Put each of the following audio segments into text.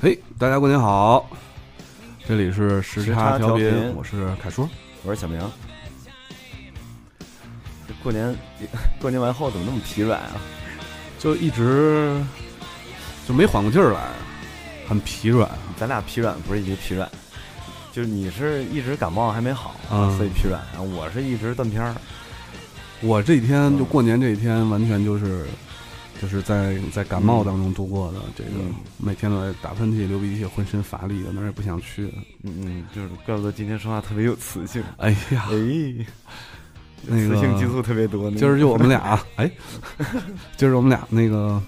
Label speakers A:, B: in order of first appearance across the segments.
A: 嘿，大家过年好！这里是时
B: 时差
A: 调
B: 调频
A: 我是凯叔。
B: 我是小明。这过年 过年完后怎么那么疲软啊？
A: 就一直就没缓过劲儿来，很疲软。啊
B: 咱俩疲软不是一直疲软，就是你是一直感冒还没好，啊
A: 嗯
B: 所以疲软；然后我是一直断片儿，
A: 我这几天
B: 嗯
A: 就过年这几天，完全就是就是在在感冒当中度过的。这个
B: 嗯
A: 每天都在打喷嚏、流鼻涕，浑身乏力的，哪儿也不想去。
B: 嗯嗯，就是怪不得今天说话特别有磁性，
A: 哎呀，
B: 哎，
A: 那个
B: 磁性激素特别多。那个
A: 今儿就我们俩， 哎，今儿我们俩那个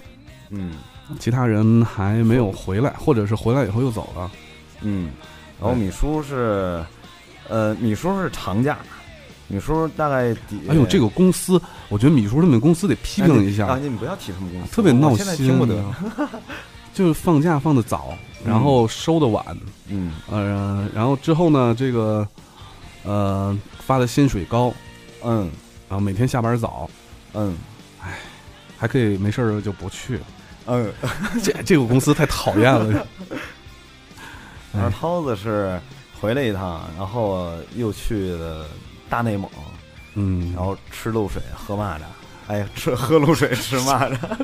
B: 嗯
A: 其他人还没有回来，或者是回来以后又走了。
B: 嗯，然后米叔是，呃，米叔是长假，米叔大概底，呃
A: 哎呦，这个公司，我觉得米叔他们公司得批评一下。
B: 啊！你们不要提他们公司，
A: 特别
B: 我
A: 闹
B: 哦现在
A: 心，啊
B: 听不得。
A: 就是放假放的早，然后收的晚，
B: 嗯
A: 呃，然后之后呢，这个呃发的薪水高，
B: 嗯
A: 然后每天下班早，
B: 嗯
A: 还可以没事儿就不去，
B: 嗯，
A: 这这个公司太讨厌了。
B: 然后涛子是回来一趟，然后又去了大内蒙，
A: 嗯，
B: 然后吃漏水喝蚂蚱，哎呀，吃喝漏水吃蚂蚱，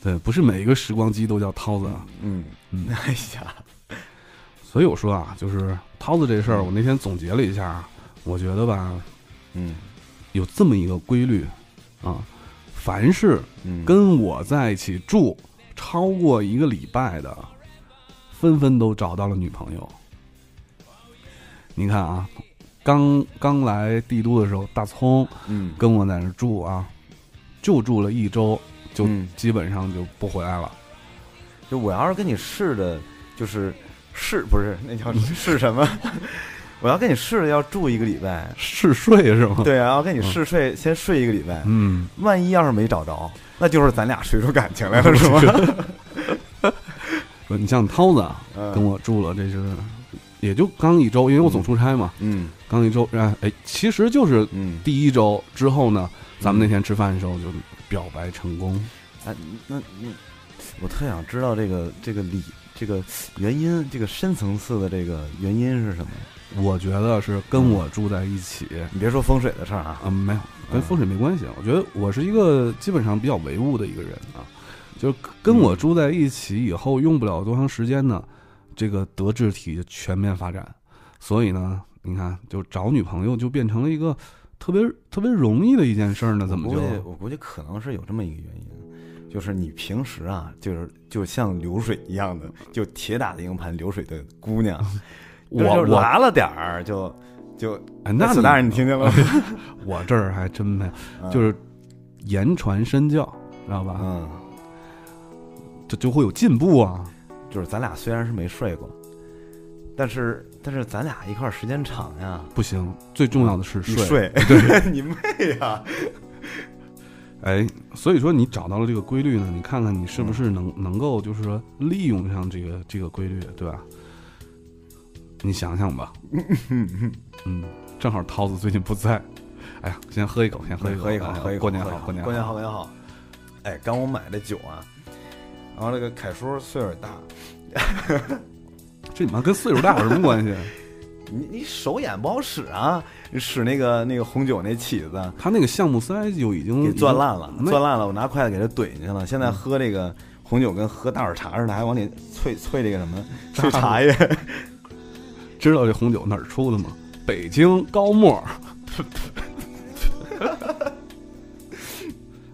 A: 对，不是每一个时光机都叫涛子啊，
B: 嗯
A: 嗯，
B: 哎呀，
A: 所以我说啊，就是涛子这事儿，我那天总结了一下，啊我觉得吧，
B: 嗯
A: 有这么一个规律啊，凡是
B: 嗯
A: 跟我在一起住超过一个礼拜的，纷纷都找到了女朋友。你看啊，刚刚来帝都的时候，大葱
B: 嗯
A: 跟我在那儿住啊，就住了一周，就
B: 嗯
A: 基本上就不回来了。
B: 就我要是跟你试的，就是试不是那叫试什么？ 我要跟你试的要住一个礼拜，
A: 嗜睡是吗？，
B: 对啊，要跟你试睡，先睡一个礼拜，
A: 嗯，
B: 万一要是没找着，那就是咱俩睡出感情 来了，是啊吗？
A: 说你像涛子啊，
B: 嗯
A: 跟我住了，这是也就刚一周，因为我总出差嘛，
B: 嗯
A: 刚一周，哎哎，其实就是
B: 嗯，
A: 第一周之后呢，咱们那天吃饭的时候就表白成功。
B: 啊，那那我特想知道这个这个理这个原因，这个深层次的这个原因是什么？
A: 我觉得是跟我住在一起，
B: 你别说风水的事儿啊，
A: 嗯，没有跟风水没关系。我觉得我是一个基本上比较唯物的一个人啊，就是跟我住在一起以后，用不了多长时间呢，这个德智体全面发展，所以呢，你看，就找女朋友就变成了一个特别特别容易的一件事儿呢，怎么
B: 我估计
A: 就
B: 我估计可能是有这么一个原因，就是你平时啊，就是就像流水一样的，就铁打的营盘流水的姑 娘，
A: 我
B: 就是
A: 我
B: 拉了点儿就就
A: 哎那
B: 死
A: 你
B: 大人，你听见了吗？
A: 我这儿还真没有，
B: 嗯
A: 就是言传身教，知道吧？
B: 嗯，
A: 这就会有进步啊。
B: 就是咱俩虽然是没睡过，但是但是咱俩一块儿时间长呀，
A: 不行，最重要的是
B: 你
A: 睡。
B: 睡，对， 你妹呀！
A: 哎，所以说你找到了这个规律呢，你看看你是不
B: 嗯
A: 是能、能够就是说利用上这个这个规律，对吧？你想想 吧，嗯，正好涛子最近不在，哎呀，先喝一口，先喝一口，
B: 喝一口，
A: 哎呀
B: 喝一口，
A: 过年
B: 喝一
A: 好，
B: 口
A: 过年
B: 过年好，，过年好。哎，刚我买的酒啊，然后那个凯叔岁数大，
A: 这你妈跟岁数大有什么关 系？
B: 你你手眼不好使啊，你使那个那个红酒那起子
A: 他那个橡木塞就已经
B: 给攥烂了，
A: 那
B: 攥烂了，我拿筷子给它怼进去了。现在喝这个红酒跟喝大耳茶似的，还往里萃萃这个什么萃茶叶，
A: 知道这红酒哪儿出的吗？北京高沫儿。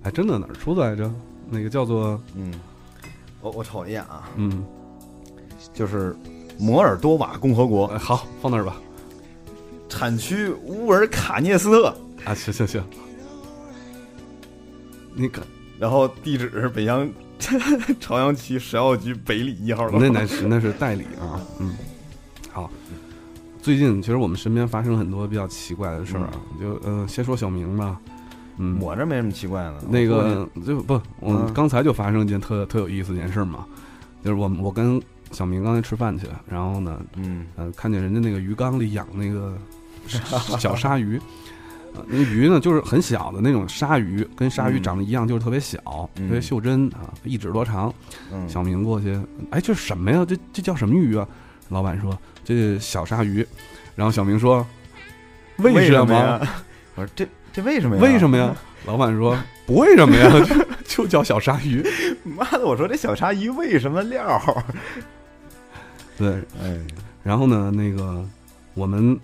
A: 哎，真的哪儿出的来着？那个叫做
B: 嗯，我我瞅一眼啊，
A: 嗯，
B: 就是摩尔多瓦共和国
A: 哎好，放那儿吧。
B: 产区乌尔卡涅斯特，
A: 啊，行行行，你看
B: 然后地址是北洋 朝阳区食药局北里一号楼。
A: 那那是那是代理啊，嗯，好。最近其实我们身边发生了很多比较奇怪的事儿啊，就嗯、呃，先说小明吧，嗯，
B: 我这没什么奇怪的。
A: 那
B: 我说
A: 个就不，我们
B: 嗯
A: 刚才就发生一件特特有意思的一件事儿嘛，就是我我跟小明刚才吃饭去，然后呢，
B: 你，嗯
A: 嗯、看见人家那个鱼缸里养那个小鲨鱼，呃那鱼呢，就是很小的那种鲨鱼，跟鲨鱼
B: 嗯
A: 长得一样，就是特别小，
B: 嗯
A: 特别袖珍啊，一指多长。
B: 嗯，
A: 小明过去，哎，这是什么呀？这这叫什么鱼啊？老板说这小鲨鱼。然后小明说，
B: 为
A: 什
B: 么
A: 么？
B: 呀？ 我说这这为什么呀？
A: 为什么呀？？老板说不为什么呀， 就就叫小鲨鱼。
B: 妈的！我说这小鲨鱼为什么料？
A: 对，
B: 哎，
A: 然后呢，那个我们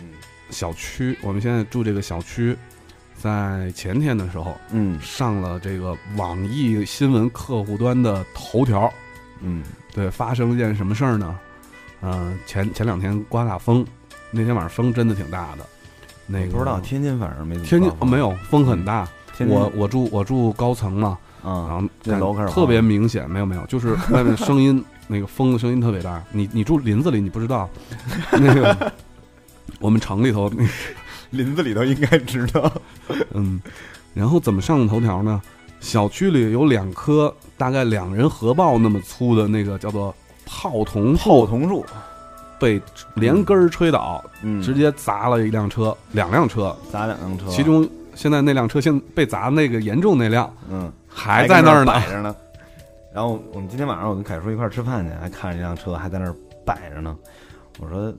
B: 嗯
A: 小区，我们现在住这个小区，在前天的时候
B: 嗯
A: 上了这个网易新闻客户端的头条。
B: 嗯
A: 对，发生了一件什么事儿呢？呃，前前两天刮大风，那天晚上风真的挺大的。那个
B: 不知道，天津反正没怎么
A: 天津、
B: 刮
A: 哦
B: 风嗯
A: 没，有风很大。
B: 天津
A: 我我住我住高层嘛，然
B: 啊，
A: 后
B: 这
A: 感
B: 楼开始
A: 特别
B: 晃
A: 明显，没有没 有，就是外面声音那个风的声音特别大。你你住林子里，你不知道那个我们城里头那
B: 林子里头应该知道。
A: 嗯，然后怎么上的头条呢？小区里有两棵大概两人合抱那么粗的那个叫做泡桐
B: 泡
A: 树，
B: 桐树，
A: 被连根儿吹倒，
B: 嗯
A: 直接砸了一辆车，两辆车，
B: 砸两辆车，
A: 其中现在那辆车现被砸那个严重那辆
B: 嗯
A: 还在那儿呢，
B: 摆着呢。然后我们今天晚上我跟凯叔一块儿吃饭去，还看着这辆车还在那儿摆着呢。我说，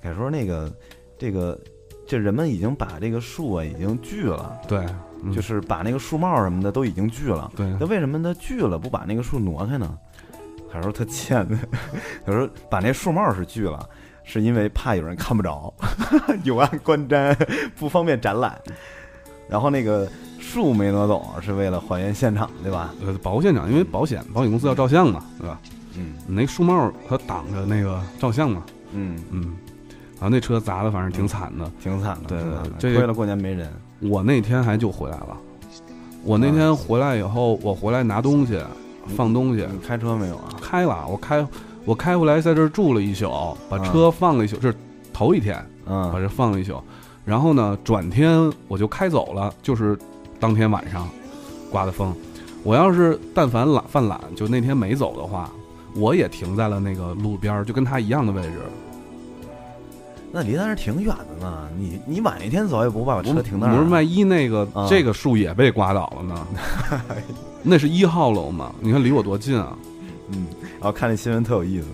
B: 凯叔那个这个这人们已经把这个树啊已经锯了，
A: 对，嗯
B: 就是把那个树帽什么的都已经锯了。
A: 对
B: 那为什么他锯了不把那个树挪开呢？凯叔他欠的，他说把那树帽是锯了，是因为怕有人看不着， 有碍观瞻，不方便展览。然后那个树没挪走，是为了还原现场，对吧？
A: 呃保护现场，因为保险保险公司要照相嘛，对吧？
B: 嗯
A: 你那树帽它挡着那个照相嘛，
B: 嗯，
A: 嗯，然后那车砸的反正挺惨的，
B: 挺惨的，
A: 对对
B: 挺惨的
A: 这个
B: 亏了过年没人。
A: 我那天还就回来了，我那天回来以后，我回来拿东西放东西，
B: 你开车没有啊？
A: 开了，我开我开回来在这儿住了一宿，把车放了一宿，这是头一天。把
B: 嗯
A: 这放了一宿，然后呢，转天我就开走了，就是当天晚上刮的风。我要是但凡懒犯懒，就那天没走的话，我也停在了那个路边儿，就跟他一样的位置。
B: 那离咱这挺远的呢。你你晚一天走也不把车停那儿啊。
A: 不是万一那个、
B: 啊
A: 这个树也被刮倒了 呢？那是一号楼嘛？你看离我多近啊！
B: 嗯，然后看那新闻特有意思，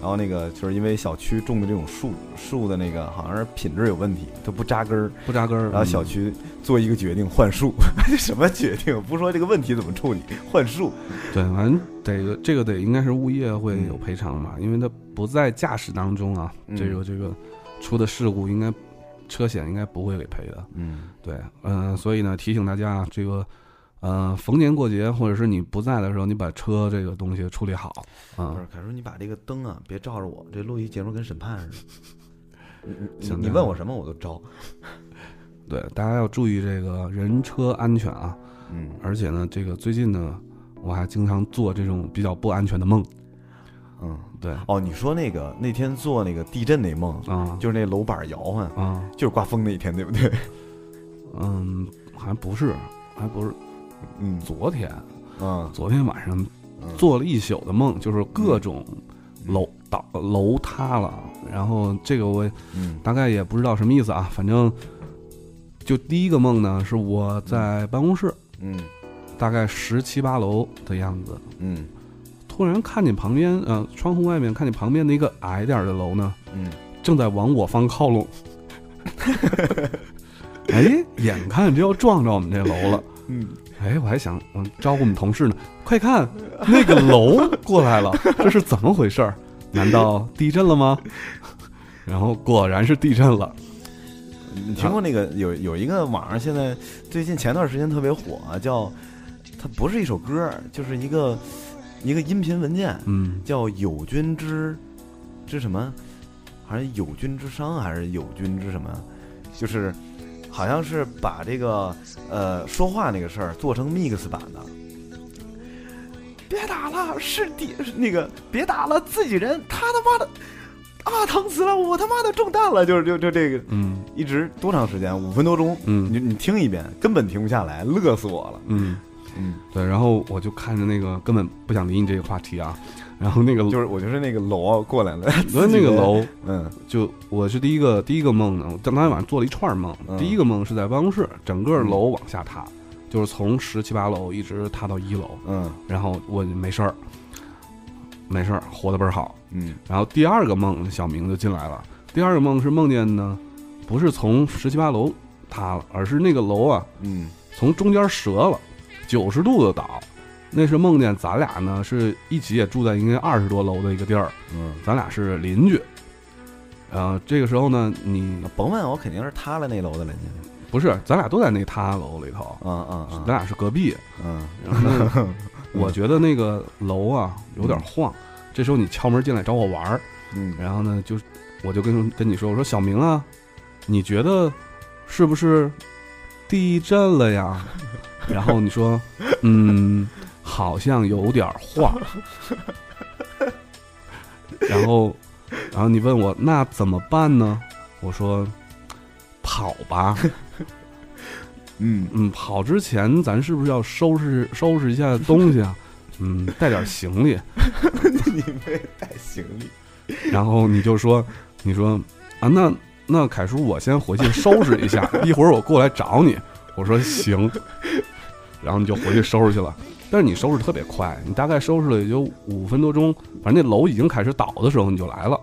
B: 然后那个就是因为小区种的这种树树的那个好像是品质有问题，它不扎根儿，
A: 不扎根儿。
B: 然后小
A: 嗯
B: 区做一个决定换树， 什么决定？不说这个问题怎么处理，换树。
A: 嗯对，反正得这个得应该是物业会
B: 嗯
A: 有赔偿吧，因为它不在驾驶当中啊，
B: 嗯
A: 这个这个出的事故应该车险应该不会给赔的。
B: 嗯
A: 对，嗯、所以呢，提醒大家啊，这个，呃，逢年过节或者是你不在的时候，你把车这个东西处理好啊
B: 不。是，凯叔，你把这个灯啊别照着我，这录一节目跟审判似的。你你
A: 行
B: 你问我什么我都招。
A: 对，大家要注意这个人车安全啊。
B: 嗯，
A: 而且呢，这个最近呢，我还经常做这种比较不安全的梦。
B: 嗯，
A: 对，啊、
B: 哦，你说那个那天做那个地震那梦，就是那楼板摇晃，
A: 啊，
B: 就是刮风那一天，对不对？
A: 嗯，还不是，还不是
B: 嗯
A: 昨天，
B: 嗯
A: 昨天晚上
B: 嗯
A: 做了一宿的梦，就是各种楼倒楼塌了，然后这个我
B: 嗯
A: 大概也不知道什么意思啊，反正就第一个梦呢，是我在办公室，
B: 嗯
A: 大概十七八楼的样子，
B: 嗯
A: 突然看见旁边，呃，窗户外面看见旁边的一个矮点儿的楼呢，
B: 嗯。
A: 正在往我方靠拢。 哎，眼看就要撞着我们这楼了，
B: 嗯
A: 哎，我还想，嗯，招呼我们同事呢，快看，那个楼过来了，这是怎么回事儿？难道地震了吗？ 然后果然是地震了，
B: 你听过那个有有一个网上现在最近前段时间特别火、啊叫它不是一首歌，就是一个一个音频文件，
A: 嗯，
B: 叫“友军之之什么”，还是“友军之殇”还是“友军之什么”，就是好像是把这个呃说话那个事儿做成 mix 版的。别打了，是敌那个别打了，自己人，他他妈的啊，疼死了，我他妈的中弹了，就是就就这个
A: 嗯
B: 一直多长时间？五分多钟。
A: 嗯
B: 你你听一遍，根本停不下来，乐死我了。
A: 嗯，
B: 嗯，
A: 对，然后我就看着那个根本不想理你这个话题啊，然后那个
B: 就是我就是那个楼过来了，
A: 我那个 楼，
B: 嗯
A: 就我是第一个第一个梦呢，我当当天晚上做了一串梦，
B: 嗯
A: 第一个梦是在办公室，整个楼往下塌，就是从十七八楼一直塌到一楼，
B: 嗯
A: 然后我就没事儿，没事儿，活得倍儿好。
B: 嗯
A: 然后第二个梦，小明就进来了。第二个梦是梦见呢，不是从十七八楼塌了，而是那个楼啊
B: 嗯
A: 从中间折了，九十度的倒。那是梦见咱俩呢是一起也住在应该二十多楼的一个地儿，
B: 嗯，
A: 咱俩是邻居。呃，这个时候呢，你
B: 甭问我肯定是塌了那楼的了，你
A: 不是咱俩都在那塌楼里头，
B: 啊啊
A: 咱
B: 啊，
A: 俩是隔壁。
B: 嗯
A: 然后呢我觉得那个楼啊有点晃，这时候你敲门进来找我玩儿，
B: 嗯
A: 然后呢，就我就跟跟你说，我说小明啊，你觉得是不是地震了呀？然后你说，嗯，好像有点儿晃。然后，然后你问我那怎么办呢？我说跑吧，
B: 嗯
A: 嗯，跑之前咱是不是要收拾收拾一下东西啊？嗯，带点行李。
B: 你没带行李，
A: 然后你就说，你说啊，那那凯叔，我先回去收拾一下，一会儿我过来找你。我说行，然后你就回去收拾去了。但是你收拾特别快，你大概收拾了也就五分多钟，反正那楼已经开始倒的时候你就来了。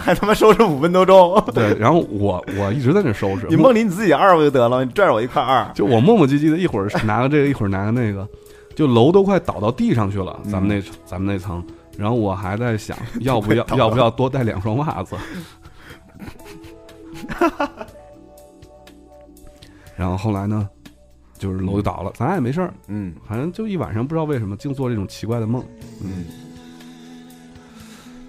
B: 还他妈收拾五分多钟，
A: 对，然后我我一直在那收拾，
B: 你梦里你自己二不就得了？你拽着我一块二，
A: 就我磨磨唧唧的，一会儿拿个这个，一会儿拿个那个， 就楼都快倒到地上去
B: 嗯
A: 了。咱们那、咱们那层，然后我还在 想，要不要
B: 倒了
A: 要不要多带两双袜 子。然后后来呢，就是楼就倒了，咱俩也没事儿，
B: 嗯
A: 反正就一晚上，不知道为什么净做这种奇怪的梦。
B: 嗯，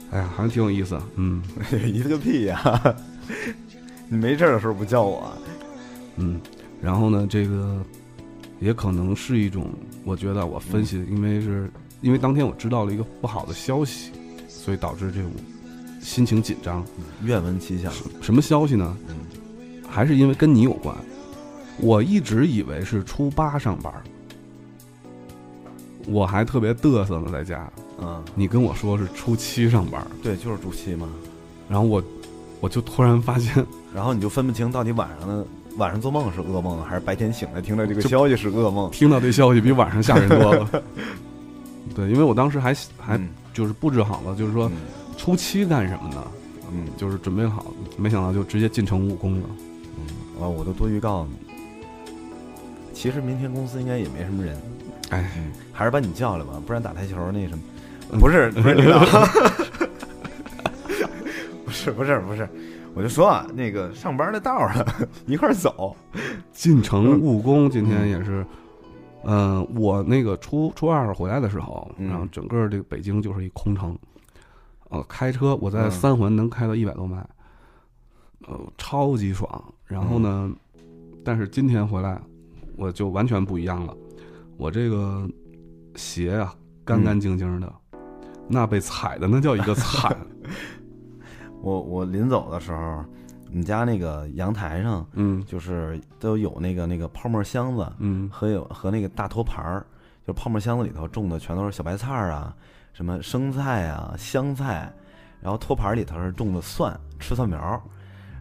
A: 哎呀，还是挺有意思。嗯
B: 一个屁呀！ 你没事儿的时候不叫我，
A: 嗯，然后呢，这个也可能是一种，我觉得我分析，因为是因为当天我知道了一个不好的消息，所以导致这种心情紧张。
B: 愿闻其详。
A: 什么消息呢？
B: 嗯
A: 还是因为跟你有关。我一直以为是初八上班，我还特别嘚瑟呢，在家。
B: 嗯，
A: 你跟我说是初七上班，
B: 对，就是初七嘛。
A: 然后我我就突然发现，
B: 然后你就分不清到底晚上的晚上做梦是噩梦，还是白天醒来听到这个消息是噩梦。
A: 听到这消息比晚上吓人多了。 对，因为我当时还还
B: 嗯
A: 就是布置好了，就是说初七干什么呢？
B: 嗯，
A: 就是准备好，没想到就直接进城务工了。
B: 啊，我都多预告你。其实明天公司应该也没什么人，
A: 哎，
B: 还是把你叫来吧，不然打台球那什么，
A: 嗯
B: 不是不是领导，不是不是不是，我就说啊，那个上班的道儿啊，一块儿走。
A: 进
B: 嗯
A: 城务工今天也是，嗯、我那个初初二回来的时候，
B: 嗯
A: 然后整个这个北京就是一空城。呃，开车我在
B: 嗯
A: 三环能开到一百多迈，呃，超级爽。然后呢，
B: 嗯
A: 但是今天回来我就完全不一样了，我这个鞋啊干
B: 嗯
A: 干净净的，那被踩的那叫一个 惨。
B: 我我临走的时候，我们家那个阳台上
A: 嗯
B: 就是都有那个那个泡沫箱子，
A: 嗯
B: 和有和那个大托盘儿，就是泡沫箱子里头种的全都是小白菜儿啊，什么生菜啊、香菜，然后托盘儿里头是种的蒜，吃蒜苗儿。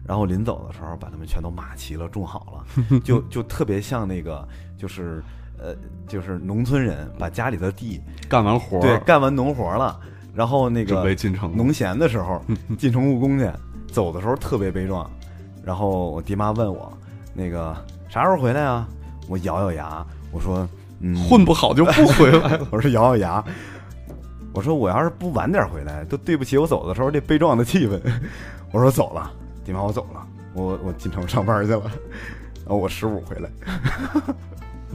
B: 然后临走的时候把它们全都码齐了，种好 了，就就特别像那个就是呃就是农村人把家里的地
A: 干完活儿
B: 对干完农活儿了，然后那个
A: 准备进城了
B: 农闲的时候进城务工去，走的时候特别悲壮。然后我爹妈问我，那个啥时候回来啊？我咬咬牙，我说，嗯，
A: 混不好就不回来 了。
B: 我说咬咬牙，我说我要是不晚点回来，都对不起我走的时候这悲壮的气氛。 我说走了，爹妈，我走了，我我进城上班去了。然后我十五回来，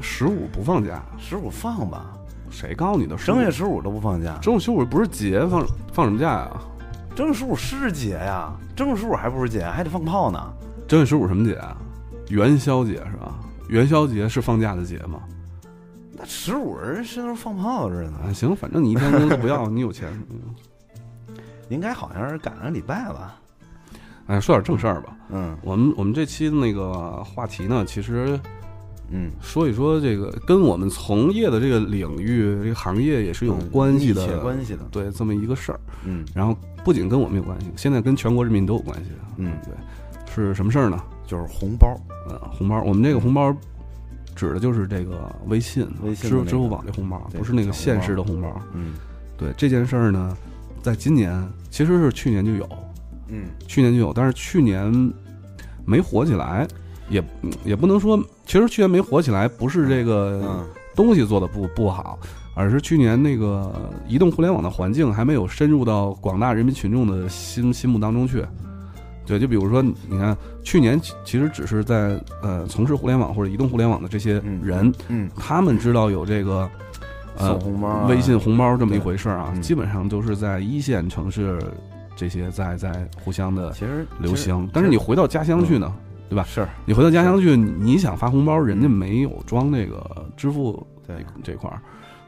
A: 十五不放假，
B: 十五放吧，
A: 谁告诉你的？
B: 正月十五都不放假，
A: 正月十五不是节，放放什么假呀、
B: 正月十五是节呀，正月十五还不是节，还得放炮呢。
A: 正月十五什么节啊？元宵节是吧？元宵节是放假的节吗？
B: 那十五人是都是放炮的日子，
A: 啊，行，反正你一天工资不 要，你有钱。嗯
B: 应该好像是赶上礼拜吧。
A: 哎，说点正事儿吧。
B: 嗯
A: 我们我们这期的那个话题呢，其实
B: 嗯，
A: 说一说这个跟我们从业的这个领域、这个行业也是有
B: 嗯
A: 关系
B: 密切
A: 的，
B: 关系的，
A: 对这么一个事儿。
B: 嗯
A: 然后不仅跟我们有关系，现在跟全国人民都有关系啊。
B: 嗯，
A: 对，是什么事儿呢？
B: 就是红包，
A: 呃，红包，我们这个红包指的就是这个微信、啊
B: 微信的
A: 支
B: 那个
A: 付支付宝这红包，啊
B: 对
A: 不是那个
B: 小红
A: 现
B: 包
A: 实的红包。
B: 嗯
A: 对这件事儿呢，在今年其实是去年就有，
B: 嗯，
A: 去年就有，但是去年没火起来，也嗯也不能说，其实去年没火起来，不是这个
B: 嗯
A: 东西做的不不好，而是去年那个移动互联网的环境还没有深入到广大人民群众的心心目当中去。对，就比如说，你看，去年其其实只是在呃从事互联网或者移动互联网的这些
B: 嗯
A: 人，
B: 嗯，
A: 他们知道有这个呃
B: 送红包啊，
A: 微信红包这么一回事儿啊，
B: 对嗯
A: 基本上都是在一线城市这些在在互相的
B: 其实嗯
A: 流，行。但是你回到家乡去呢，对吧？
B: 是
A: 你回到家乡去，你你想发红包，人家没有装这个支付
B: 对
A: 这块儿，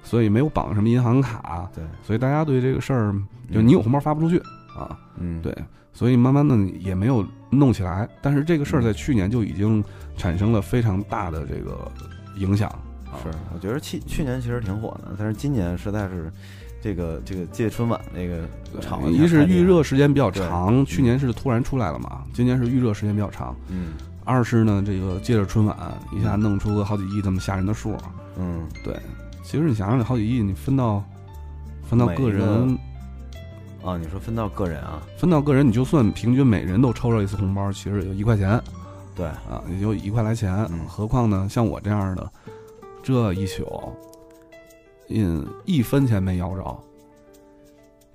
A: 所以没有绑什么银行卡，
B: 对，
A: 所以大家对这个事儿，
B: 嗯
A: 就你有红包发不出去啊，
B: 嗯
A: 对，所以慢慢的也没有弄起来。但是这个
B: 嗯
A: 事儿在去年就已经产生了非常大的这个影响。啊
B: 是，我觉得去去年其实挺火的，但是今年实在是这个这个借春晚这个
A: 对
B: 炒得
A: 一
B: 太
A: 是
B: 厉
A: 预
B: 害
A: 热
B: 了，
A: 时间比较
B: 对
A: 长，去年是突然出来了嘛，今年是预热时间比较长。
B: 嗯
A: 二是呢，这个借着春晚一下弄出个好几亿这么吓人的数儿，
B: 嗯，
A: 对，其实你想想，好几亿你分到分到
B: 每
A: 个
B: 一个
A: 人，
B: 啊，你说分到个人啊，
A: 分到个人，你就算平均每人都抽着一次红包，其实也就一块钱
B: 对，
A: 啊，也就一块来钱。
B: 嗯
A: 何况呢，像我这样的，这一宿，嗯，一分钱没摇着。嗯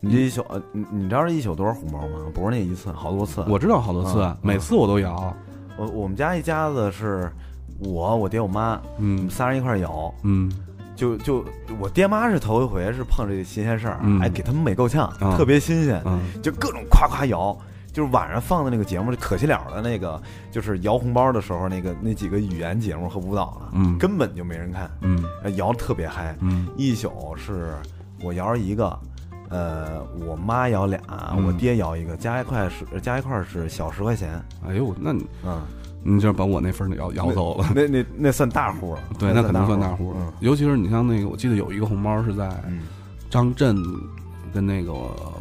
B: 你这一宿，呃你你知道这一宿多少红包吗？不是那一次，好多次。
A: 我知道好多次，啊
B: 嗯
A: 每次我都摇，
B: 我我们家一家子是我我爹我妈，我
A: 嗯
B: 们仨人一块儿摇，
A: 嗯，
B: 就就我爹妈是头一回是碰这个新鲜事儿，
A: 嗯
B: 哎，给他们美够呛，
A: 啊
B: 特别新鲜，
A: 嗯
B: 就各种夸夸摇。就是晚上放的那个节目，就可惜了的那个，就是摇红包的时候，那个那几个语言节目和舞蹈啊，
A: 嗯
B: 根本就没人看，
A: 嗯
B: 呃摇得特别嗨。
A: 嗯
B: 一宿是我摇一个，呃，我妈摇俩，
A: 嗯
B: 我爹摇一个，加一块是加一块儿是小十块钱，
A: 哎呦，那你
B: 嗯，
A: 你这把我那份儿摇摇走了。
B: 那那那算大户了，
A: 对，那肯定算大户
B: 户
A: 了
B: 嗯。
A: 尤其是你像那个，我记得有一个红包是在
B: 嗯
A: 张震跟那个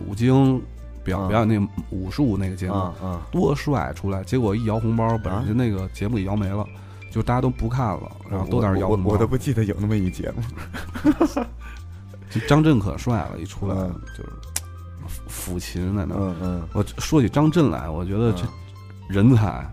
A: 吴京表
B: 啊
A: 表演那个武术那个节目，
B: 啊啊，
A: 多帅出来，结果一摇红包，把人家那个节目给摇没了，就大家都不看了，然后都在那儿摇
B: 我
A: 红
B: 我我都
A: 包。
B: 不记得有那么一节目，
A: 就张震可帅了，一出来
B: 嗯
A: 就是抚抚琴在那儿。
B: 嗯嗯，
A: 我说起张震来，我觉得这人才。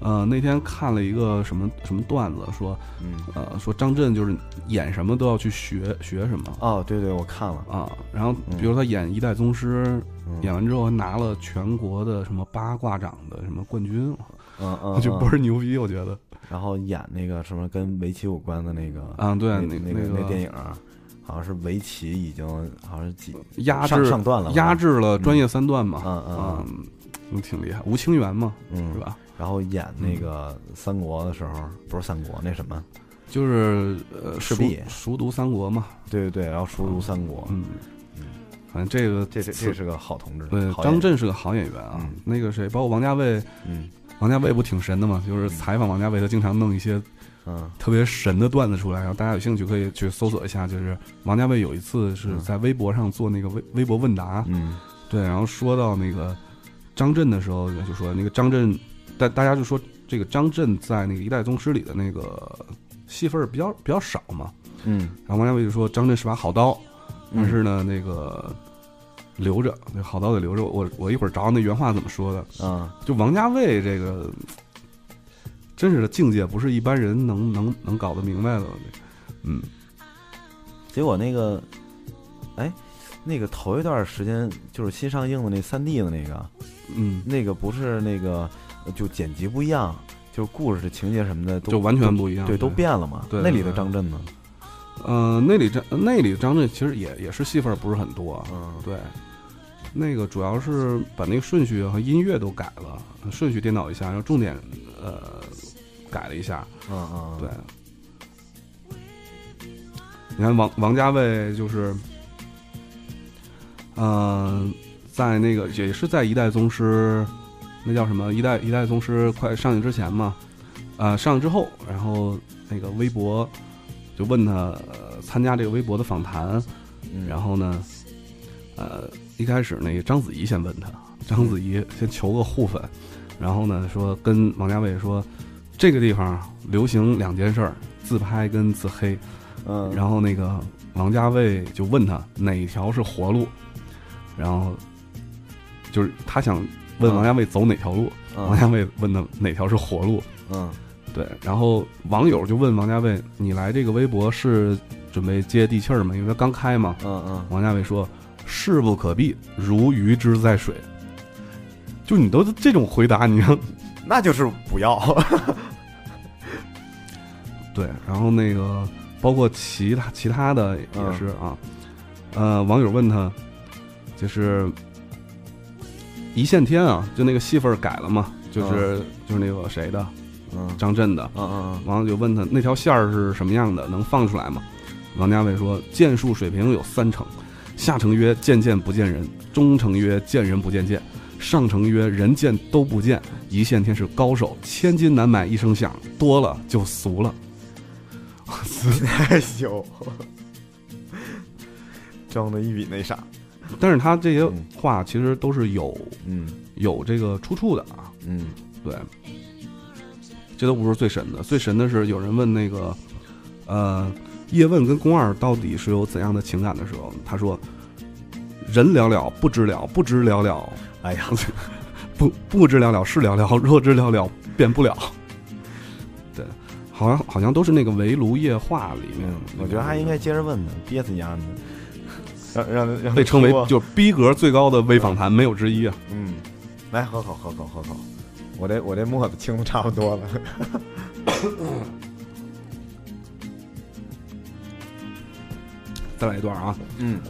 A: 呃，那天看了一个什么什么段子，说
B: 嗯
A: 呃，说张震就是演什么都要去学学什么
B: 哦，对对，我看了，
A: 啊。然后
B: 嗯
A: 比如他演一代宗师，
B: 嗯
A: 演完之后还拿了全国的什么八卦掌的什么冠军，
B: 嗯
A: 我
B: 嗯，
A: 就倍
B: 是，
A: 儿牛逼，我觉得。
B: 然后演那个什么跟围棋有关的那个，
A: 啊，对，
B: 那
A: 那
B: 个那
A: 个
B: 电影啊，好像是围棋已经好像是几
A: 压
B: 上
A: 制
B: 上段了，
A: 压，制了专业三段嘛，
B: 嗯嗯
A: 啊，嗯挺厉害。吴清源嘛，
B: 嗯
A: 是，吧？嗯
B: 然后演那个三国的时候，不是三国那什么，
A: 就是呃，
B: 赤
A: 熟
B: 壁
A: 熟读三国嘛，
B: 对对对，然后熟读三国，
A: 嗯
B: 嗯，
A: 反正这个
B: 这这这是个好同志，
A: 对
B: 好演
A: 张
B: 员，
A: 震是个好演员啊
B: 嗯。
A: 那个谁，包括王家卫，
B: 嗯
A: 王家卫不挺神的嘛？就是采访王家卫，他经常弄一些
B: 嗯
A: 特别神的段子出来，然后大家有兴趣可以去搜索一下。就是王家卫有一次是在微博上做那个微微博问答，
B: 嗯
A: 对，然后说到那个张震的时候，就说那个张震，大大家就说这个张震在那个《一代宗师》里的那个戏份儿比较比较少嘛。
B: 嗯，
A: 然后王家卫就说张震是把好刀，但
B: 嗯
A: 是呢那个留着，那好刀得留着。我我一会儿找找那原话怎么说的。
B: 啊
A: 就王家卫这个，真是的境界不是一般人能能能搞得明白的。嗯，
B: 结果那个，哎，那个头一段时间就是新上映的那三 D 的那个，
A: 嗯，
B: 那个不是那个就剪辑不一样，就是故事情节什么的都
A: 就完全不一样。
B: 对都变了嘛，
A: 对
B: 那里
A: 对
B: 的
A: 对
B: 张震呢，
A: 呃，那里张那里张震其实也也是戏份儿不是很多啊，
B: 嗯
A: 对，那个主要是把那个顺序和音乐都改了，顺序颠倒一下，然后重点呃改了一下，
B: 嗯嗯，
A: 对。你看王王家卫就是，呃，在那个也是在《一代宗师》，那叫什么《一代一代宗师》快上映之前嘛，呃，上之后，然后那个微博就问他、呃参加这个微博的访谈，
B: 嗯
A: 然后呢，呃，一开始那个章子怡先问他，章子怡先求个互粉，然后呢说跟王家卫说，这个地方流行两件事儿，自拍跟自黑，
B: 嗯，
A: 然后那个王家卫就问他哪一条是活路，然后就是他想问王家卫走哪条路，王家卫问他哪条是活路，
B: 嗯
A: 对，然后网友就问王家卫：“你来这个微博是准备接地气儿吗？因为他刚开嘛。
B: 嗯嗯”嗯，
A: 王家卫说：“势不可避，如鱼之在水。”就你都这种回答，你让
B: 那就是不要，
A: 对，然后那个包括其他其他的也是啊，呃，网友问他，就是一线天啊，就那个戏份儿改了嘛，就是、就是那个谁的
B: 嗯
A: 张震的，
B: 嗯嗯
A: 网友就问他那条线儿是什么样的，能放出来吗？王家卫说：“剑术水平有三成，下乘曰见剑不见人，中乘曰见人不见剑，上乘曰人见都不见。一线天是高手，千金难买一声响，多了就俗了。
B: 嗯， 害羞，装的一比那啥，”
A: 但是他这些
B: 嗯
A: 话其实都是有
B: 嗯
A: 有这个出处的啊，
B: 嗯
A: 对，这都不是最神的，最神的是有人问那个，呃，叶问跟宫二到底是有怎样的情感的时候，他说：“人寥寥，不知了，不知了了，
B: 哎呀，
A: 不不知了了是了了，若知了了便不了。” 对，好像好像都是那个《围炉夜话》里面
B: 嗯，，我觉得还应该接着问呢，憋死丫的， 让让他让他
A: 被称为
B: 说
A: 就是逼格最高的微访谈，没有之一啊。
B: 嗯，来喝口喝口喝口，我这我这沫子清的差不多了，
A: 再来一段啊！
B: 嗯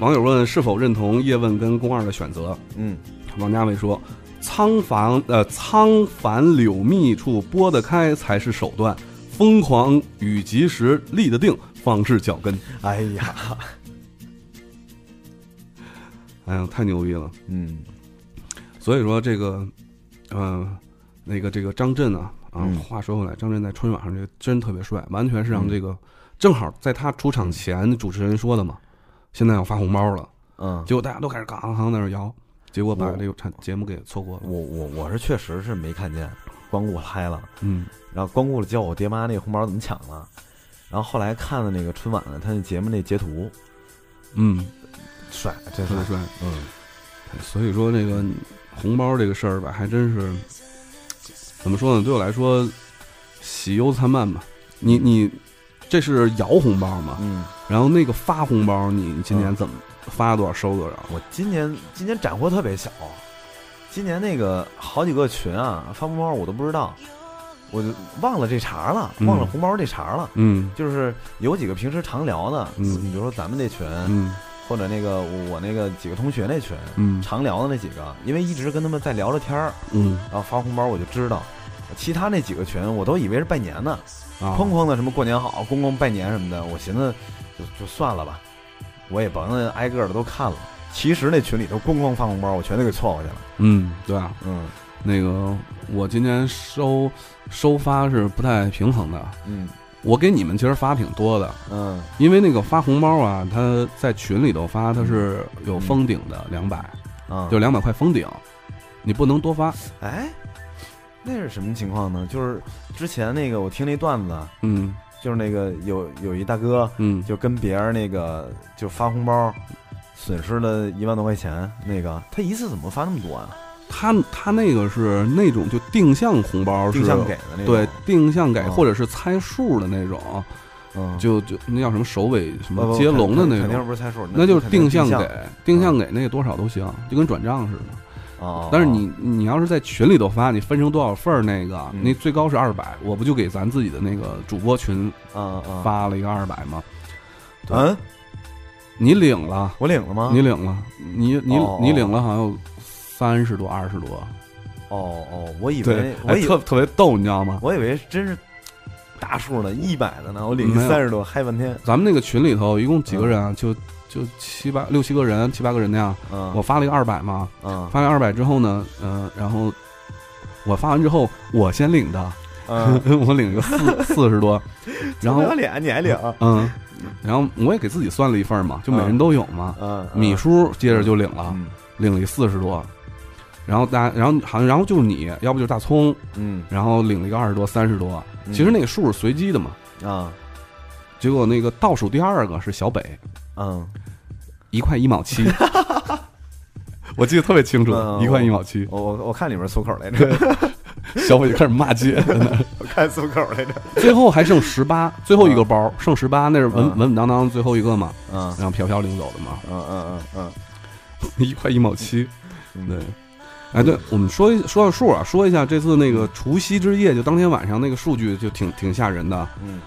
A: 网友问是否认同叶问跟宫二的选择，
B: 嗯
A: 王家卫说：“苍凡呃，苍繁柳密处拨得开才是手段，疯狂与及时立得定方是脚跟。
B: 哎呀，”
A: 哎呀，太牛逼了！
B: 嗯
A: 所以说这个，呃，那个这个张震啊啊
B: 嗯，
A: 话说回来，张震在春晚上这个真特别帅，完全是让
B: 嗯
A: 这个正好在他出场前主持人说的嘛，现在要发红包了，
B: 嗯，
A: 结果大家都开始嘎嘎嘎在那儿摇，结果把
B: 我
A: 这个产节目给错过了
B: 我。我我是确实是没看见，光顾嗨了。
A: 嗯
B: 然后光顾着教我爹妈那个红包怎么抢了，然后后来看了那个春晚的他那节目那截图，
A: 嗯，
B: 帅，真
A: 特别
B: 帅，
A: 帅。
B: 嗯
A: 所以说这个红包这个事儿吧，还真是怎么说呢？对我来说，喜忧参半吧。你你这是摇红包嘛？
B: 嗯，
A: 然后那个发红包，你你今年
B: 嗯
A: 怎么发多少收多少？
B: 我今年今年斩获特别小，今年那个好几个群啊发红包我都不知道，我就忘了这茬了，
A: 嗯
B: 忘了红包这茬了。
A: 嗯
B: 就是有几个平时常聊的，
A: 嗯
B: 你比如说咱们那群，
A: 嗯
B: 或者那个我我那个几个同学那群，
A: 嗯
B: 常聊的那几个，因为一直跟他们在聊着天儿，
A: 嗯
B: 然后发红包我就知道，其他那几个群我都以为是拜年呢，
A: 啊！
B: 哐哐的什么过年好、公公拜年什么的，我寻思就就算了吧，我也甭挨个的都看了。其实那群里头咣咣发红包，我全都给错过去了。
A: 嗯，对啊，
B: 嗯
A: 那个我今年收收发是不太平衡的。
B: 嗯
A: 我给你们其实发挺多的，
B: 嗯
A: 因为那个发红包啊，他在群里头发，他是有封顶
B: 嗯
A: 的两百，
B: 啊，
A: 就两百块封顶，你不能多发。
B: 哎，那是什么情况呢？就是之前那个我听那段子，
A: 嗯
B: 就是那个有有一大哥
A: 嗯，
B: 就跟别人那个就发红包，损失了一万多块钱，那个他一次怎么发那么多啊？
A: 他他那个是那种就定向红包是，
B: 定向给的那种，
A: 对，定向给
B: 哦
A: 或者是猜数的那种，
B: 嗯，
A: 就就那叫什么首尾什
B: 不
A: 么
B: 不
A: 接龙的
B: 肯
A: 那
B: 肯定
A: 种，
B: 不是猜数，
A: 那就是
B: 肯定
A: 定
B: 是
A: 向
B: 定
A: 给，定向给那个多少都行，就跟转账似的。
B: 哦，
A: 但是你你要是在群里头发，你分成多少份儿那个，
B: 嗯
A: 那最高是二百，我不就给咱自己的那个主播群
B: 啊啊，
A: 发了一个二百吗？对
B: 嗯，
A: 你领了。
B: 我领了吗？
A: 你领了，你你
B: 啊哦
A: 你领了，好像有三十多、二十多，
B: 哦哦，我以
A: 对
B: 为，我
A: 哎
B: 以
A: 特特别逗，你知道吗？
B: 我以为真是大数呢，一百的呢，我领
A: 没有
B: 三十多，嗨半天。
A: 咱们那个群里头一共几个人啊？就就七八六七个人，七八个人那样。
B: 嗯，
A: 我发了一个二百嘛，
B: 嗯
A: 呃发了二百之后呢，嗯、然后我发完之后，我先领的，
B: 嗯，
A: 我领一个 四四十多， 然后
B: 不要脸你还领，
A: 嗯，然后我也给自己算了一份儿嘛，就每人都有嘛。
B: 嗯，
A: 米叔接着就领了，
B: 嗯
A: 领了一四十多，然后大，然后好像然后就是你，要不就是大葱，
B: 嗯，
A: 然后领了一个二十多、三十多。其实那个数是随机的嘛，
B: 那啊，
A: 结果那个倒数第二个是小北，
B: 嗯，
A: 一块一毛 七，我记得特别清楚
B: 嗯，
A: 一块一毛七。
B: 我我我看里面松口来着，
A: 小北就开始骂街，
B: 我看松口 来着，
A: 最后还剩十八，最后一个包剩十八，那是稳
B: 嗯
A: 稳稳当当最后一个嘛，
B: 嗯
A: 让飘飘领走的嘛，
B: 嗯嗯嗯
A: 一块一毛七。
B: 嗯，
A: 对，哎，对，我们说一说到数啊，说一下这次那个除夕之夜，就当天晚上那个数据就挺挺吓人的。啊
B: 嗯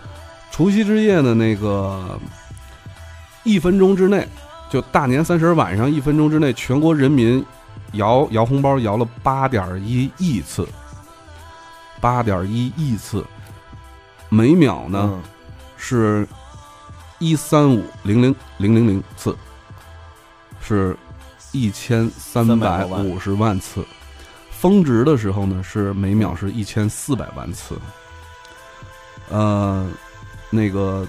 A: 除夕之夜的那个一分钟之内，就大年三十晚上一分钟之内，全国人民摇摇红包摇了八点一亿次，八点一亿次，每秒呢、
B: 嗯
A: 是一三五零零零零零次，是一千三百五十万次。峰值的时候呢，是每秒是一千四百万次。呃，那个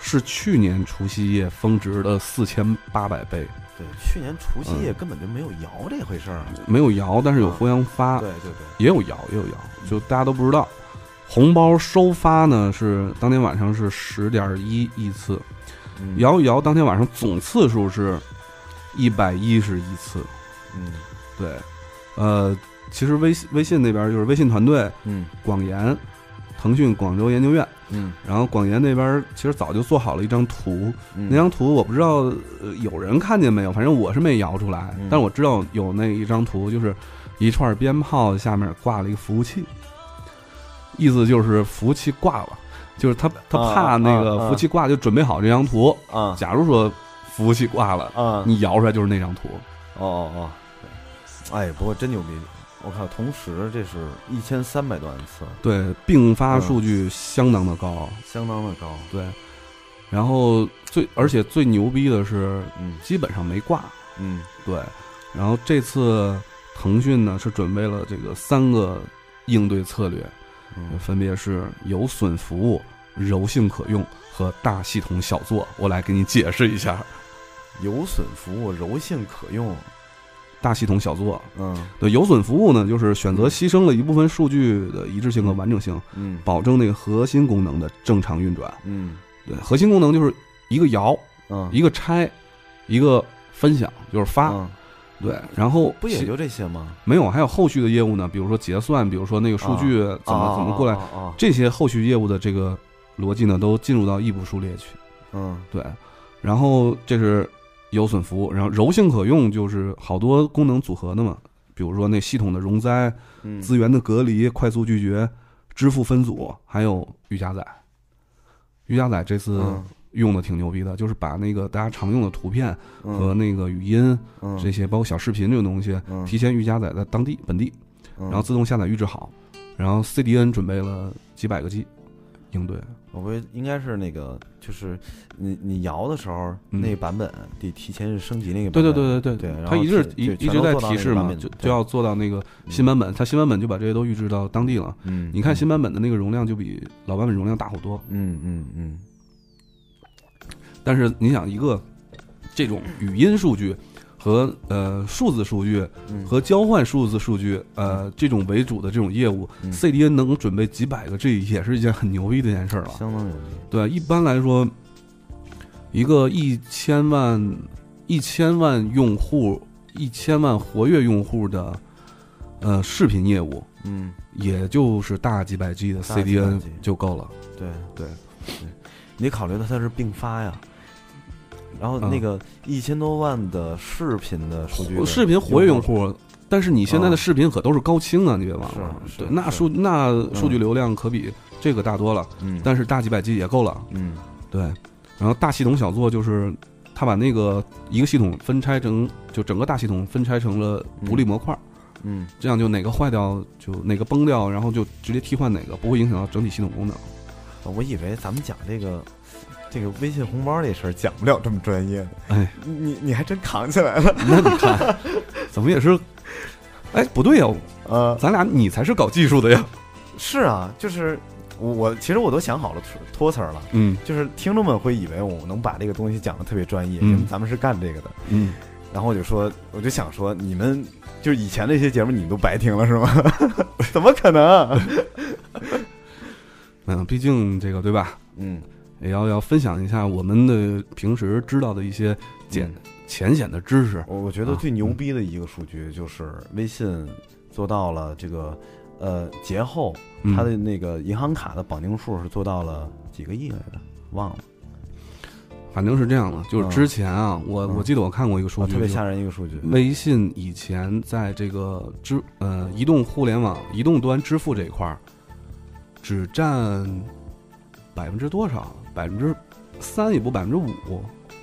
A: 是去年除夕夜峰值的四千八百倍，
B: 对，去年除夕
A: 嗯
B: 夜根本就没有摇这回事儿，啊
A: 没有摇，但是有互相发，
B: 对对对，
A: 也有摇，也有摇，就大家都不知道。红包收发呢是当天晚上是十点一亿次，
B: 嗯，
A: 摇一摇当天晚上总次数是一百一十一次。
B: 嗯
A: 对，呃，其实微信微信那边就是微信团队
B: 嗯
A: 广研、腾讯广州研究院，
B: 嗯，
A: 然后广研那边其实早就做好了一张图，
B: 嗯
A: 那张图我不知道、呃、有人看见没有，反正我是没摇出来，
B: 嗯
A: 但我知道有那一张图，就是一串鞭炮下面挂了一个服务器，意思就是服务器挂了，就是他他
B: 啊
A: 怕那个
B: 啊啊
A: 服务器挂，就准备好这张图。
B: 啊
A: 假如说服务器挂了，
B: 啊，
A: 你摇出来就是那张图，
B: 哦哦哦，哎，不过真牛逼！我靠，同时这是一千三百多万次，
A: 对，并发数据相当的高，
B: 相当的高。
A: 对。然后最而且最牛逼的是，
B: 嗯
A: 基本上没挂，
B: 嗯
A: 对。然后这次腾讯呢是准备了这个三个应对策略，
B: 嗯
A: 分别是有损服务、柔性可用和大系统小作。我来给你解释一下，
B: 有损服务，柔性可用。
A: 大系统小作。
B: 嗯
A: 对，有损服务呢，就是选择牺牲了一部分数据的一致性和完整性，
B: 嗯
A: 保证那个核心功能的正常运转。
B: 嗯
A: 对，核心功能就是一个摇，
B: 嗯，
A: 一个啊拆，一个分享，就是发。
B: 嗯
A: 对，然后
B: 不也
A: 其
B: 就这些吗？
A: 没有，还有后续的业务呢，比如说结算，比如说那个数据怎么、怎么过来，
B: 啊啊啊
A: 这些后续业务的这个逻辑呢，都进入到异步数列去。
B: 嗯
A: 对，然后这是有损服务，然后柔性可用就是好多功能组合的嘛，比如说那系统的容灾、
B: 嗯，
A: 资源的隔离、快速拒绝、支付分组，还有瑜伽仔。瑜伽仔这次
B: 嗯
A: 用的挺牛逼的，就是把那个大家常用的图片和那个语音
B: 嗯
A: 这些，包括小视频这种东西，
B: 嗯，
A: 提前预加载在当地本地，
B: 然
A: 然后自动下载预制好，然后 CDN 准备了几百个 G 应对，
B: 我估计应该是那个，就是你你摇的时候
A: 嗯
B: 那个版本得提前升级那个
A: 对
B: 版
A: 对
B: 本。
A: 对对
B: 对
A: 对，
B: 然
A: 它
B: 后
A: 一直
B: 提
A: 一
B: 对
A: 一
B: 全
A: 直
B: 都
A: 在
B: 做到
A: 提
B: 那
A: 示
B: 个版
A: 嘛，
B: 本
A: 就
B: 对
A: 就要做到那个
B: 嗯
A: 新版本，它新版本就把这些都预置到当地了。
B: 嗯，
A: 你看
B: 嗯
A: 新版本的那个容量就比老版本容量大好多，
B: 嗯嗯嗯
A: 但是你想一个这种语音数据和呃数字数据
B: 嗯，
A: 和交换数字数据呃这种为主的这种业务
B: 嗯
A: ，CDN 能准备几百个 G 也是一件很牛逼的一件事儿了。
B: 嗯相当牛逼。
A: 对，啊一般来说，一个一千万一千万用户、一千万活跃用户的呃视频业务，
B: 嗯，
A: 也就是大几百 G 的
B: 大几百
A: CDN
B: G
A: 就够了。
B: 对
A: 对
B: 对，你考虑到它是并发呀，然后
A: 嗯
B: 那个一千多万的视频的数据的，
A: 视频活跃用户，但是你现在
B: 啊
A: 的视频可都是高清啊，你别忘了。
B: 是是
A: 对，
B: 是
A: 那数那数据流量可比这个大多了，
B: 嗯，
A: 但是大几百 G 也够了。
B: 嗯
A: 对，然后大系统小做就是。他把那个一个系统分拆成，就整个大系统分拆成了独立模块，
B: 嗯，
A: 这样就哪个坏掉就哪个崩掉，然后就直接替换哪个，不会影响到整体系统功能。
B: 我以为咱们讲这个这个微信红包这事儿讲不了这么专业的，
A: 哎，
B: 你你你还真扛起来了
A: 那你看，怎么也是，哎，不对呀、
B: 啊！
A: 咱俩你才是搞技术的呀，
B: 是啊，就是我我其实我都想好了托词儿了，
A: 嗯
B: 就是听众们会以为我能把这个东西讲的特别专业，
A: 嗯
B: 因为咱们是干这个的。
A: 嗯，
B: 然后我就说，我就想说，你们就是以前那些节目你们都白听了是吗？ 怎么可能？啊
A: 嗯，毕竟这个对吧？
B: 嗯，
A: 也要要分享一下我们的平时知道的一些简
B: 嗯
A: 浅显的知识。
B: 我我觉得
A: 啊
B: 最牛逼的一个数据就是微信做到了这个呃节后，
A: 嗯
B: 它的那个银行卡的绑定数是做到了几个亿来着？忘了，
A: 反正是这样的，就是
B: 嗯
A: 之前啊，我我记得我看过一个数
B: 啊
A: 据，
B: 特别
A: 就
B: 吓人一个数据。
A: 微信以前在这个支呃移动互联网移动端支付这一块儿，只占百分之多少？百分之三也不百分之五，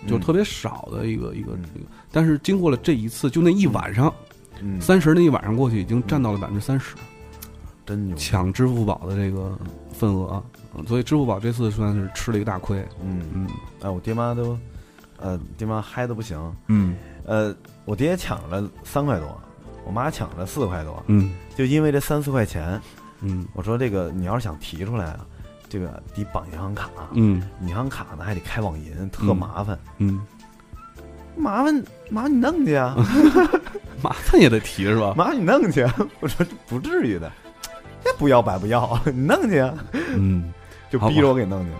A: 就特
B: 别、
A: 别少的一个一个
B: 嗯
A: 一个。但是经过了这一次，就那一晚上，
B: 嗯、
A: 三十那一晚上过去，已经占到了百分之三十，
B: 真牛，
A: 抢支付宝的这个份额。嗯所以支付宝这次算是吃了一个大亏。
B: 嗯，
A: 嗯
B: 哎，我爹妈都，呃，爹妈嗨的不行，
A: 嗯
B: 呃，我爹抢了三块多，我妈抢了四块多，
A: 嗯
B: 就因为这三四块钱，
A: 嗯
B: 我说这个你要是想提出来啊，这个得绑银行卡，
A: 嗯
B: 银行卡呢还得开网银，特麻烦，
A: 嗯，
B: 麻烦麻烦你弄 去啊，
A: 麻烦也得提是吧？
B: 麻烦你弄去啊， 我说不至于的，这不要白不要，你弄去啊，
A: 嗯。
B: 就
A: 好吧
B: 逼着我给弄去，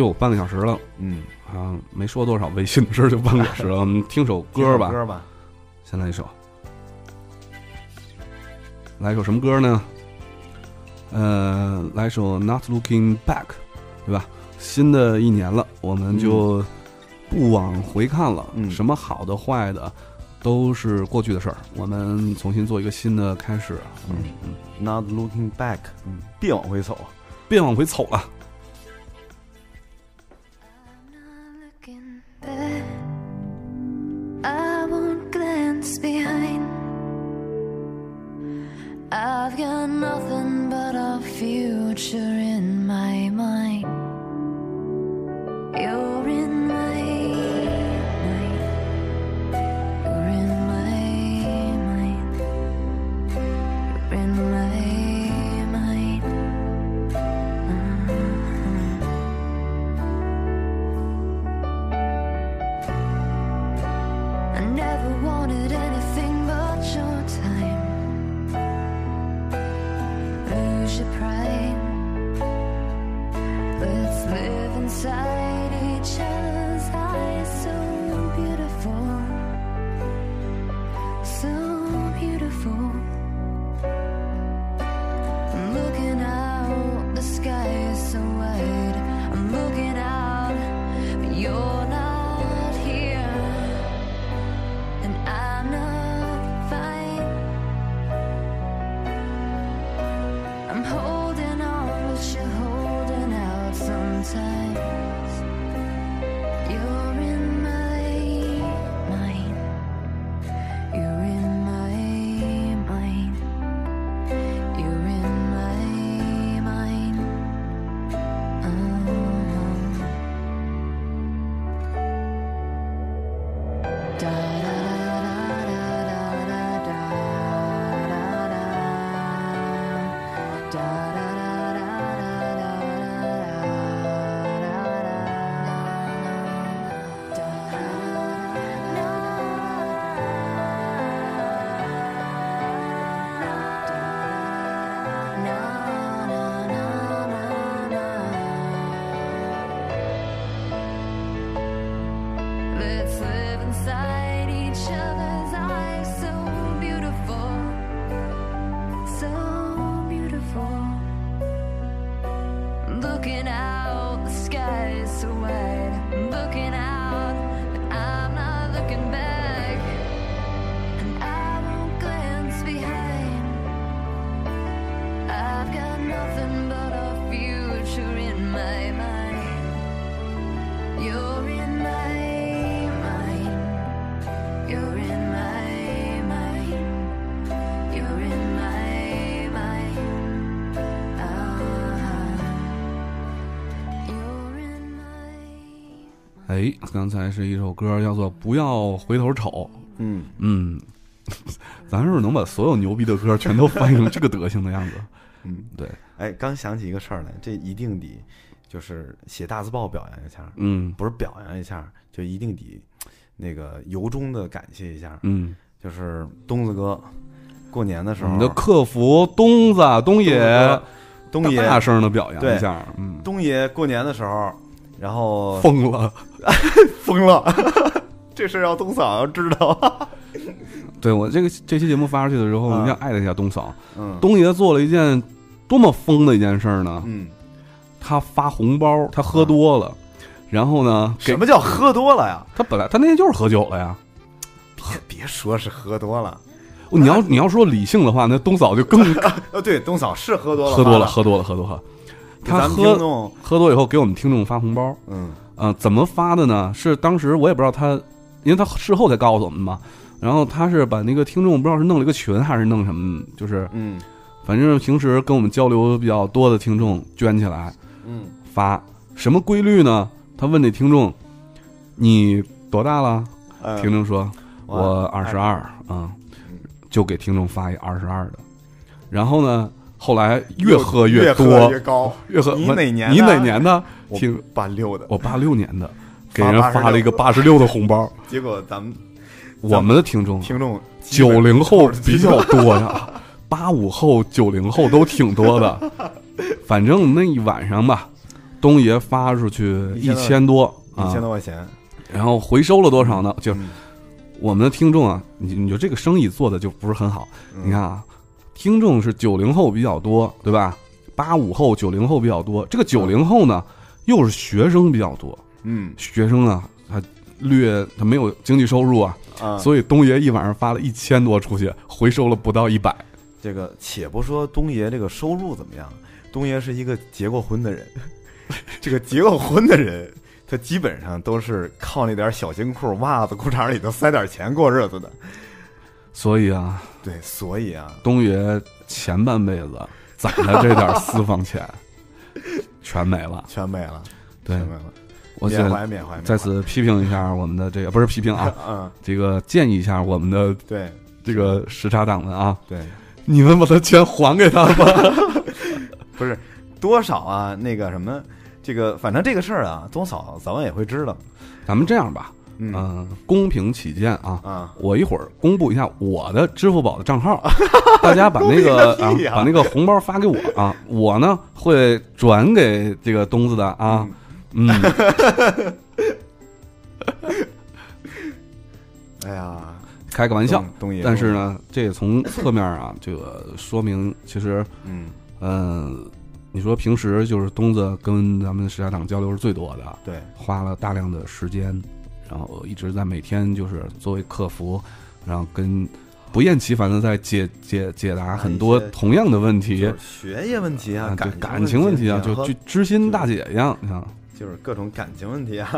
A: 哟，半个小时了，
B: 嗯，
A: 啊，没说多少微信的事儿，就半个小时了。我们听首歌吧，
B: 歌吧，
A: 先来一首，来一首什么歌呢？呃，来一首《Not Looking Back》，对吧？新的一年了，我们就不往回看了，
B: 嗯
A: 什么好的、坏的，都是过去的事儿。我们重新做一个新的开始，
B: 嗯
A: 嗯，
B: ，Not looking back，嗯，别往回走，
A: 别往回走了。
C: I'm not looking back. I won't glance behind. I've got nothing but a future in my mind. You're in my mind. You're in my mind. You're in my mind. Mhm. I never wanted anything but your time. Lose your pride. Let's live inside each other's eyes. So beautiful. So beautiful. I'm looking out, the sky is so wide. I'm looking out, but you're not here. And I'm not fine. I'm holding on, but you're holding out sometimes. You're in my mind. You're in my mind. You're in my mind. Oh. Da da da da da da da da da da da da da da da da da Let's live inside each other's eyes. So beautiful. So beautiful. Looking out, the sky is so wide. Looking out, but I'm not looking back. And I won't glance behind. I've got nothing but a future in my mind. You're in my mind. You're in my mind. You're in my mind. Ah, you're in my.
A: 哎，刚才是一首歌，叫做《不要回头瞅》。
B: 嗯，
A: 嗯，咱是不是能把所有牛逼的歌全都翻译成这个德行的样子？
B: 嗯，
A: 对，
B: 哎，刚想起一个事儿来，这一定得就是写大字报表扬一下，
A: 嗯
B: 不是表扬一下，就一定得那个由衷的感谢一下。
A: 嗯，
B: 就是东子哥，过年的时
A: 我
B: 候，
A: 们的客服东子东野，
B: 东子哥东
A: 大
B: 爷，
A: 声的表扬一下，嗯，
B: 东爷过年的时候，然后
A: 疯了。
B: 疯了， 这事儿要东嫂要知道，
A: 对我这个这期节目发出去的时候，我一定要
B: 啊
A: 艾特一下东嫂。
B: 嗯，
A: 东爷做了一件多么疯的一件事儿呢？
B: 嗯，
A: 他发红包，他喝多了，然后呢，给
B: 什么叫喝多了呀？
A: 他本来他那天就是喝酒了呀。
B: 别别说是喝多了，
A: 你要你要说理性的话，那东嫂就更
B: 呃，对，东嫂是喝多了，
A: 喝多了，
B: 发
A: 喝多了，喝多了。
B: 给
A: 他
B: 咱们听
A: 喝
B: 众，
A: 喝多以后给我们听众发红包，
B: 嗯
A: 呃，怎么发的呢？是当时我也不知道他，因为他事后才告诉我们嘛。然后他是把那个听众不知道是弄了一个群还是弄什么，就是
B: 嗯
A: 反正平时跟我们交流比较多的听众捐起来
B: 嗯
A: 发，什么规律呢？他问那听众：“你多大了？”
B: 呃，
A: 听众说：“
B: 哇
A: 我二十二啊。”就给听众发一二十二的。然后呢，后来越喝
B: 越
A: 多，
B: 喝越高，
A: 越喝
B: 你
A: 问
B: 哪年的
A: 你哪年的？
B: 我
A: 听
B: 八六的，
A: 我八六年的，给
B: 发
A: 人
B: 86
A: 发了一个八十六的红包。
B: 结果咱们
A: 我们的听众
B: 听众基
A: 九
B: 本
A: 零后比较多呀，八五后、九零后都挺多的。反正那一晚上吧，东爷发出去一千多
B: 一
A: 啊
B: 千，多块钱，
A: 然后回收了多少呢？就
B: 嗯
A: 我们的听众啊，你你就这个生意做的就不是很好。
B: 嗯
A: 你看，啊，听众是九零后比较多，对吧？八五后、九零后比较多。这个九零后呢，又是学生比较多，
B: 嗯
A: 学生啊，他略他没有经济收入啊，
B: 啊，
A: 所以东爷一晚上发了一千多出去，回收了不到一百。
B: 这个且不说东爷这个收入怎么样，东爷是一个结过婚的人，这个结过婚的人，他基本上都是靠那点小金库、袜子、裤衩里头塞点钱过日子的。
A: 所以啊，
B: 对，所以啊，
A: 东爷前半辈子攒的这点私房钱 全没了。
B: 全没了，
A: 对
B: 全没了，
A: 我
B: 缅
A: 想
B: 怀缅怀。缅怀
A: 在，此批评一下我们的这个，不是批评啊，
B: 嗯，
A: 这个建议一下我们的
B: 对
A: 这个时差党们啊，
B: 对，
A: 你们把他钱还给他 吧。
B: 不是多少啊？那个什么，这个反正这个事儿啊，宗嫂早晚也会知道。
A: 咱们这样吧，
B: 嗯
A: 嗯，公平起见啊，
B: 啊，
A: 我一会儿公布一下我的支付宝的账 号，大家把那个
B: 公平个屁呀
A: 啊把那个红包发给我啊， 我呢会转给这个东子的啊，嗯，
B: 哎呀，
A: 开个玩 笑。
B: 东东爷，
A: 但是，呢，这也从侧面啊，这个说明其实，
B: 嗯，
A: 嗯、你说平时就是东子跟咱们时家党交流是最多的，
B: 对，
A: 花了大量的时间，然后一直在每天就是作为客服，然后跟不厌其烦的在解解解答很多
B: 哎一些
A: 同样的问题
B: 就是，学业问题啊，
A: 啊，对
B: 感
A: 感情问题啊，就
B: 和
A: 就知心大姐一样，你看，
B: 就是各种感情问题啊。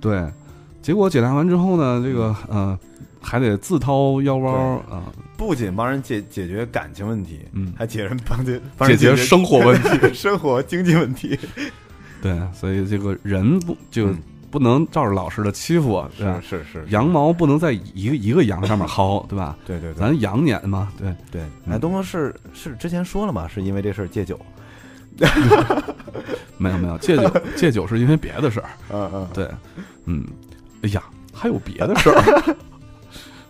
A: 对。结果解答完之后呢，这个呃，还得自掏腰包啊、
B: 不仅帮人解解决感情问题，
A: 嗯
B: 还解人帮解帮
A: 解决
B: 人决
A: 生活 问题。
B: 生活经济问题。
A: 对，所以这个人不就
B: 嗯
A: 不能照着老实的欺负，啊对吧？
B: 是是
A: 羊毛不能在一个一个羊上面薅，对吧？
B: 对对对
A: 咱羊年嘛，对，
B: 对。
A: 嗯
B: 哎，东哥是是之前说了嘛，是因为这事儿戒酒。
A: 没有没有，戒酒戒酒是因为别的事儿。
B: 嗯嗯，
A: 对，嗯，哎呀，还有别的事儿。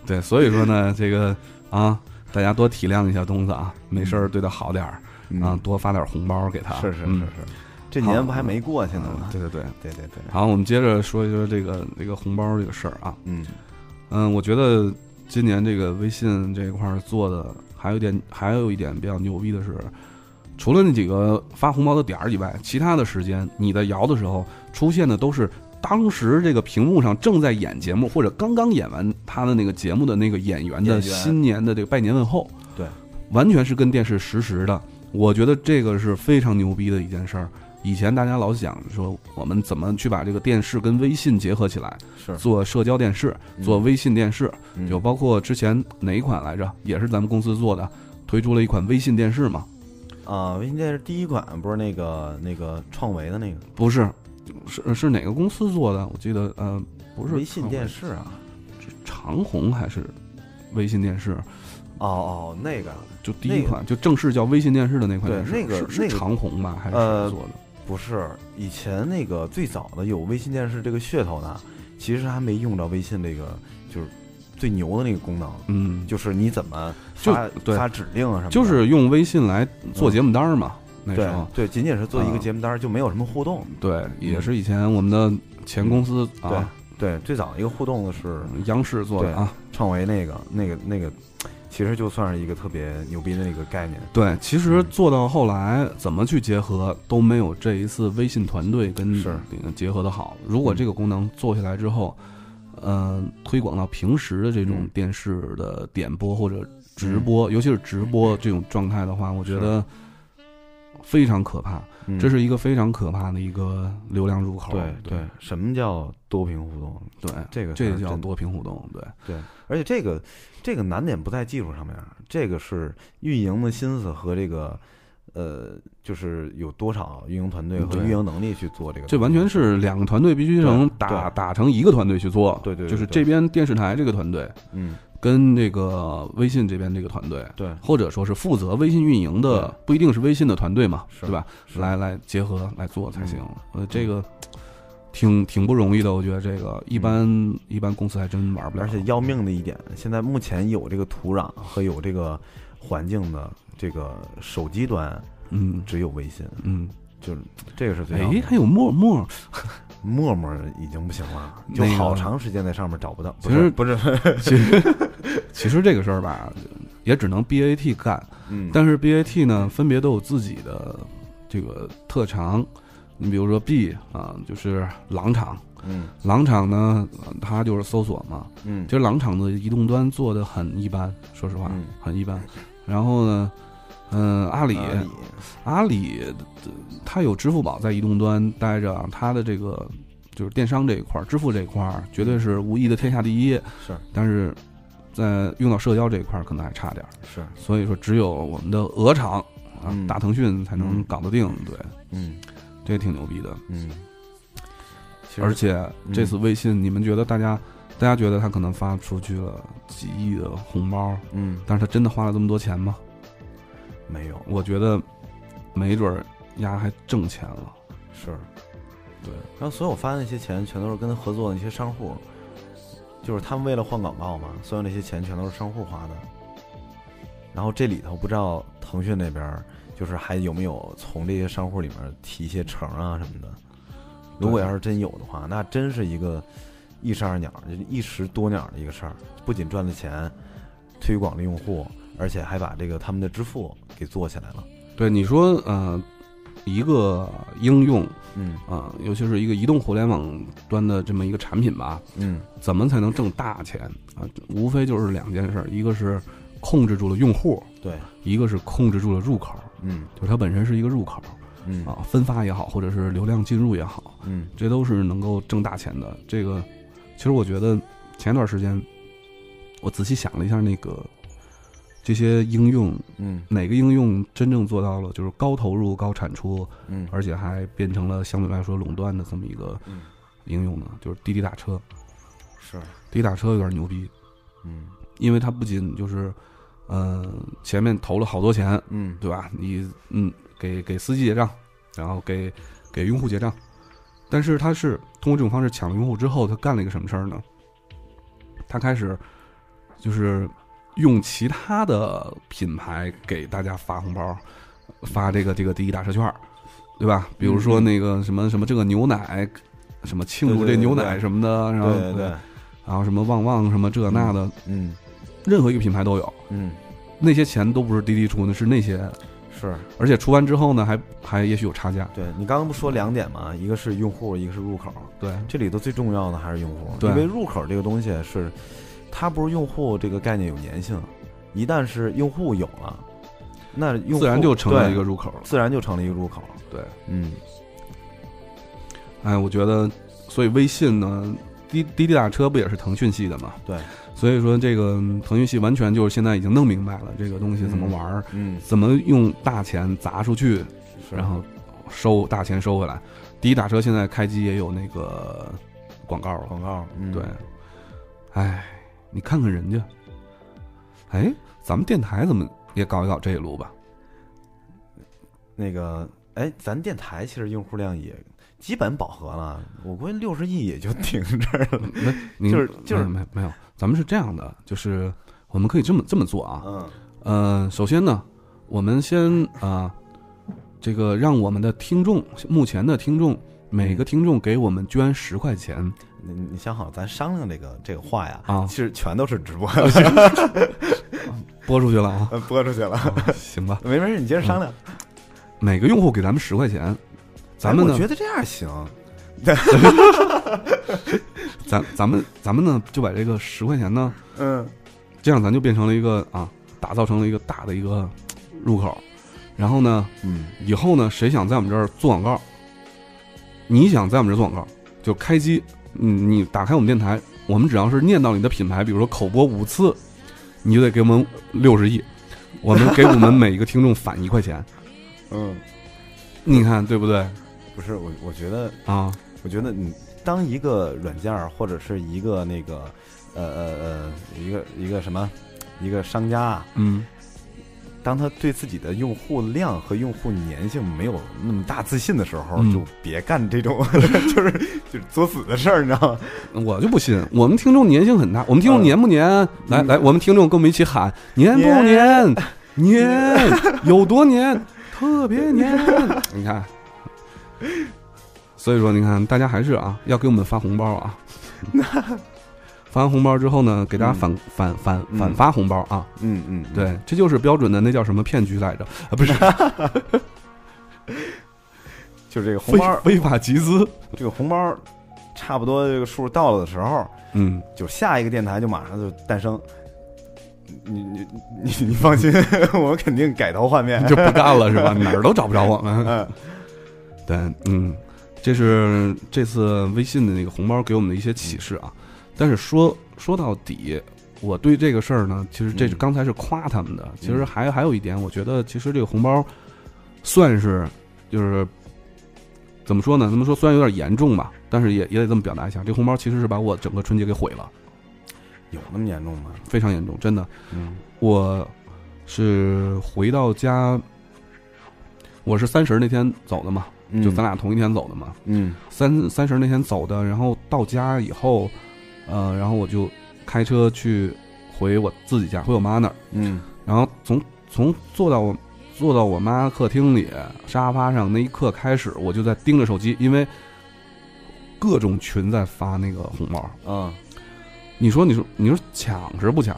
A: 对，所以说呢，这个啊，大家多体谅一下东子啊，没事儿对他好点儿
B: 嗯
A: 啊，多发点红包给他。
B: 是是是
A: 嗯
B: 是，，这年
A: 好
B: 不还没过去呢
A: 嗯
B: 吗？
A: 对对对。
B: 对对对，
A: 好，我们接着说一说这个这个红包这个事儿啊。
B: 嗯
A: 嗯，我觉得今年这个微信这一块儿做的还有一点，还有一点比较牛逼的是，除了那几个发红包的点儿以外，其他的时间你在摇的时候出现的都是当时这个屏幕上正在演节目或者刚刚演完他的那个节目的那个演员的
B: 演员
A: 新年的这个拜年问候，
B: 对，
A: 完全是跟电视实时的。我觉得这个是非常牛逼的一件事儿。以前大家老想说我们怎么去把这个电视跟微信结合起来，
B: 是
A: 做社交电视，做微信电视，
B: 嗯
A: 就包括之前哪一款来着，也是咱们公司做的，推出了一款微信电视嘛？
B: 啊，微信电视第一款不是那个那个创维的那个
A: 不是，是是哪个公司做的？我记得呃，不是
B: 微信电视啊？
A: 长虹还是微信电视？
B: 哦哦，那个
A: 就第一
B: 那个
A: 款，就正式叫微信电视的那款
B: 对
A: 电视，
B: 那个
A: 是是
B: 那个
A: 长虹吧，还是
B: 呃
A: 谁做的？
B: 不是，以前那个最早的有微信电视这个噱头呢，其实还没用到微信这个就是最牛的那个功能，
A: 嗯，
B: 就是你怎么
A: 就
B: 发
A: 对
B: 发指令啊什么的，
A: 就是用微信来做节目单儿嘛，那时
B: 对
A: 候
B: 对，仅仅是做一个
A: 啊
B: 节目单儿，就没有什么互动。
A: 对，也是以前我们的前公司
B: 嗯对
A: 啊，
B: 对，最早一个互动的是
A: 央视做的啊。
B: 创维那个那个那个，其实就算是一个特别牛逼的那个概念。
A: 对，其实
B: 嗯
A: 做到后来怎么去结合都没有这一次微信团队跟
B: 是嗯
A: 结合的好。如果这个功能做下来之后，嗯、推广到平时的这种
B: 嗯
A: 电视的点播或者直播，尤其是直播这种状态的话，我觉得非常可怕。
B: 嗯
A: 这是一个非常可怕的一个流量入口。
B: 对
A: 对
B: 对，嗯什么叫多屏互动？
A: 对，
B: 这个
A: 这
B: 才是
A: 叫
B: 真的
A: 多屏互动。对，
B: 对，而且这个这个难点不在技术上面，这个是运营的心思和这个呃，就是有多少运营团队和
A: 嗯对
B: 运营能力去做这个东西，
A: 这完全是两个团队必须成
B: 对
A: 打
B: 对
A: 打成一个团队去做。
B: 对对对
A: 就是
B: 对
A: 这边电视台这个团队。
B: 嗯，
A: 跟这个微信这边这个团队，
B: 对，
A: 或者说是负责微信运营的，不一定是微信的团队嘛，
B: 是
A: 对吧？
B: 是嗯
A: 来来结合来做才行。呃，这个挺挺不容易的，我觉得这个一般一般公司还真玩不了。
B: 嗯而且要命的一点，现在目前有这个土壤和有这个环境的这个手机端
A: 嗯
B: 只有微信，
A: 嗯，
B: 就是这个是最好
A: 哎，
B: 的。
A: 还有陌 陌，
B: 陌陌已经不行了，就
A: 那个
B: 好长时间在上面找不到。不
A: 其实
B: 是不是，
A: 其实其实这个事儿吧，也只能 BAT 干，
B: 嗯，
A: 但是 BAT 呢，分别都有自己的这个特长。你比如说 B 啊，就是狼场，
B: 嗯
A: 狼场呢，它就是搜索嘛，
B: 嗯
A: 其实狼厂的移动端做的很一般，说实话、
B: 嗯
A: 很一般。然后呢，嗯、阿里、
B: 阿里
A: 阿里呃它有支付宝在移动端待着啊，它的这个就是电商这一块儿、支付这一块儿绝对是无疑的天下第一。
B: 是
A: 但是在用到社交这一块儿可能还差点儿，
B: 是
A: 所以说只有我们的鹅厂啊、
B: 嗯
A: 大腾讯才能搞得定。对，
B: 嗯
A: 这个挺牛逼的。
B: 嗯，其实
A: 而且这次微信，你们觉得大家？大家觉得他可能发出去了几亿的红包，
B: 嗯
A: 但是他真的花了这么多钱吗？
B: 没有
A: 我觉得没准儿丫还挣钱了。
B: 是，
A: 对，
B: 然后所有发的那些钱全都是跟合作的那些商户，就是他们为了换广告嘛，所有那些钱全都是商户花的。然后这里头不知道腾讯那边儿就是还有没有从这些商户里面提一些成啊什么的。如果要是真有的话，那真是一个一石二鸟，就是一石多鸟的一个事儿，不仅赚了钱，推广了用户，而且还把这个他们的支付给做起来了。
A: 对，你说，呃，一个应用
B: 嗯
A: 啊、尤其是一个移动互联网端的这么一个产品吧，
B: 嗯，
A: 怎么才能挣大钱啊？无非就是两件事儿，一个是控制住了用户，
B: 对，
A: 一个是控制住了入口，
B: 嗯
A: 就是它本身是一个入口
B: 嗯
A: 啊，分发也好，或者是流量进入也好，
B: 嗯
A: 这都是能够挣大钱的。这个，其实我觉得前段时间我仔细想了一下，那个这些应用
B: 嗯
A: 哪个应用真正做到了就是高投入、高产出，
B: 嗯
A: 而且还变成了相对来说垄断的这么一个
B: 嗯
A: 应用呢？就是滴滴打车。
B: 是
A: 滴滴打车有点牛逼，
B: 嗯
A: 因为它不仅就是，呃，前面投了好多钱，
B: 嗯
A: 对吧？你嗯，给给司机结账，然后给给用户结账，但是他是通过这种方式抢了用户之后，他干了一个什么事儿呢？他开始就是用其他的品牌给大家发红包，发这个这个第一打车券儿，对吧？比如说
B: 嗯
A: 那个什么什么这个牛奶，什么庆祝
B: 对
A: 这
B: 对对
A: 牛
B: 对
A: 奶什么的，然后
B: 对对对，
A: 然后什么旺旺什么这那的，
B: 嗯
A: 任何一个品牌都有。
B: 嗯
A: 那些钱都不是滴滴出的，是那些
B: 是
A: 而且除完之后呢，还还也许有差价。
B: 对你刚刚不说两点嘛，一个是用户，一个是入口，
A: 对
B: 这里头最重要的还是用户，
A: 对
B: 因为入口这个东西是它不是用户这个概念有粘性，一旦是用户有了，那用户
A: 自然就成了一个
B: 对
A: 入口了。
B: 自然就成了一个入口，
A: 对，
B: 嗯
A: 哎，我觉得，所以微信呢，滴滴滴打车不也是腾讯系的嘛？
B: 对，
A: 所以说这个嗯腾讯系完全就是现在已经弄明白了这个东西怎么
B: 嗯
A: 玩儿，
B: 嗯
A: 怎么用大钱砸出去，
B: 是
A: 然后收大钱收回来。滴滴打车现在开机也有那个广告了，
B: 广告，嗯
A: 对，哎，你看看人家，哎，咱们电台怎么也搞一搞这一路吧。
B: 那个，哎，咱电台其实用户量也基本饱和了，我估计六十亿也就停这儿了。
A: 没，您
B: 就是就是
A: 没没没有，咱们是这样的，就是我们可以这么这么做啊，
B: 嗯
A: 呃，首先呢，我们先啊、这个让我们的听众，目前的听众，每个听众给我们捐十块钱，
B: 你你想好，咱商量这个这个话呀，
A: 啊
B: 其实全都是直播，
A: 播出去了啊
B: 呃播出去了。
A: 哦行吧，
B: 没事，你接着商量。
A: 每个用户给咱们十块钱，嗯咱
B: 哎
A: 们
B: 我
A: 呢，
B: 觉得这样行。
A: 咱咱们咱们呢就把这个十块钱呢，
B: 嗯
A: 这样咱就变成了一个啊，打造成了一个大的一个入口，然后呢，
B: 嗯，
A: 以后呢，谁想在我们这儿做广告，你想在我们这儿做广告，就开机，你你打开我们电台，我们只要是念到你的品牌，比如说口播五次，你就得给我们六十亿，我们给我们每一个听众返一块钱，
B: 嗯，
A: 你看对不对
B: 不是我，我觉得，
A: 啊？
B: 我觉得你当一个软件儿或者是一个那个呃呃呃一个一个什么一个商家啊，
A: 嗯，
B: 当他对自己的用户量和用户粘性没有那么大自信的时候，
A: 嗯
B: 就别干这种 就是就是作死的事儿，你知道吗？
A: 我就不信，我们听众粘性很大，我们听
B: 嗯
A: 众粘不粘？来来，我们听众跟我们一起喊，粘不粘？
B: 嗯
A: 粘有多粘？特别粘。你看，所以说你看，大家还是啊，要给我们发红包 啊。发完红包之后呢，给大家反、反反反发红包啊！
B: 嗯嗯，
A: 对，这就是标准的那叫什么骗局来着啊？不是
B: 就是这个红
A: 非
B: 包，
A: 非法集资。
B: 这个红包差不多这个数到了的时候，
A: 嗯，
B: 就下一个电台就马上就诞生。你你你你放心， 我们肯定改头换面。
A: 就不干了是吧？哪儿都找不着我们。
B: 嗯
A: 对，嗯，这是这次微信的那个红包给我们的一些启示啊。但是说说到底，我对这个事儿呢，其实这是
B: 嗯
A: 刚才是夸他们的，其实还还有一点，我觉得其实这个红包算是就是怎么说呢？咱们说虽然有点严重吧，但是也也得这么表达一下，这红包其实是把我整个春节给毁了，
B: 有那么严重吗？
A: 非常严重，真的。
B: 嗯
A: 我是回到家，我是三十那天走的嘛，就咱俩同一天走的嘛。
B: 嗯
A: 三三十那天走的，然后到家以后，呃，然后我就开车去回我自己家，回我妈那儿，
B: 嗯
A: 然后从从坐到我坐到我妈客厅里沙发上那一刻开始，我就在盯着手机，因为各种群在发那个红包，
B: 啊
A: 你说你说你说抢是不抢？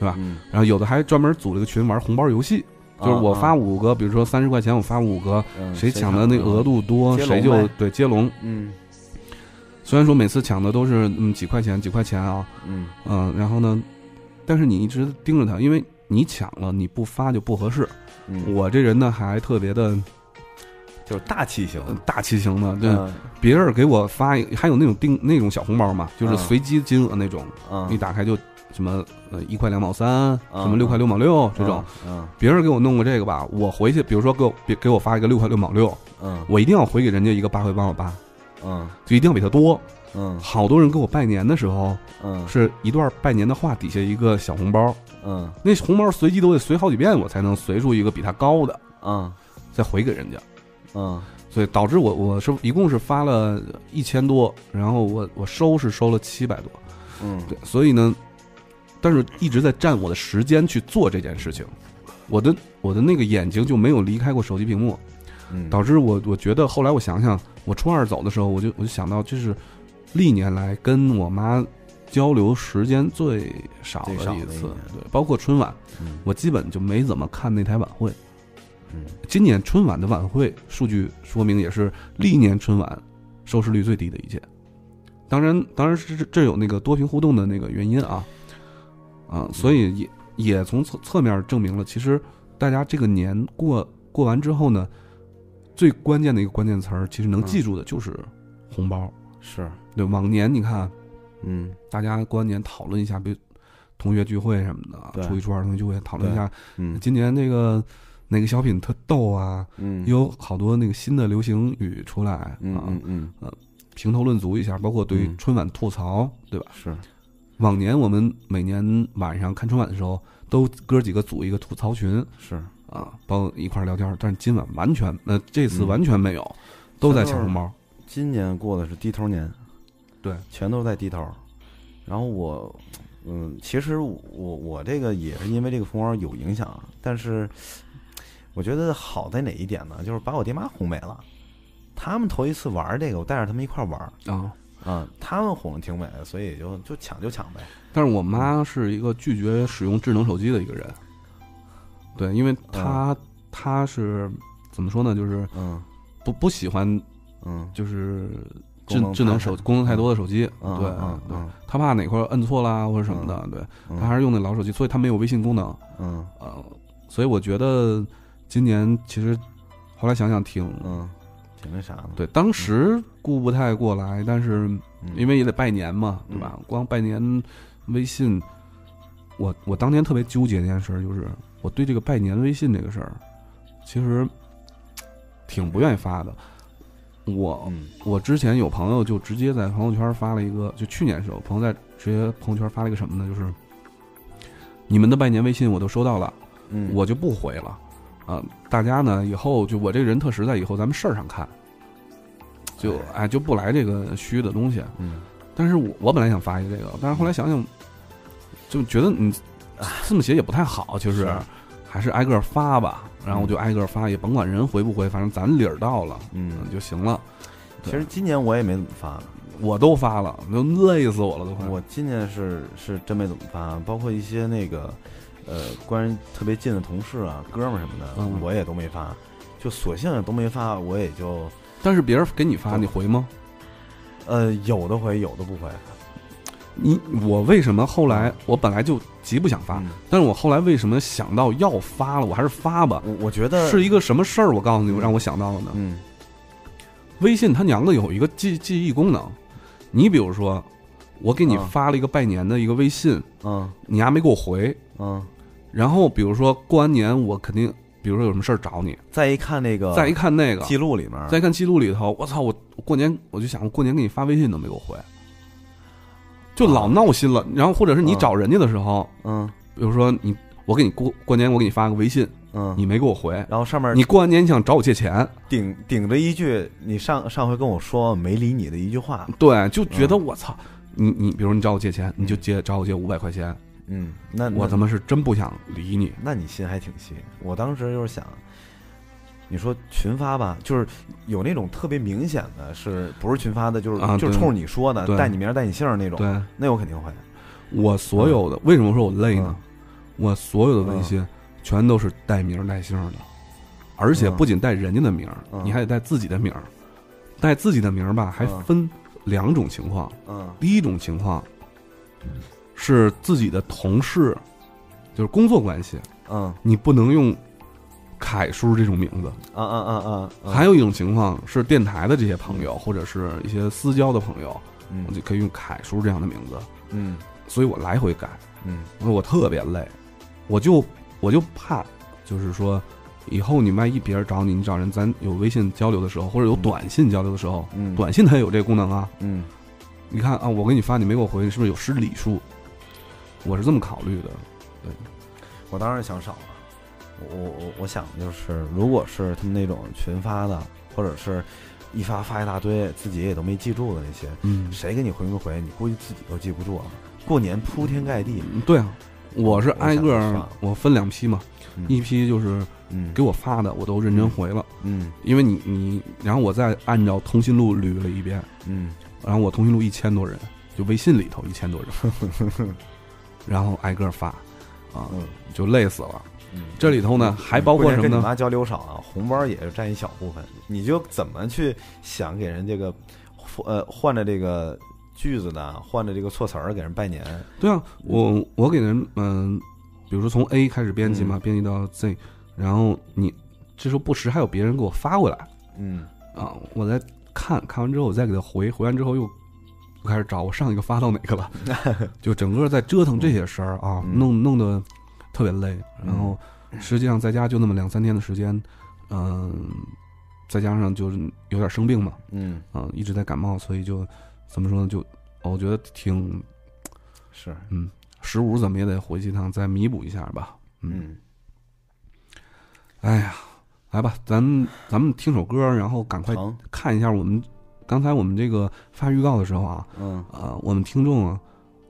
B: 嗯，
A: 然后有的还专门组了个群玩红包游戏，就是我发
B: 啊
A: 五个，比如说三十块钱，我发五个，
B: 嗯
A: 谁抢的那额度多，
B: 接龙
A: 谁就
B: 呗
A: 对接龙。
B: 嗯
A: 虽然说每次抢的都是嗯几块钱几块钱啊，
B: 嗯
A: 嗯，然后呢，但是你一直盯着他，因为你抢了你不发就不合适。
B: 嗯，
A: 我这人呢还特别的
B: 就是大气型
A: 呃，大气型的，对，
B: 嗯
A: 别人给我发一个，还有那种定那种小红包嘛，就是
B: 嗯
A: 随机金额那种，
B: 嗯
A: 一打开就什么呃一块两毛三，什么
B: 嗯
A: 六块六毛六这种。，
B: 嗯
A: 别人给我弄过这个吧，我回去，比如说给我别给我发一个六块六毛六，
B: 嗯
A: 我一定要回给人家一个八块八毛八，
B: 嗯
A: 就一定要比他多。
B: 嗯
A: 好多人给我拜年的时候，
B: 嗯
A: 是一段拜年的话底下一个小红包，
B: 嗯
A: 那红包随机都得随好几遍，我才能随出一个比他高的，
B: 嗯
A: 再回给人家。
B: 嗯
A: 所以导致我我是一共是发了一千多，然后我我收是收了七百多，
B: 嗯
A: 对，所以呢，但是一直在占我的时间去做这件事情，我的我的那个眼睛就没有离开过手机屏幕，
B: 嗯，
A: 导致我我觉得后来我想想，我初二走的时候，我就我就想到这是历年来跟我妈交流时间最少
B: 最少
A: 的一
B: 的一
A: 次，
B: 年
A: 对，包括春晚，
B: 嗯
A: 我基本就没怎么看那台晚会。
B: 嗯
A: 今年春晚的晚会数据说明也是历年春晚收视率最低的一届，当然当然是这这有那个多屏互动的那个原因啊，啊，所以也也从侧侧面证明了，其实大家这个年过过完之后呢，最关键的一个关键词儿，其实能记住的就是红包。
B: 是
A: 对，往年你看
B: 嗯
A: 大家过完年讨论一下，比如同学聚会什么的，
B: 对
A: 初一初二同学聚会讨论一下，
B: 嗯
A: 今年这个哪个小品特逗啊，
B: 嗯
A: 有好多那个新的流行语出来啊，
B: 嗯嗯嗯
A: 评头论足一下，包括对于
B: 嗯
A: 春晚吐槽，对吧？
B: 是
A: 往年我们每年晚上看春晚的时候，都哥几个组一个吐槽群
B: 是
A: 啊，包一块儿聊天儿。但是今晚完全，那这次
B: 嗯
A: 完全没有，都在
B: 全
A: 抢
B: 都
A: 红
B: 是
A: 包。
B: 今年过的是低头年，
A: 对，
B: 全都在低头。然后我，嗯，其实我我这个也是因为这个红包有影响，啊但是我觉得好在哪一点呢？就是把我爹妈哄没了。他们头一次玩这个，我带着他们一块儿玩儿
A: 啊。
B: 啊、他们哄的挺美，所以也就就抢就抢呗。
A: 但是我
B: 嗯
A: 妈是一个拒绝使用智能手机的一个人，对，因为她、她是怎么说呢，就是
B: 嗯
A: 不不喜欢
B: 嗯，
A: 就是智
B: 功能
A: 智能
B: 太
A: 手
B: 大
A: 功能太多的手机，
B: 嗯
A: 对、
B: 嗯
A: 对，
B: 嗯
A: 她怕哪块儿摁错啦或者什么的，对，
B: 嗯
A: 她还是用那老手机，所以她没有微信功能，
B: 嗯
A: 呃，所以我觉得今年其实后来想想挺。
B: 嗯，挺那啥的。
A: 对，当时顾不太过来，但是
B: 嗯，
A: 因为也得拜年嘛，
B: 嗯
A: 对吧？光拜年，微信，我我当年特别纠结一件事儿，就是我对这个拜年微信这个事儿，其实挺不愿意发的。我
B: 嗯
A: 我之前有朋友就直接在朋友圈发了一个，就去年时候，朋友在直接朋友圈发了一个什么呢？就是你们的拜年微信我都收到了，
B: 嗯，
A: 我就不回了啊、大家呢以后就我这个人特实在，以后咱们事儿上看，就哎就不来这个虚的东西。
B: 嗯
A: 但是我我本来想发一个这个，但是后来想想，就觉得你这么写也不太好，其实
B: 是
A: 还是挨个发吧。然后我就挨个发，也甭管人回不回，反正咱理儿到了，
B: 嗯
A: 嗯，就行了。
B: 其实今年我也没怎么发，
A: 我都发了，都累死我了，都快。
B: 我今年是是真没怎么发，包括一些那个呃关系特别近的同事啊、哥们儿什么的，
A: 嗯
B: 我也都没发，就索性都没发，我也就
A: 但是别人给你发，
B: 对
A: 你回吗？
B: 呃有的回，有的不回。
A: 你我为什么后来我本来就极不想发，
B: 嗯
A: 但是我后来为什么想到要发了，我还是发吧？
B: 我我觉得
A: 是一个什么事儿？我告诉你，
B: 嗯
A: 让我想到了呢。
B: 嗯
A: 微信它娘的有一个记记忆功能，你比如说，我给你
B: 啊
A: 发了一个拜年的一个微信，
B: 嗯
A: 你还没给我回，
B: 嗯，
A: 然后比如说过完年我肯定，比如说有什么事儿找你，
B: 再一看那个，
A: 再一看那个，
B: 嗯记录里面，
A: 再一看记录里头，我操，我我过年我就想，我过年给你发微信都没给我回，就老闹心了。然后或者是你
B: 啊
A: 找人家的时候，
B: 哦嗯
A: 比如说你我给你过过年我给你发个微信，
B: 嗯，
A: 你没给我回，
B: 然后上面
A: 你过完年你想找我借钱，
B: 顶顶着一句你上上回跟我说没理你的一句话，
A: 对，就觉
B: 嗯
A: 得我操。你你比如你找我借钱，你就借找我借五百块钱，
B: 嗯，那
A: 我
B: 那
A: 他妈是真不想理你。
B: 那你心还挺细。我当时就是想，你说群发吧，就是有那种特别明显的是，不是群发的，就是、
A: 啊
B: 就
A: 对
B: 是冲着你说的，
A: 对
B: 带你名儿带你姓儿那种，
A: 对
B: 那我肯定会。
A: 我所有
B: 嗯
A: 的，为什么说我累呢？我所有的微信全都是带名儿带姓儿的，而且
B: 嗯
A: 不仅带人家的名儿，
B: 嗯
A: 你还得带自己的名儿。带自己的名儿吧，还
B: 嗯
A: 分两种情况。
B: 嗯
A: 第一种情况是自己的同事，就是工作关系，
B: 嗯
A: 你不能用凯叔这种名字。
B: 啊啊啊啊！嗯
A: 还有一种情况是电台的这些朋友，或者是一些私交的朋友，我
B: 嗯
A: 就可以用凯叔这样的名字。
B: 嗯
A: 所以我来回改，
B: 嗯
A: 我特别累，我就我就怕，就是说，以后你万一别人找你，你找人，咱有微信交流的时候，或者有
B: 嗯
A: 短信交流的时候，
B: 嗯，
A: 短信它也有这个功能啊。
B: 嗯
A: 你看啊，我给你发，你没给我回，你是不是有失礼数？我是这么考虑的。
B: 我当然想少了。我我我我想的就是，如果是他们那种群发的，或者是一发发一大堆，自己也都没记住的那些，
A: 嗯，
B: 谁给你回没回，你估计自己都记不住啊。过年铺天盖地，
A: 对啊，我是挨个
B: 哦我想
A: 儿
B: 法，
A: 我分两批嘛，
B: 嗯
A: 一批就是
B: 嗯，
A: 给我发的，我都认真回了，
B: 嗯
A: 因为你你，然后我再按照通讯录捋了一遍，
B: 嗯
A: 然后我通讯录一千多人，就微信里头一千多人， 然后挨个发，啊，
B: 嗯
A: 就累死了。
B: 嗯，
A: 这里头呢还包括什么
B: 跟你
A: 呢？
B: 妈交流少啊，红包也是占一小部分。你就怎么去想给人这个，呃，换着这个句子呢，换着这个措辞儿给人拜年，
A: 对啊，我我给人嗯、比如说从 A 开始编辑
B: 嗯
A: 嘛，编辑到 Z，然后你这时候不时还有别人给我发过来
B: 嗯
A: 啊，我再看看完之后我再给他回，回完之后又。又开始找我上一个发到哪个了， 就整个在折腾这些事儿啊，
B: 嗯
A: 弄弄得特别累。然后实际上在家就那么两三天的时间，嗯、再加上就是有点生病嘛，
B: 嗯
A: 嗯、一哦直在感冒，所以就怎么说呢，就我觉得挺
B: 是，
A: 十五嗯怎么也得回去一趟，再弥补一下吧。嗯，
B: 嗯，
A: 哎呀，来吧，咱们咱们听首歌，然后赶快
B: 疼，
A: 看一下我们刚才我们这个发预告的时候啊，
B: 嗯，
A: 呃，我们听众啊，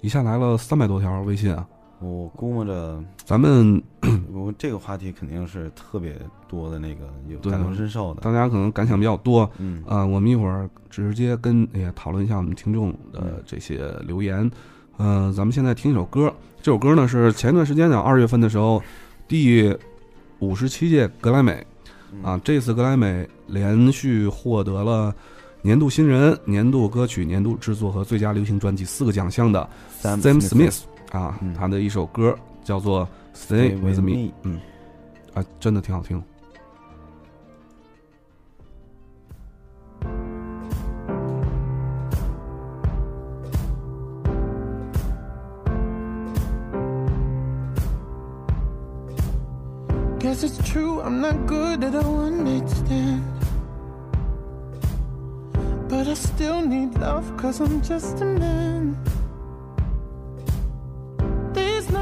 A: 一下来了三百多条微信啊，
B: 我估摸着
A: 咱们
B: 我这个话题肯定是特别多的那个有
A: 对
B: 感同身受的，
A: 大家可能感想比较多，
B: 嗯
A: 啊、我们一会儿直接跟也讨论一下我们听众的这些留言。嗯、咱们现在听一首歌，这首歌呢是前一段时间呢，二月份的时候，第五十七届格莱美啊，，这次格莱美连续获得了年度新人、年度歌曲、年度制作和最佳流行专辑四个奖项的
B: Sam
A: Sam
B: Smith
A: Smith 啊
B: 嗯，
A: 他的一首歌叫做《Stay
B: Stay
A: With
B: With
A: Me》
B: Me，
A: 嗯，啊，真的挺好听。
D: Guess it's true, I'm not good at all night stand. But I still need love, cause I'm just a man. These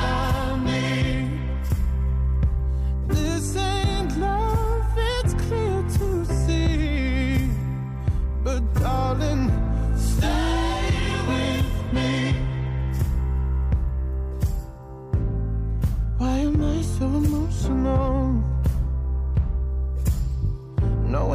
D: I need. This ain't love, it's clear to see. But darling, stay with me. Why am I so emotional? No,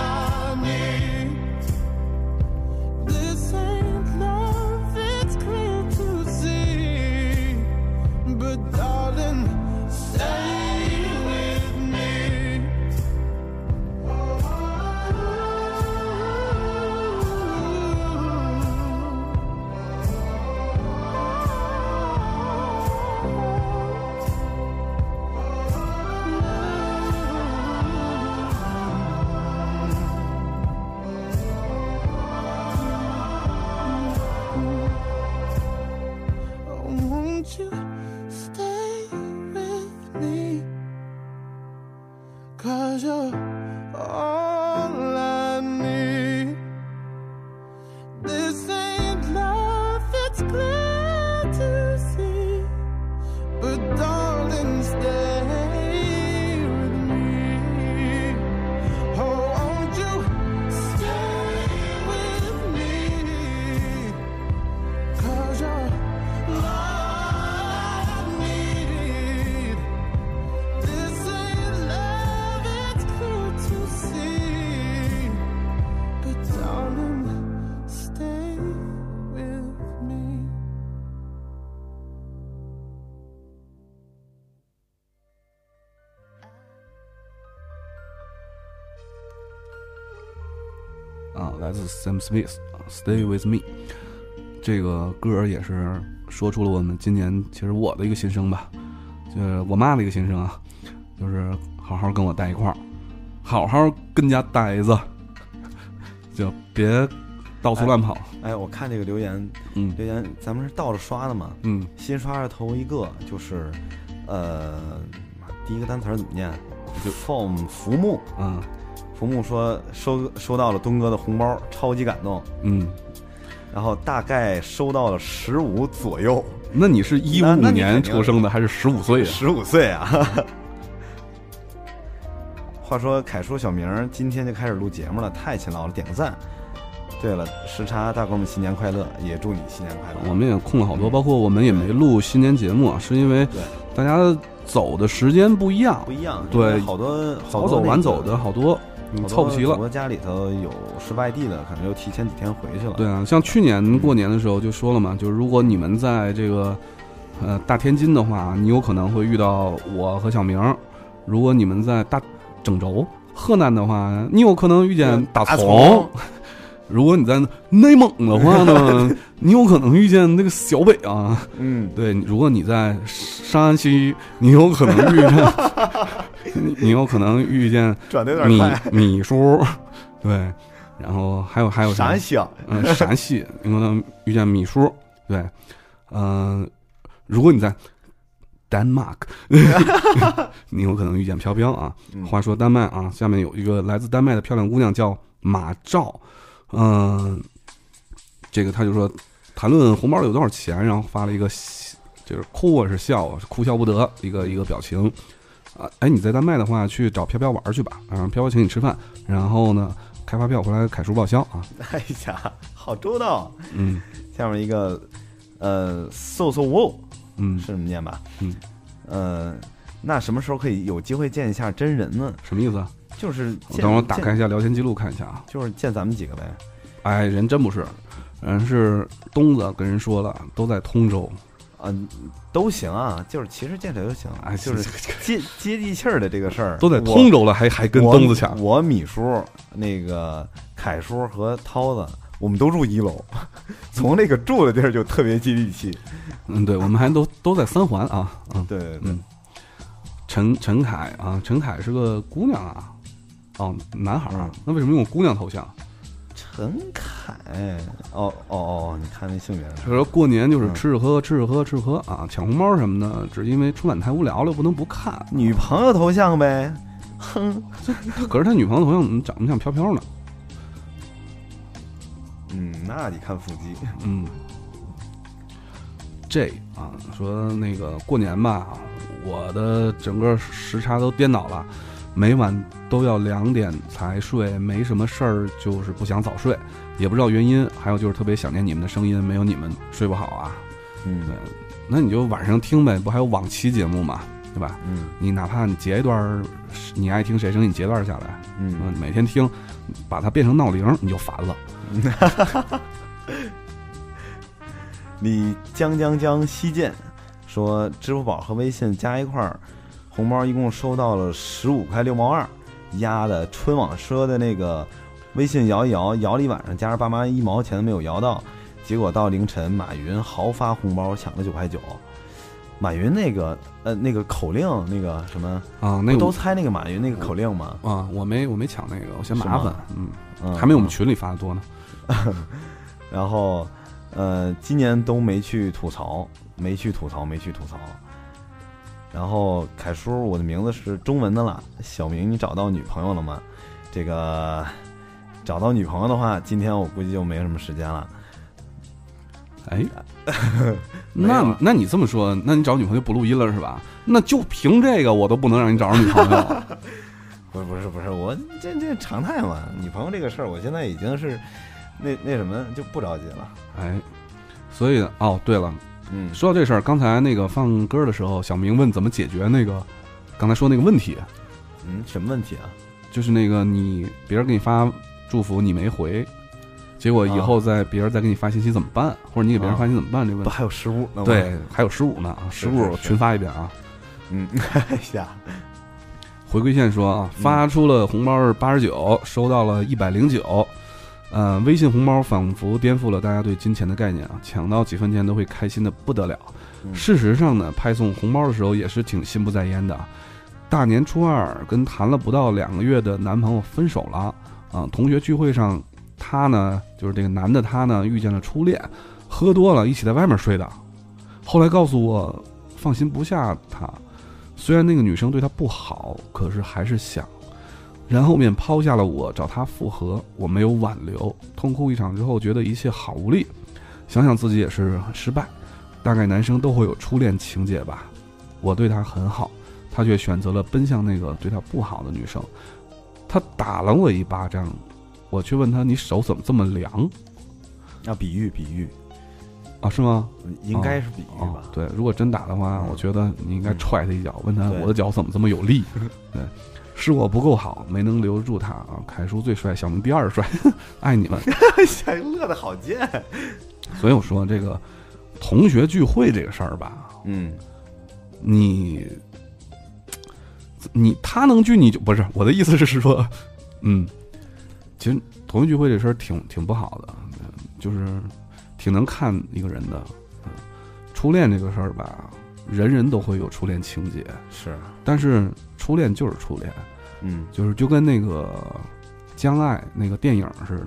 D: I need. This ain't love, it's clear to see. But darling, stay with me. Oh, won't you stay with me? Cause you're all I need. This ain't love, it's clear to see. But darling, stay with me. Oh, won't you stay with me? Cause you're love needed. This ain't love, it's clear to see. But darling, stay with me.
A: 啊，来自 Sam Smith 啊，Stay with me，这个歌儿也是说出了我们今年其实我的一个心声吧，就是我妈的一个心声啊，就是好好跟我待一块儿，好好跟家待着， 就别到处乱跑。
B: 哎，我看这个留言，
A: 嗯
B: 留言咱们是倒着刷的嘛，
A: 嗯，
B: 新刷的头一个就是，呃，第一个单词儿怎么念？就 form 浮木，
A: 啊，
B: 浮木说收收到了东哥的红包，超级感动，
A: 嗯，
B: 然后大概收到了十五左右，
A: 那你是一
B: 那
A: 五
B: 那你
A: 年
B: 肯定
A: 出生的还是十五岁啊？
B: 十五岁啊。 话说凯叔、小明儿今天就开始录节目了，太勤劳了，点个赞。对了，时差大哥们新年快乐，也祝你新年快乐。
A: 我们也空了好多，包括我们也没录新年节目啊，是因为
B: 对
A: 大家走的时间不一样
B: 不，一样，
A: 对
B: 因为好多好
A: 早
B: 多
A: 走
B: 那
A: 晚
B: 个
A: 走的好多，
B: 好多
A: 嗯，凑不齐了
B: 好。多家里头有是外地的，可能就提前几天回去了。
A: 对啊，像去年过年的时候就说了嘛，就是如果你们在这个呃大天津的话，你有可能会遇到我和小明儿，如果你们在大郑州、河南的话，你有可能遇见大葱； 如果你在内蒙的话 呢，你有可能遇见那个小北啊。
B: 嗯，
A: 对，如果你在山西，你有可能遇见， 你你有可能遇见
B: 转的有点
A: 米
B: 快，
A: 米叔，对，然后还有还有啥
B: 陕西啊，
A: 嗯， 陕西，你可能遇见米叔，对，嗯、如果你在丹麦， 你有可能遇见飘飘啊。
B: 嗯
A: 话说丹麦啊，下面有一个来自丹麦的漂亮姑娘叫马照，嗯、这个他就说谈论红包里有多少钱，然后发了一个喜就是哭啊是笑啊，哭笑不得一个一个表情。啊，哎，你在丹麦的话，去找飘飘玩儿去吧。啊，飘飘请你吃饭，然后呢，开发票回来凯叔报销啊。
B: 哎呀，好周到。
A: 嗯，
B: 下面一个，呃，so so wo
A: 嗯
B: 是，这么念吧？
A: 嗯，
B: 呃，那什么时候可以有机会见一下真人呢？
A: 什么意思啊？
B: 就是
A: 我
B: 见
A: 等会儿打
B: 见
A: 开一下聊天记录看一下啊。
B: 就是见咱们几个呗。
A: 哎，人真不是，人是东子跟人说了，都在通州。
B: 嗯、都行啊，就是其实见谁都行，
A: 哎，
B: 就是接接地气儿的这个事儿，
A: 都在
B: 我
A: 通州了，还还跟
B: 我
A: 东子抢。
B: 我米叔、那个凯叔和涛子，我们都住一楼， 从那个住的地儿就特别接地气。
A: 嗯，对，我们还都都在三环啊。嗯，
B: 对对对，
A: 嗯陈陈凯啊，陈凯是个姑娘啊，哦，男孩儿啊
B: 嗯。
A: 那为什么用姑娘头像？
B: 陈凯，哦哦哦，你看那性别
A: 他说过年就是
B: 嗯
A: 吃吃喝喝，吃吃喝喝，吃吃喝啊，抢红包什么的，只因为春晚太无聊了，不能不看。
B: 女朋友头像呗，
A: 可是他女朋友头像怎么长得像飘飘呢？
B: 嗯，那得看腹肌，
A: 嗯，J 啊，说那个过年吧，我的整个时差都颠倒了，每晚都要两点才睡，没什么事儿，就是不想早睡，也不知道原因。还有就是特别想念你们的声音，没有你们睡不好啊。对
B: 嗯，
A: 那你就晚上听呗，不还有往期节目嘛，对吧？
B: 嗯
A: 你哪怕你截一段儿，你爱听谁声音，你截段儿下来，嗯
B: 嗯，，
A: 每天听，把它变成闹铃儿，你就烦了。
B: 李江江江西见说，支付宝和微信加一块儿，红包一共收到了十五块六毛二，压的春网说的那个微信摇一摇，摇了一晚上，加上爸妈一毛钱都没有摇到，结果到凌晨，马云豪发红包抢了九块九。马云那个呃那个口令那个什么，
A: 啊，那
B: 不
A: 个
B: 都猜那个马云那个口令吗？
A: 啊，我没我没抢那个，我嫌麻
B: 是
A: 烦
B: 吗，
A: 嗯，
B: 嗯，
A: 还没我们
B: 嗯
A: 群里发的多呢。
B: 然后，呃，今年都没去吐槽，没去吐槽，没去吐槽。然后凯叔，我的名字是中文的啦。小明，你找到女朋友了吗？这个 找到女朋友的话，今天我估计就没什么时间了。
A: 哎，
B: 没有
A: 那
B: 啊
A: 那你这么说，那你找女朋友就不录音了是吧？那就凭这个，我都不能让你找着女朋 友。
B: 不是不是不是，我这这常态嘛。女朋友这个事儿，我现在已经是那那什么就不着急了。
A: 哎，所以哦，对了，
B: 嗯，
A: 说到这事儿，刚才那个放歌的时候，小明问怎么解决那个刚才说那个问题，
B: 嗯，什么问题啊？
A: 就是那个你别人给你发祝福你没回，结果以后再别人再给你发信息怎么办，或者你给别人
B: 啊
A: 发信息怎么办这个问
B: 不
A: 题。
B: 还有失误呢吗？
A: 对，还有十五呢啊，十
B: 是
A: 五
B: 是是
A: 群发一遍啊。
B: 嗯，哎呀，
A: 回归线说啊，发出了红包是八十九，收到了一百零九。呃，微信红包仿佛颠覆了大家对金钱的概念啊，抢到几分钱都会开心的不得了。
B: 嗯
A: 事实上呢，派送红包的时候也是挺心不在焉的啊。大年初二跟谈了不到两个月的男朋友分手了啊，同学聚会上，他呢就是这个男的他呢遇见了初恋，喝多了一起在外面睡的，后来告诉我放心不下他，虽然那个女生对他不好，可是还是想。然后面抛下了我，找他复合，我没有挽留，痛哭一场之后，觉得一切好无力，想想自己也是很失败。大概男生都会有初恋情节吧。我对他很好，他却选择了奔向那个对他不好的女生。他打了我一巴掌，我却问他：“你手怎么这么凉
B: 啊，比喻比喻，
A: 啊？是吗？”
B: 应该是比喻
A: 哦
B: 吧，？
A: 对，如果真打的话，
B: 嗯
A: 我觉得你应该踹他一脚，问他
B: 对
A: 我的脚怎么这么有 力？对，是我不够好，没能留住他啊。凯叔最帅，小明第二帅， 爱 你们。
B: 哎，乐的好 贱。
A: 所以我说这个同学聚会这个事儿吧，
B: 嗯
A: 你怎你他能聚你就不是我的意思是说，嗯，其实同学聚会这事儿挺挺不好的，嗯就是挺能看一个人的。嗯初恋这个事儿吧，人人都会有初恋情节，
B: 是，
A: 但是初恋就是初恋，
B: 嗯
A: 就是就跟那个《将爱》那个电影似的，《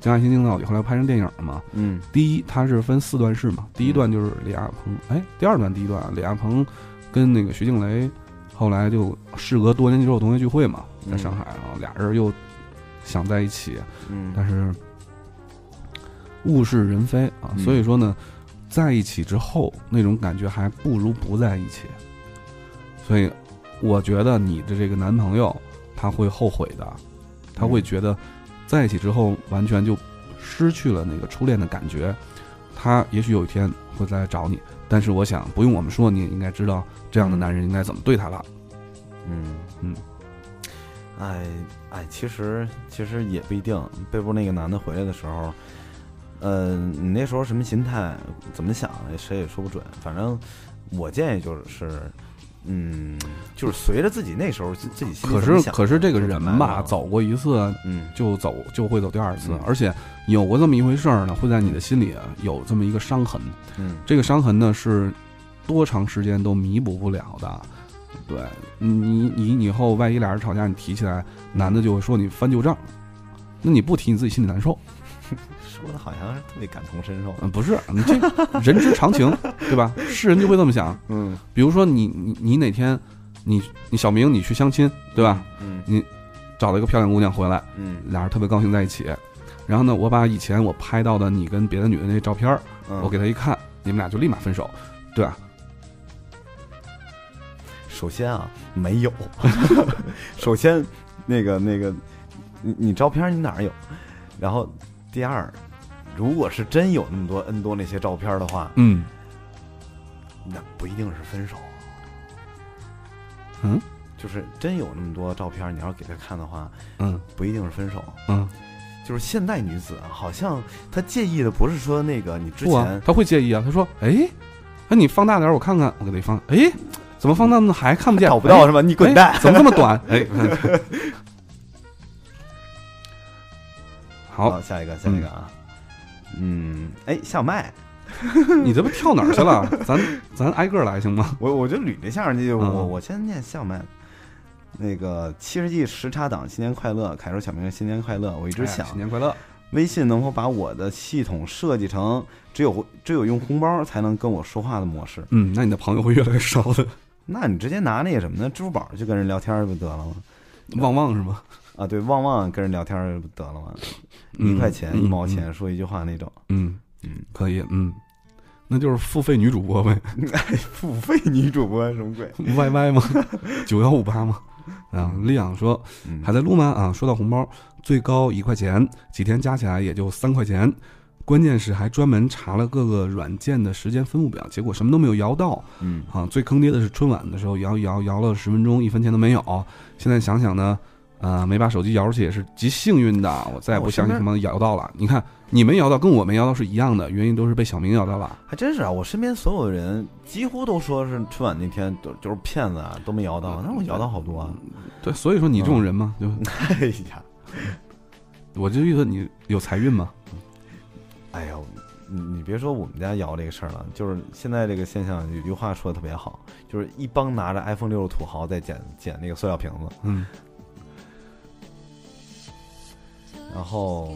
A: 将爱情进行到底》后来拍成电影嘛。
B: 嗯
A: 第一，它是分四段式嘛，第一段就是李亚鹏，哎，第二段第一段李亚鹏跟那个徐静蕾，后来就事隔多年之后同学聚会嘛，在上海啊，俩人又想在一起，啊但
B: 嗯
A: 是物是人非啊，
B: 嗯
A: 所以说呢，在一起之后那种感觉还不如不在一起。所以，我觉得你的这个男朋友他会后悔的，他会
B: 嗯
A: 觉得在一起之后完全就失去了那个初恋的感觉。他也许有一天会再来找你，但是我想不用我们说，你也应该知道这样的男人应该怎么对他了。
B: 嗯
A: 嗯，
B: 哎哎，其实其实也不一定。背部那个男的回来的时候，呃，你那时候什么心态，怎么想，谁也说不准。反正我建议就是，嗯，就是随着自己那时候自自己心里
A: 可
B: 怎么
A: 是
B: 想
A: 可是这个
B: 就怎
A: 人
B: 么来
A: 吧，
B: 了
A: 走过一次
B: 嗯
A: 就走就会走第二次
B: 嗯，
A: 而且有过这么一回事儿呢，会在你的心里啊有这么一个伤痕，
B: 嗯
A: 这个伤痕呢是多长时间都弥补不了的。对你，你你以后万一俩人吵架，你提起来，男的就会说你翻旧账，那你不提你自己心里难受。
B: 说的好像是特别感同身受。
A: 嗯，不是，你这人之常情，对吧？是人就会这么想。
B: 嗯
A: 比如说你你你哪天，你你小明你去相亲，对吧？
B: 嗯
A: 找了一个漂亮姑娘回来，
B: 嗯
A: 俩人特别高兴在一起。然后呢，我把以前我拍到的你跟别的女的那照片儿，
B: 嗯，
A: 我给她一看，你们俩就立马分手，对吧？
B: 首先啊，没有。 首先，那个那个，你你照片你哪儿有？然后，第二，如果是真有那么多 N 多那些照片的话，
A: 嗯，
B: 那不一定是分手。
A: 嗯，
B: 就是真有那么多照片，你要是给他看的话，
A: 嗯
B: 不一定是分手。
A: 嗯，
B: 就是现代女子啊，好像她介意的不是说那个你之
A: 不啊
B: 前，，
A: 他会介意啊。他说，哎，哎，你放大点儿我看看，我给他一放，哎，怎么放大呢？还看不见？
B: 找不到
A: 哎
B: 是吧？你滚蛋
A: 哎！怎么这么 短？哎，好
B: 好，，下一个，下一个啊。嗯，哎，下麦，
A: 你这不跳哪儿去 了？咱咱挨个来行吗？
B: 我我就捋一下，那就我、
A: 嗯
B: 我先念下麦。那个七十 G 时差党新年快乐，凯叔小明新年快乐！我一直
A: 哎呀
B: 想、
A: 新年快乐，
B: 微信能否把我的系统设计成只有只有用红包才能跟我说话的模式？
A: 嗯，那你的朋友会越来越少的。
B: 那你直接拿那个什么呢？支付宝去跟人聊天不得了吗？
A: 旺旺是吗？
B: 啊，对，旺旺跟人聊天不得了吗？
A: 嗯
B: 一块钱、
A: 嗯
B: 一毛钱说一句话那种，
A: 嗯
B: 嗯，
A: 可以，嗯，那就是付费女主播呗
B: 付费女主播什么鬼？
A: ，YY 吗？九幺五八吗？啊，丽昂说
B: 嗯
A: 还在录吗？啊，说到红包，最高一块钱，几天加起来也就三块钱。关键是还专门查了各个软件的时间分布表，结果什么都没有摇到
B: 嗯
A: 啊！最坑爹的是春晚的时候摇一摇摇了十分钟，一分钱都没有。现在想想呢，呃，没把手机摇出去也是极幸运的。我再也
B: 哦
A: 不
B: 我
A: 相信
B: 身边
A: 什么摇到了。你看你没摇到，跟我没摇到是一样的，原因都是被小明摇到了。
B: 还真是啊！我身边所有人几乎都说是春晚那天都就是骗子啊，都没摇到，但是我摇到好多啊！
A: 对，所以说你这种人嘛，就
B: 哎呀，
A: 我就意思你有财运嘛。
B: 哎呀，你你别说我们家摇这个事儿了，就是现在这个现象，有句话说的特别好，就是一帮拿着 iPhone 六的土豪在捡捡那个塑料瓶子，
A: 嗯，
B: 然后，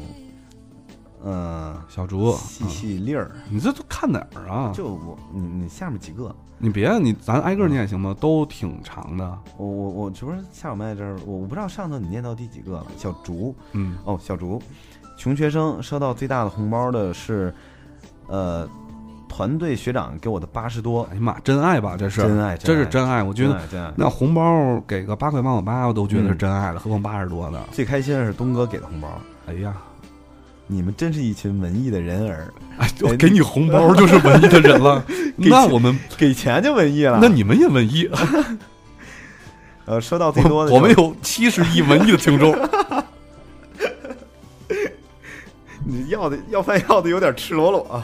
B: 嗯、
A: 小竹，
B: 细
A: 啊
B: 细粒儿，
A: 你这都看哪儿啊？
B: 就我你你下面几个，
A: 你别你咱挨个念行吗？都挺长的。
B: 我我我这不是下午麦这儿，我我不知道上头你念到第几个了，小竹
A: 嗯
B: 哦，小竹，穷学生收到最大的红包的是，呃，团队学长给我的八十多，哎
A: 哎呀妈，真爱吧，这是
B: 真爱
A: 这
B: 真爱
A: 是真爱。我觉得
B: 爱真爱
A: 那红包给个八块八毛八，我都觉得是
B: 嗯
A: 真爱了，何况八十多呢？
B: 最开心的是东哥给的红包，
A: 哎呀，
B: 你们真是一群文艺的人儿，
A: 哎，就给你红包就是文艺的人了。那我们，
B: 给钱就文艺了。
A: 那你们也文艺。啊
B: 呃，收到最多的
A: 我们
B: 有
A: 有七十亿文艺的听众。
B: 你要的要饭要的有点赤裸裸啊，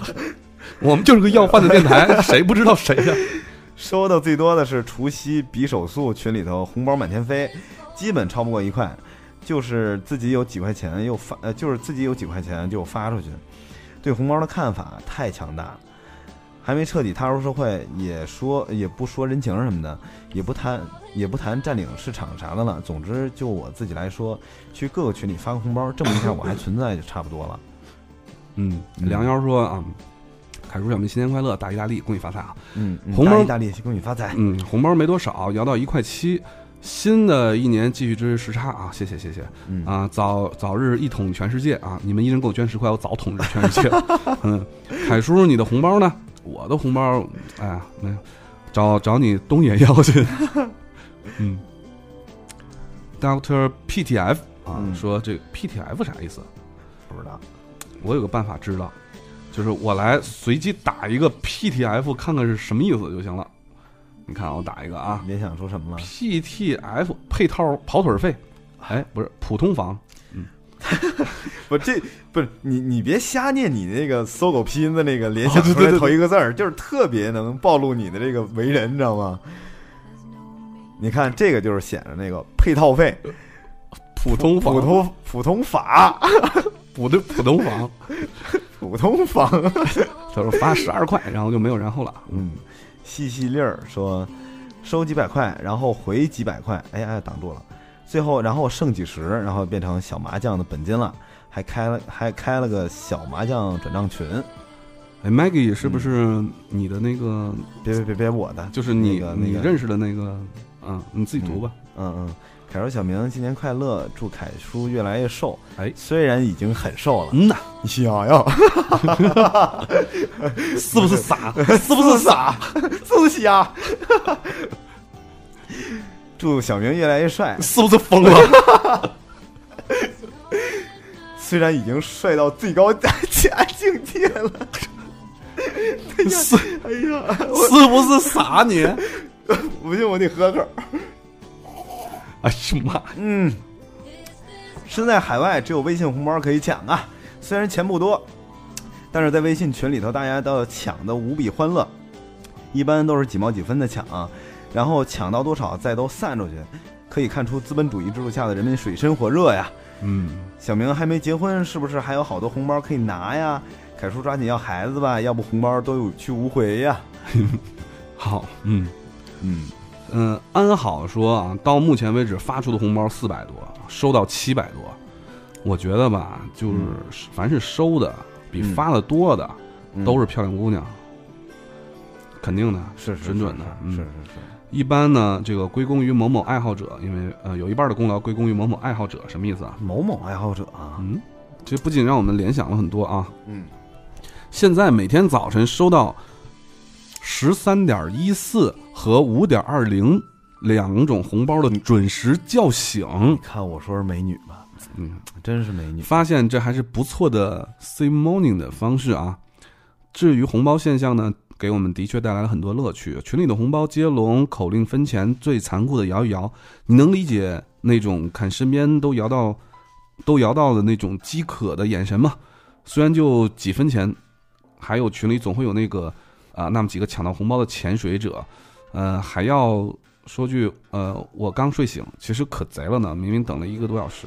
A: 我们就是个要饭的电台，谁不知道谁呀、
B: 收的最多的是除夕比手速群里头红包满天飞，基本超不过一块，就是自己有几块钱又发，呃，就是自己有几块钱就发出去。对红包的看法太强大了，还没彻底踏入社会，也说也不说人情什么的，也不谈也不谈占领市场啥的了。总之，就我自己来说，去各个群里发个红包，证明一下我还存在就差不多了。
A: 嗯，
B: 嗯
A: 梁幺说啊，凯叔小明新年快乐，大吉大利，恭喜发财啊！
B: 嗯，嗯
A: 红包
B: 大吉大利，恭喜发财。
A: 嗯，红包没多少，摇到一块七。新的一年继续支持时差啊，谢谢谢谢
B: 嗯
A: 啊，早早日一统全世界啊！你们一人给我捐十块，我早统治全世界了。 嗯，凯叔，你的红包呢？我的红包，哎呀，没有，找找你东野要去。 嗯，Doctor PTF 啊，
B: 嗯
A: 说这个 PTF 啥意思？
B: 不知道，
A: 我有个办法知道，就是我来随机打一个 PTF，看看是什么意思就行了。你看啊，我打一个啊
B: 联想出什么了？
A: ，PTF 配套跑腿费，哎，不是普通房，
B: 不，这不是你，你别瞎念你那个搜狗拼音的那个联想
A: 哦对
B: 出来
A: 对对
B: 头一个字儿，就是特别能暴露你的这个为人，你知道吗？你看这个就是显着那个配套费，
A: 普通啊
B: 普通普通法，
A: 普通普通房。
B: 普通房。
A: 他说发十二块，然后就没有然后了。
B: 嗯，细细粒儿说收几百块，然后回几百块，哎呀挡住了，最后然后剩几十，然后变成小麻将的本金了，还开了还开了个小麻将转账群，
A: 哎，Maggie 是不是你的那个，
B: 别别别别我的，
A: 就是你、
B: 那个
A: 你
B: 那个
A: 认识的嗯那个？嗯，你自己读吧。
B: 嗯嗯，凯叔小明新年快乐，祝凯叔越来越瘦，
A: 哎
B: 虽然已经很瘦了，
A: 嗯呐，
B: 你想要
A: 是不是 傻？
B: 是不是 傻？是不是瞎？ 祝小明越来越帅，
A: 是不是疯了？
B: 虽然已经帅到最高加境界了。
A: 是
B: 哎 呀，
A: 是不是傻你？
B: 不信我得喝口。
A: 哎呀妈！
B: 嗯，身在海外，只有微信红包可以抢啊。虽然钱不多，但是在微信群里头，大家都抢的无比欢乐，一般都是几毛几分的抢啊，然后抢到多少再都散出去，可以看出资本主义制度下的人民水深火热呀。
A: 嗯，
B: 小明还没结婚，是不是还有好多红包可以拿呀？凯叔抓紧要孩子吧，要不红包都有去无回呀。
A: 好，嗯。
B: 嗯，
A: 嗯，安好说啊，到目前为止发出的红包四百多，收到七百多。我觉得吧，就是凡是收的比
B: 嗯
A: 发的多的，
B: 嗯
A: 都是漂亮姑娘，肯定的，
B: 是是
A: 准准的。
B: 是是是
A: 嗯，一般呢，这个归功于某某爱好者，因为呃有一半的功劳归功于某某爱好者，什么意思啊？
B: 嗯某某爱好者啊。
A: 嗯，这不仅让我们联想了很多啊，
B: 嗯，
A: 现在每天早晨收到十三点一四和五点二零两种红包的准时叫醒，
B: 看我说是美女吧，
A: 嗯，
B: 真是美女。
A: 发现这还是不错的 C morning 的方式啊。至于红包现象呢，给我们的确带来了很多乐趣。群里的红包接龙、口令分钱，最残酷的摇一摇，你能理解那种看身边都摇到都摇到的那种饥渴的眼神吗？虽然就几分钱，还有群里总会有那个啊、那么几个抢到红包的潜水者，呃，还要说句呃，我刚睡醒，其实可贼了呢，明明等了一个多小时。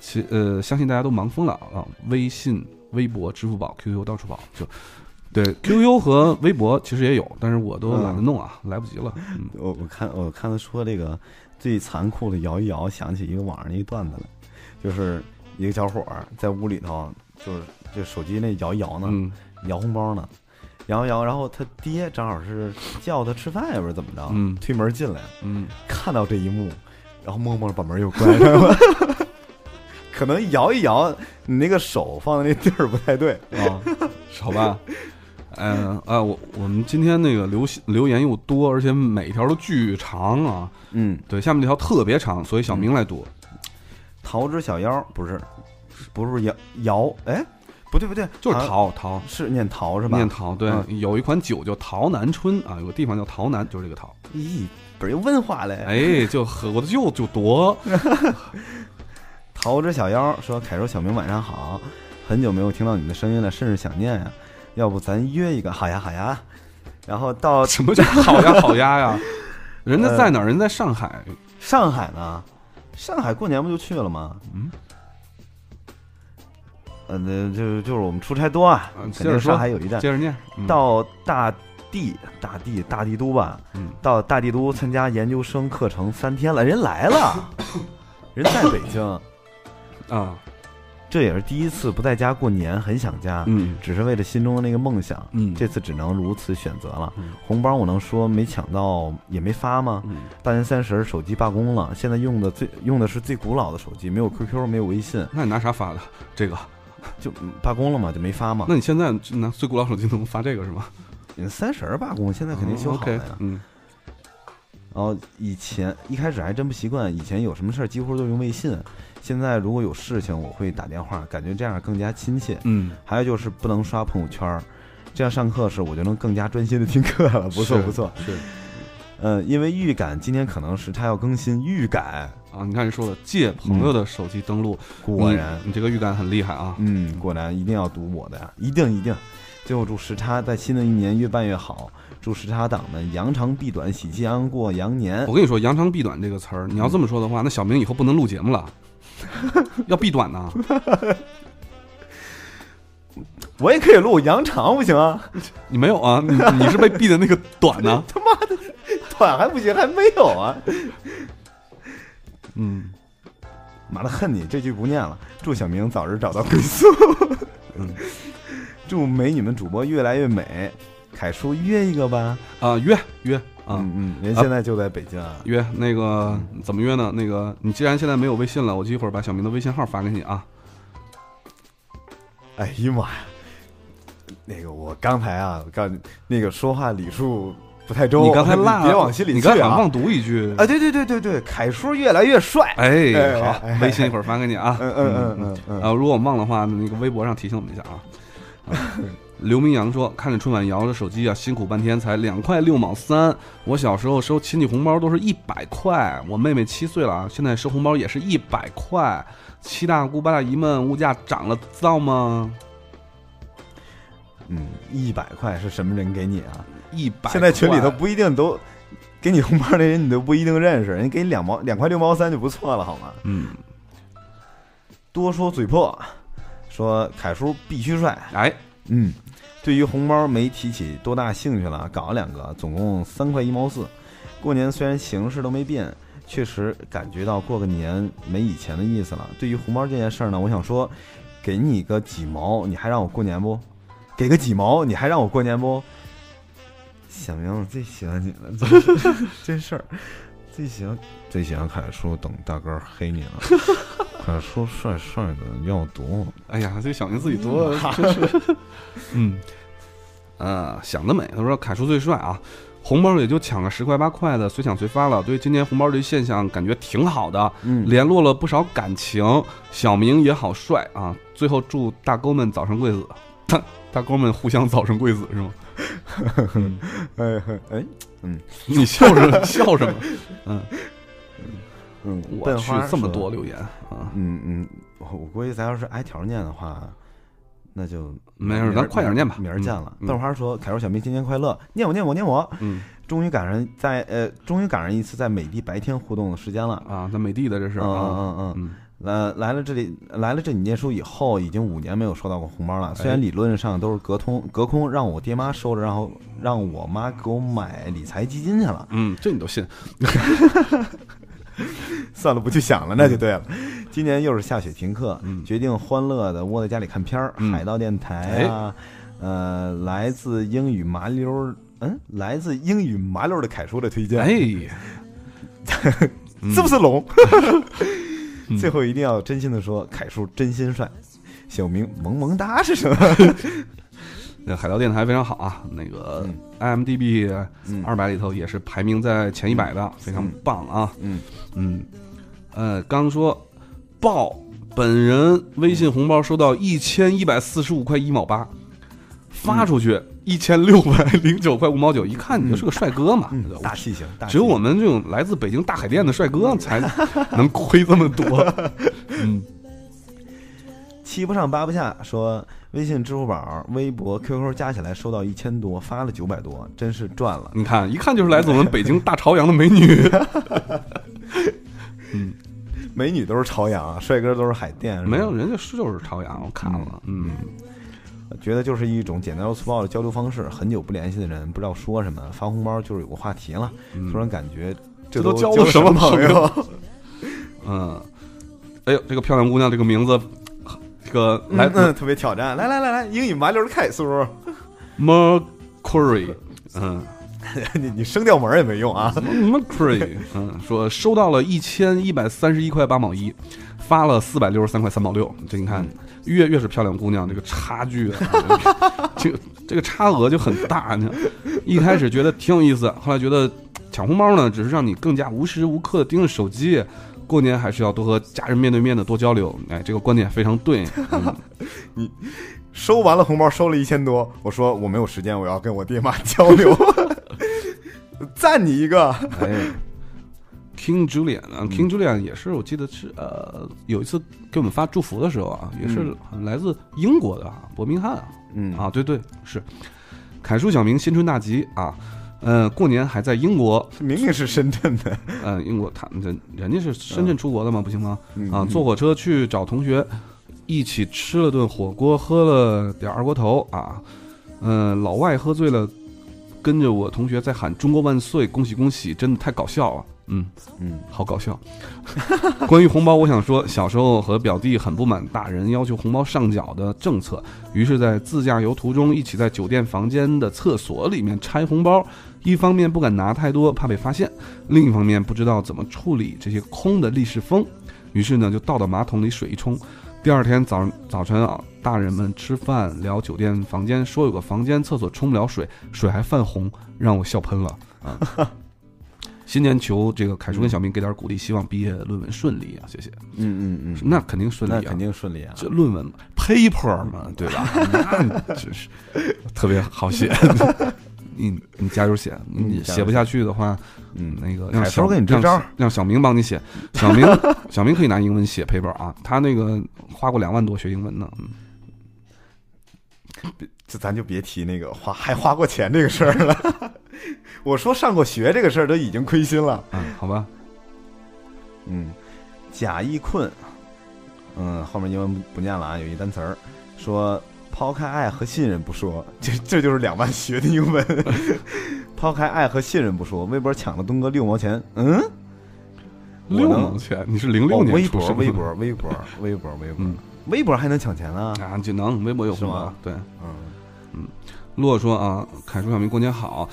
A: 其呃，相信大家都忙疯了啊！微信、微博、支付宝、QQ 到处跑，就对 QQ 和微博其实也有，但是我都懒得弄啊，来不及了。嗯，
B: 我我看我看他说这个最残酷的摇一摇，想起一个网上一个段子来，就是一个小伙儿在屋里头，就是就手机那摇一摇呢，
A: 嗯
B: 摇红包呢，摇一摇，然后他爹正好是叫他吃饭，也不知道怎么着，
A: 嗯
B: 推门进来，
A: 嗯，
B: 看到这一幕，然后默默地把门又关上了。 可能摇一摇，你那个手放在那地儿不太对。
A: 啊，好吧。嗯啊，我我们今天那个留信留言又多，而且每条都巨长啊。
B: 嗯，
A: 对，下面这条特别长，所以小明来读。
B: 桃之小妖不是，不是摇摇，哎，不对不对，
A: 就是
B: 好像
A: 桃桃，
B: 是念桃是吧？
A: 念桃。对，
B: 嗯
A: 有一款酒叫桃南春啊，有个地方叫桃南，就是这个桃。
B: 咦，本儿有文化嘞！
A: 哎，就喝我的酒就多。
B: 桃之小妖说：“凯叔，小明晚上好，啊很久没有听到你的声音了，甚是想念呀、要不咱约一个？好呀，好呀。”然后到
A: 什么叫好呀好呀呀？人家在哪儿？人在上海。
B: 上海呢，上海过年不就去了吗？
A: 嗯，
B: 呃，那就就是我们出差多啊
A: 嗯，接
B: 肯
A: 着
B: 定
A: 说
B: 上海有一站。
A: 接着念。嗯
B: 呃到大地，大地，大帝都吧，
A: 嗯
B: 到大帝都参加研究生课程三天了，人来 了，人在北京，
A: 啊，
B: 这也是第一次不在家过年，很想家，
A: 嗯
B: 只是为了心中的那个梦想，
A: 嗯
B: 这次只能如此选择了
A: 嗯。
B: 红包我能说没抢到也没发吗？
A: 嗯
B: 大年三十儿手机罢工了，现在用的最用的是最古老的手机，没有 QQ，没有微信，
A: 那你拿啥发的？这个？
B: 就嗯罢工了嘛，就没发嘛。
A: 那你现在就拿最古老手机能发这个是吗？
B: 三十儿罢工，现在肯定修好了呀。
A: 嗯
B: 然后以前一开始还真不习惯，以前有什么事儿几乎都用微信，现在如果有事情我会打电话，感觉这样更加亲切。
A: 嗯，
B: 还有就是不能刷朋友圈儿，这样上课时我就能更加专心的听课了。不错
A: 是
B: 不错，
A: 是
B: 嗯，因为预感今天可能时差要更新，预感
A: 啊，你看人说了，借朋友的手机登录，
B: 嗯果
A: 你
B: 然，
A: 你这个预感很厉害啊。
B: 嗯，果然一定要读我的呀，一定一定。最后祝时差在新的一年越办越好，祝时差党们扬长避短，喜气安过羊年
A: 我。跟你说，“扬长避短”这个词儿，你要这么说的话，那小明以后不能录节目 了，要避短呢。
B: 我也可以录扬长不行啊，
A: 你没有啊？你你是被避的那个短呢？
B: 短还不行，还没有啊。
A: 嗯，
B: 妈的，恨你这句不念了。祝小明早日找到归宿。
A: 嗯
B: 祝美女们主播越来越美。凯叔约一个吧。
A: 啊，约约啊
B: 嗯嗯，人现在就在北京啊。
A: 约那个怎么约呢？那个你既然现在没有微信了，我一会儿把小明的微信号发给你啊。
B: 哎呀妈呀，那个我刚才啊，我告诉你，那个说话礼数不太周。
A: 你刚才落，
B: 你别往心里
A: 你
B: 去
A: 刚才好像
B: 啊。
A: 忘读一句。
B: 啊，对对对对对，凯叔越来越帅。
A: 哎，
B: 哎
A: 好
B: 哎，
A: 微信一会儿发给你啊。
B: 嗯嗯嗯嗯嗯，
A: 啊，如果我忘的话，那个微博上提醒我们一下啊。
B: 嗯
A: 刘明阳说：“看着春晚摇着手机啊，辛苦半天才两块六毛三。我小时候收亲戚红包都是一百块，我妹妹七岁了啊，现在收红包也是一百块。七大姑八大姨们物价涨了，知道吗？
B: 嗯，一百块是什么人给你啊？
A: 一百。
B: 现在群里头不一定都给你红包的人，你都不一定认识，人给你两毛两块六毛三就不错了，好吗？
A: 嗯，
B: 多说嘴破，说凯叔必须帅。
A: 哎，
B: 嗯，对于红包没提起多大兴趣了，搞了两个，总共三块一毛四。过年虽然形式都没变，确实感觉到过个年没以前的意思了。对于红包这件事儿呢，我想说，给你个几毛，你还让我过年不？给个几毛，你还让我过年不？小明，我最喜欢你了， 真是真事儿，最喜欢最喜欢凯叔，等大哥黑你了。凯叔帅帅的，要毒。
A: 哎呀，这个小明自己多，真是。 嗯，呃，想得美。他说凯叔最帅啊，红包也就抢个十块八块的，随抢随发了。对今年红包这现象感觉挺好的，
B: 嗯
A: 联络了不少感情。小明也好帅啊。最后祝大哥们早生贵子， 大大哥们互相早生贵子是吗？
B: 哎哎，
A: 你笑什 么？笑什么？嗯，
B: 嗯，
A: 我
B: 笨
A: 去
B: 花，
A: 这么
B: 说
A: 多留言啊！
B: 嗯嗯，我我估计咱要是挨条念的话，那就
A: 没事
B: 明儿
A: 咱快点念吧
B: 明儿
A: 嗯
B: 见了。
A: 嗯
B: 豆花说：“凯叔小明，新年快乐！念我念我念我！
A: 嗯
B: 终于赶上在呃，终于赶上一次在美的白天互动的时间了。
A: 啊，咱美的的这是
B: 嗯
A: 啊，
B: 嗯嗯嗯，
A: 嗯
B: 来来了这里来了这里念书以后，已经五年没有收到过红包
A: 哎
B: 了。虽然理论上都是隔空隔空让我爹妈收着，然后让我妈给我买理财基金去了。
A: 嗯，这你都信？
B: 算了，不去想了，那就对了。今年又是下雪停课，
A: 嗯
B: 决定欢乐的窝在家里看片儿，
A: 嗯哎
B: 海盗电台啊，呃，来自英语麻溜儿，嗯，来自英语麻溜儿的凯叔的推荐，
A: 哎，，
B: 是不是龙？
A: 嗯
B: 最后一定要真心的说，凯叔真心帅，小明萌萌哒 是什么？
A: 那海盗电台非常好啊，那个 IMDB
B: 嗯
A: 二百里头也是排名在前一百的，非常棒啊。
B: 嗯
A: 嗯，呃，刚说豹本人微
B: 嗯
A: 信红包收到一千一百四十五块一毛八，发
B: 嗯
A: 出去一千六百零九块五毛九，一看你就是个帅哥嘛，对
B: 嗯，
A: 吧
B: 大气型，大气
A: 只有我们这种来自北京大海淀的帅哥才能亏这么多。嗯
B: 七不上八不下，说微信、支付宝、微博、QQ 加起来收到一千多，发了九百多，真是赚了。
A: 你看，一看就是来自我们北京大朝阳的美 女。
B: 美女都是朝阳，啊帅哥都是海淀，是吧
A: 没有，人家是就是朝阳，我看了，嗯，
B: 觉得就是一种简单又粗暴的交流方式。很久不联系的人不知道说什么，发红包就是有个话题了。
A: 嗯
B: 突然感觉
A: 这
B: 嗯都
A: 都交
B: 了
A: 了什么
B: 朋
A: 朋友？嗯，哎呦，这个漂亮姑娘这个名字，这个
B: 来
A: 来，
B: 嗯，特别挑战。来来来来，英语麻溜的凯叔，
A: Mercury，嗯
B: 你你升调门儿也没用啊。
A: ，Mercury，嗯，说收到了一千一百三十一块八毛一，发了四百六十三块三毛六，这你看，越越是漂亮姑娘，这个差距啊，这个 这个差额就很大呢。一开始觉得挺有意思，后来觉得抢红包呢，只是让你更加无时无刻的盯着手机。过年还是要多和家人面对面的多交流，哎，这个观点非常对。嗯
B: 收完了红包，收了一千多，我说我没有时间，我要跟我爹妈交流。 赞你一个，
A: 哎，King Julian 啊、k i n g Julian 也是，我记得是呃，有一次给我们发祝福的时候啊，也是来自英国的啊，伯明翰啊，
B: 嗯
A: 啊，对对是，凯叔小明新春大吉啊，呃，过年还在英国，
B: 明明是深圳的，
A: 呃，英国他人人家是深圳出国的嘛，不行吗？
B: 嗯
A: 啊，坐火车去找同学，一起吃了顿火锅，喝了点二锅头啊。嗯、老外喝醉了，跟着我同学在喊“中国万岁”，恭喜恭喜，真的太搞笑了。嗯，
B: 嗯，
A: 好搞笑。 关于红包，我想说，小时候和表弟很不满大人要求红包上缴的政策，于是，在自驾游途中，一起在酒店房间的厕所里面拆红包。一方面不敢拿太多，怕被发现；另一方面不知道怎么处理这些空的立式风，于是呢就倒到马桶里水一冲。第二天早早晨啊，大人们吃饭聊酒店房间，说有个房间厕所冲不了水，水还泛红，让我笑喷了啊！新年求这个凯叔跟小明给点鼓励，希望毕业论文顺利啊！谢谢。
B: 嗯嗯嗯，
A: 那肯定顺利啊，
B: 那肯定顺利啊。
A: 这论文嘛 paper
B: 嗯
A: 嘛，对 吧？那真是特别好写。你你加油写，你写不下去的话，
B: 嗯
A: 那个
B: 海
A: 让
B: 涛
A: 小
B: 给你支招
A: 让让小明帮你写。小明小明可以拿英文写 paper 啊，他那个花过两万多学英文呢。嗯
B: 这咱就别提那个花还花过钱这个事儿了。 我说上过学这个事儿都已经亏心了。
A: 嗯，好吧，
B: 嗯，贾一困，嗯，后面英文不念了啊，有一单词儿说抛开爱和信任不说，这这就是两万学的英文。 抛开爱和信任不说，微博抢了东哥六毛钱，嗯，我
A: 六
B: 能
A: 毛钱，你是零
B: 哦
A: 六年
B: 微
A: 出
B: 博
A: 生的
B: 微博微博微博微博
A: 嗯
B: 微博还能抢钱呢？
A: 啊，就能微博有
B: 是
A: 红包
B: 吗，
A: 对。
B: 嗯，
A: 洛说啊，凯叔小明过年好，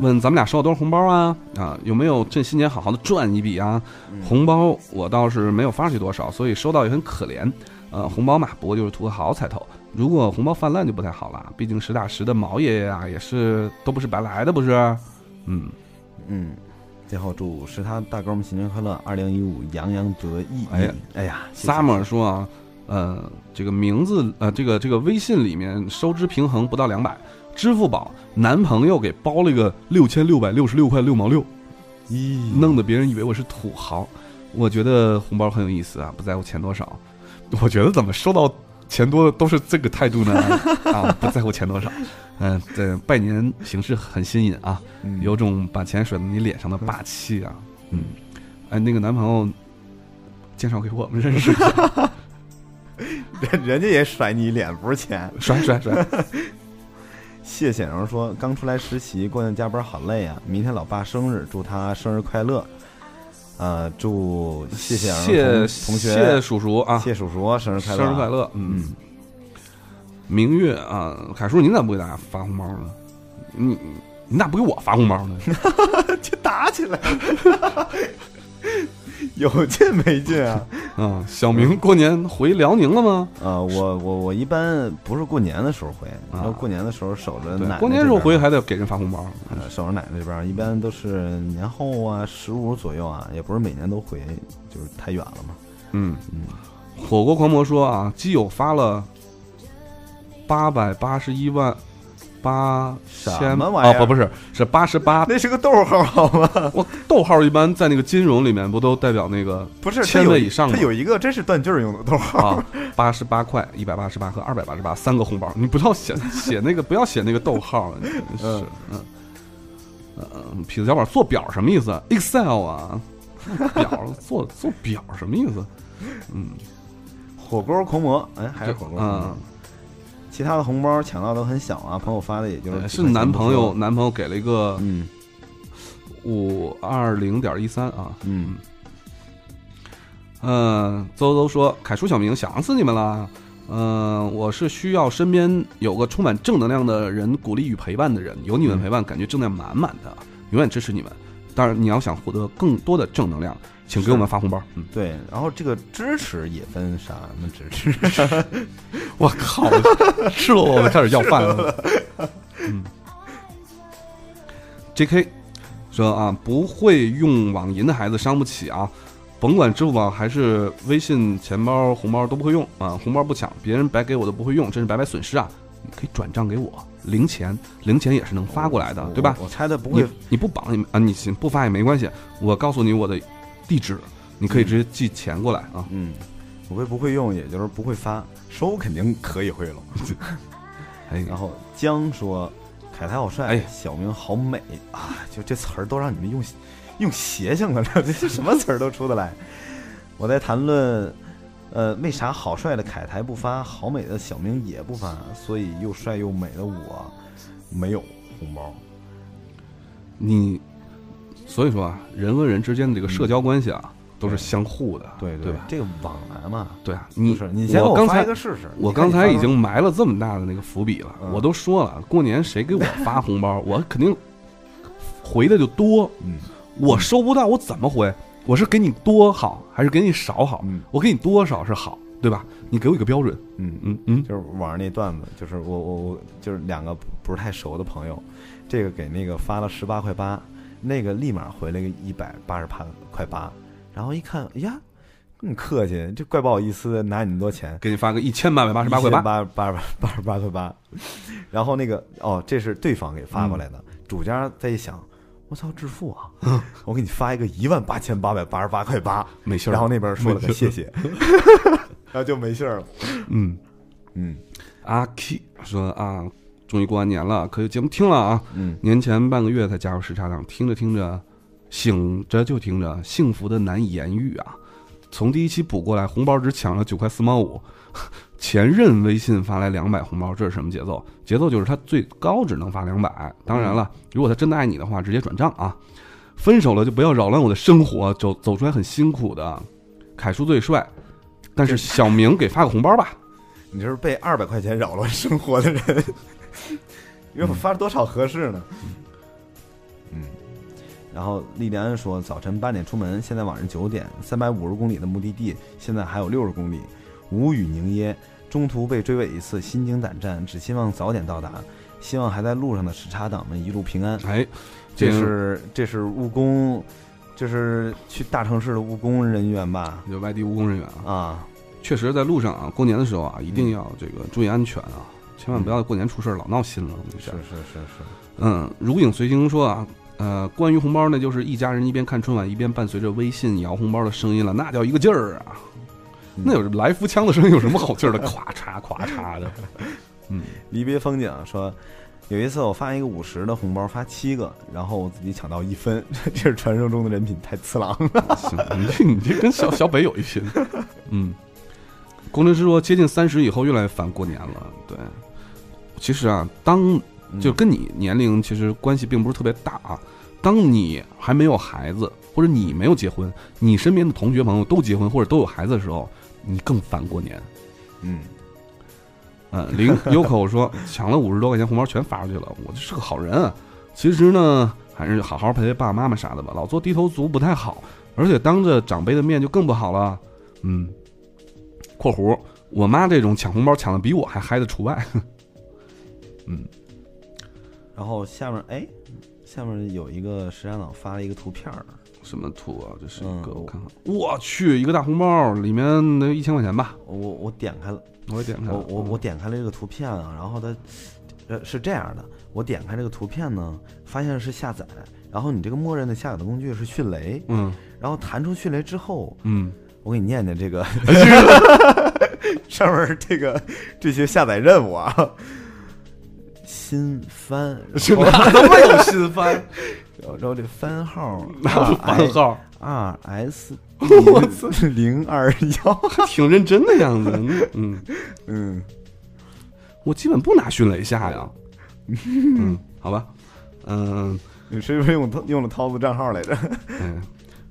A: 问咱们俩收到多少红包啊？啊，有没有趁新年好好的赚一笔啊？
B: 嗯
A: 红包我倒是没有发出去多少，所以收到也很可怜。呃，红包嘛，不过就是图个好彩头。如果红包泛滥就不太好了，毕竟实打实的毛爷爷啊，也是都不是白来的，不是？嗯，
B: 嗯，最后祝石他大哥们新年快乐，二零一五洋洋得意。
A: 哎呀
B: 哎呀谢谢
A: Summer 说啊，呃，这个名字呃，这个这个微信里面收支平衡不到两百，支付宝男朋友给包了一个六千六百六十六块六毛六，咦，弄得别人以为我是土豪。我觉得红包很有意思啊，不在乎钱多少。我觉得怎么收到钱多的都是这个态度 呢？啊，不在乎钱多少。嗯、这拜年形式很新颖啊，
B: 嗯
A: 有种把钱甩到你脸上的霸气啊。嗯，哎，那个男朋友介绍给我们认识一下。
B: 人人家也甩你脸，不是钱。
A: 甩甩甩！
B: 谢显荣说：“刚出来实习，过年加班好累啊！明天老爸生日，祝他生日快乐。呃，祝 谢显荣
A: 谢
B: 同同
A: 谢
B: 学
A: 叔叔啊，
B: 谢叔叔生日快
A: 生
B: 乐啊，
A: 日快乐！嗯，明月啊，凯叔，您咋不给大家发红包呢？你你咋不给我发红 包呢？
B: 就打起来 了，有劲没劲啊？
A: 啊，小明过年回辽宁了吗？
B: 呃，我我我一般不是过年的时候回，
A: 啊
B: 要过年的时候守呃着奶
A: 对
B: 奶，
A: 过年
B: 这
A: 时候
B: 边
A: 回还得给人发红包。
B: 呃，守着奶奶这边儿一般都是年后啊、十五左右啊，也不是每年都回，就是太远了嘛。
A: 嗯，火锅狂魔说啊，基友发了八百八十一万八
B: 什
A: 千
B: 么玩意儿
A: 哦不不是是八十八，
B: 那是个逗号好吗？
A: 我逗号一般在那个金融里面不都代表那个
B: 不是，它
A: 千
B: 有
A: 位
B: 一
A: 以上吗
B: 它？有一个真是断句儿用的逗号。
A: 啊，八十八块、一百八十八和二百八十八三个红包，你不要写写那个，不要写那个逗号了，你真是嗯嗯，痞子小宝做表什么意思？Excel 啊， 表做做表什么意思？嗯，
B: 火锅狂魔，哎，还是
A: 这
B: 火锅狂魔。
A: 嗯，
B: 其他的红包抢到都很小啊，朋友发的也就
A: 对
B: 是几
A: 哎是
B: 块钱
A: 男
B: 不多
A: 朋友，。男朋友给了一个
B: 嗯
A: 五二零点一三啊，
B: 嗯，
A: 嗯，邹邹说：“凯叔、小明，想死你们了。嗯、我是需要身边有个充满正能量的人鼓励与陪伴的人，有你们陪伴，感觉正能量满满的。永远支持你们。当然，你要想获得更多的正能量，请给我们发红包。嗯，
B: 对。然后这个支持也分啥么支持？
A: 我靠， 赤裸裸的开始要饭 了。嗯，J.K. 说啊，不会用网银的孩子伤不起啊，甭管支付宝还是微信钱包、红包都不会用啊，红包不抢，别人白给我的不会用，真是白白损失啊！你可以转账给我，零钱，零钱也是能发过来的，对吧？
B: 哦我猜他不
A: 你
B: 会，
A: 你不绑你啊，你行不发也没关系，我告诉你我的地址，你可以直接寄钱过来啊。
B: 嗯，我会不会用，也就是不会发，收肯定可以会了。
A: 哎，
B: 然后江说：“凯台好帅，
A: 哎
B: 小明好美啊！”就这词儿都让你们用用邪性了， 这这什么词儿都出得来。我在谈论，呃，为啥好帅的凯台不发，好美的小明也不发，所以又帅又美的我没有红包。
A: 你，所以说啊，人和人之间的这个社交关系啊，都是相互的，对
B: 对
A: 吧？
B: 这个往来嘛，
A: 对啊，
B: 就
A: 你
B: 是你先给
A: 我刚
B: 发
A: 才
B: 一个试试。
A: 我
B: 你看
A: 刚
B: 你
A: 才
B: 发
A: 已
B: 吗
A: 经埋了这么大的那个伏笔了，
B: 嗯
A: 我都说了，过年谁给我发红包，我肯定回的就多，
B: 嗯
A: 我收不到我怎么回？我是给你多好还是给你少好？
B: 嗯
A: 我给你多少是好，对吧？你给我一个标准，
B: 嗯
A: 嗯嗯，
B: 就是网上那段子，就是我我我就是两个不不是太熟的朋友，这个给那个发了十八块八，那个立马回了个一百八十八块八，然后一看，哎呀，更客气，这怪不好意思的，拿你那么多钱，
A: 给你发个一千八百八十八块八，
B: 八八八八十八块八，然后那个哦，这是对方给发过来的，主家再一想，我操，致富啊，我给你发一个一万八千八百八十八块八，
A: 没事儿。
B: 然后那边说了个
A: 没事
B: 谢
A: 儿
B: 谢，然后就没信儿了，
A: 嗯。
B: 嗯
A: 阿 K 说啊，终于过完年了，可以节目听了啊。
B: 嗯。
A: 年前半个月才加入时差党，听着听着，醒着就听着，幸福的难以言喻啊！从第一期补过来，红包只抢了九块四毛五， 前任微信发来两百红包，这是什么节奏？节奏就是他最高只能发两百。当然了，如果他真的爱你的话，直接转账啊！分手了就不要扰乱我的生活，走走出来很辛苦的。凯叔最帅，但是小明给发个红包吧。
B: 你就是被二百块钱扰乱生活的人，因为我发多少合适呢？嗯，然后莉莉安说，早晨八点出门，现在晚上九点，三百五十公里的目的地，现在还有六十公里，无语凝噎，中途被追尾一次，心惊胆战，只希望早点到达，希望还在路上的时差党们一路平安。
A: 哎，
B: 这
A: 个
B: 是这是务工，这是去大城市的务工人员吧？
A: 就外地务工人员啊，
B: 啊，
A: 确实在路上啊，过年的时候啊，一定要这个注意安全啊，千万不要过年出事儿老闹心了。我跟你
B: 是
A: 讲
B: 是是是，
A: 嗯，如影随形说啊，呃，关于红包呢，就是一家人一边看春晚，一边伴随着微信摇红包的声音了，那叫一个劲儿啊！
B: 嗯
A: 那有来福枪的声音有什么好劲儿的？ 咵嚓咵嚓的，嗯，
B: 离别风景啊说，有一次我发一个五十的红包，发七个，然后我自己抢到一分， 这是传说中的人品太次郎了。
A: 行，你这你这跟小小北有一拼。嗯，工程师说，接近三十以后越来越烦过年了。对，其实啊，当就跟你年龄其实关系并不是特别大啊。当你还没有孩子，或者你没有结婚，你身边的同学朋友都结婚或者都有孩子的时候，你更烦过年。
B: 嗯，
A: 嗯，零 有口说抢了五十多块钱红包全发出去了，我就是个好人、啊。其实呢，还是好好陪爸爸妈妈啥的吧，老做低头族不太好，而且当着长辈的面就更不好了。嗯，（括弧）我妈这种抢红包抢的比我还嗨的除外。嗯，
B: 然后下面哎，下面有一个石山党发了一个图片儿，
A: 什么图啊？这是一个，
B: 嗯
A: 我看看，我去，一个大红包，里面得一千块钱吧。
B: 我我点开了，
A: 我也点开
B: 我
A: 了，
B: 我我点开了这个图片啊，然后它。呃，是这样的，我点开这个图片呢，发现是下载，然后你这个默认的下载的工具是迅雷，
A: 嗯
B: 然后弹出迅雷之后，
A: 嗯，
B: 我给你念念 这个上面这个这些下载任务啊，新番，
A: 是哪他妈有新 番？
B: 然后然后这番号
A: 哪 有番号？
B: R S
A: 我操
B: 嗯零二幺，
A: 还挺认真的样子。嗯，
B: 嗯，
A: 我基本不拿迅雷下呀。嗯，好吧，嗯、
B: 你是不是用涛用了涛子账号来着？
A: 嗯，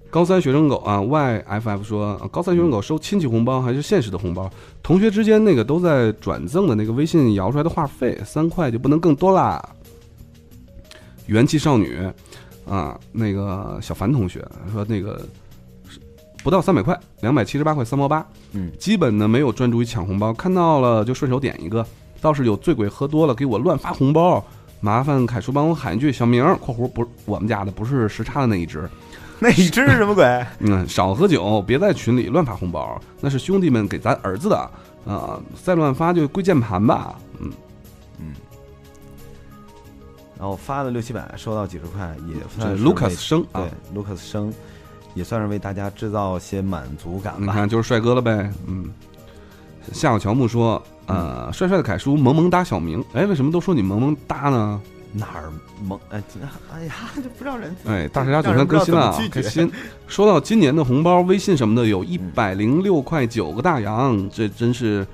A: 高三学生狗啊，YFF 说，呃高三学生狗收亲戚红包还是现实的红包？同学之间那个都在转赠的那个微信摇出来的话费，三块就不能更多啦。元气少女啊，那个小凡同学说那个是不到三百块，两百七十八块三毛八，
B: 嗯，
A: 基本呢没有专注于抢红包，看到了就顺手点一个。倒是有醉鬼喝多了给我乱发红包，麻烦凯叔帮我喊一句小明儿（括弧不是我们家的，不是时差的那一只）。
B: 那你这是什 么鬼？哎
A: 嗯，少喝酒，别在群里乱发红包，那是兄弟们给咱儿子的啊、再乱发就跪键盘吧。嗯，
B: 然后发了六七百，收到几十块，也
A: 这
B: 算是为
A: Lucas 生啊
B: 对，Lucas 生，也算是为大家制造些满足感
A: 你
B: 吧。
A: 看就是帅哥了呗。嗯，夏小乔木说，
B: 嗯
A: 呃，帅帅的凯叔，萌萌哒小明。哎，为什么都说你萌萌哒呢？
B: 哪儿萌？哎，这哎呀，这不让人
A: 嗯哎，大石家九三更新了啊
B: 让人，不
A: 开
B: 知道怎
A: 心。说到今年的红包、微信什么的，
B: 嗯
A: 有一百零六块九个大洋，这真是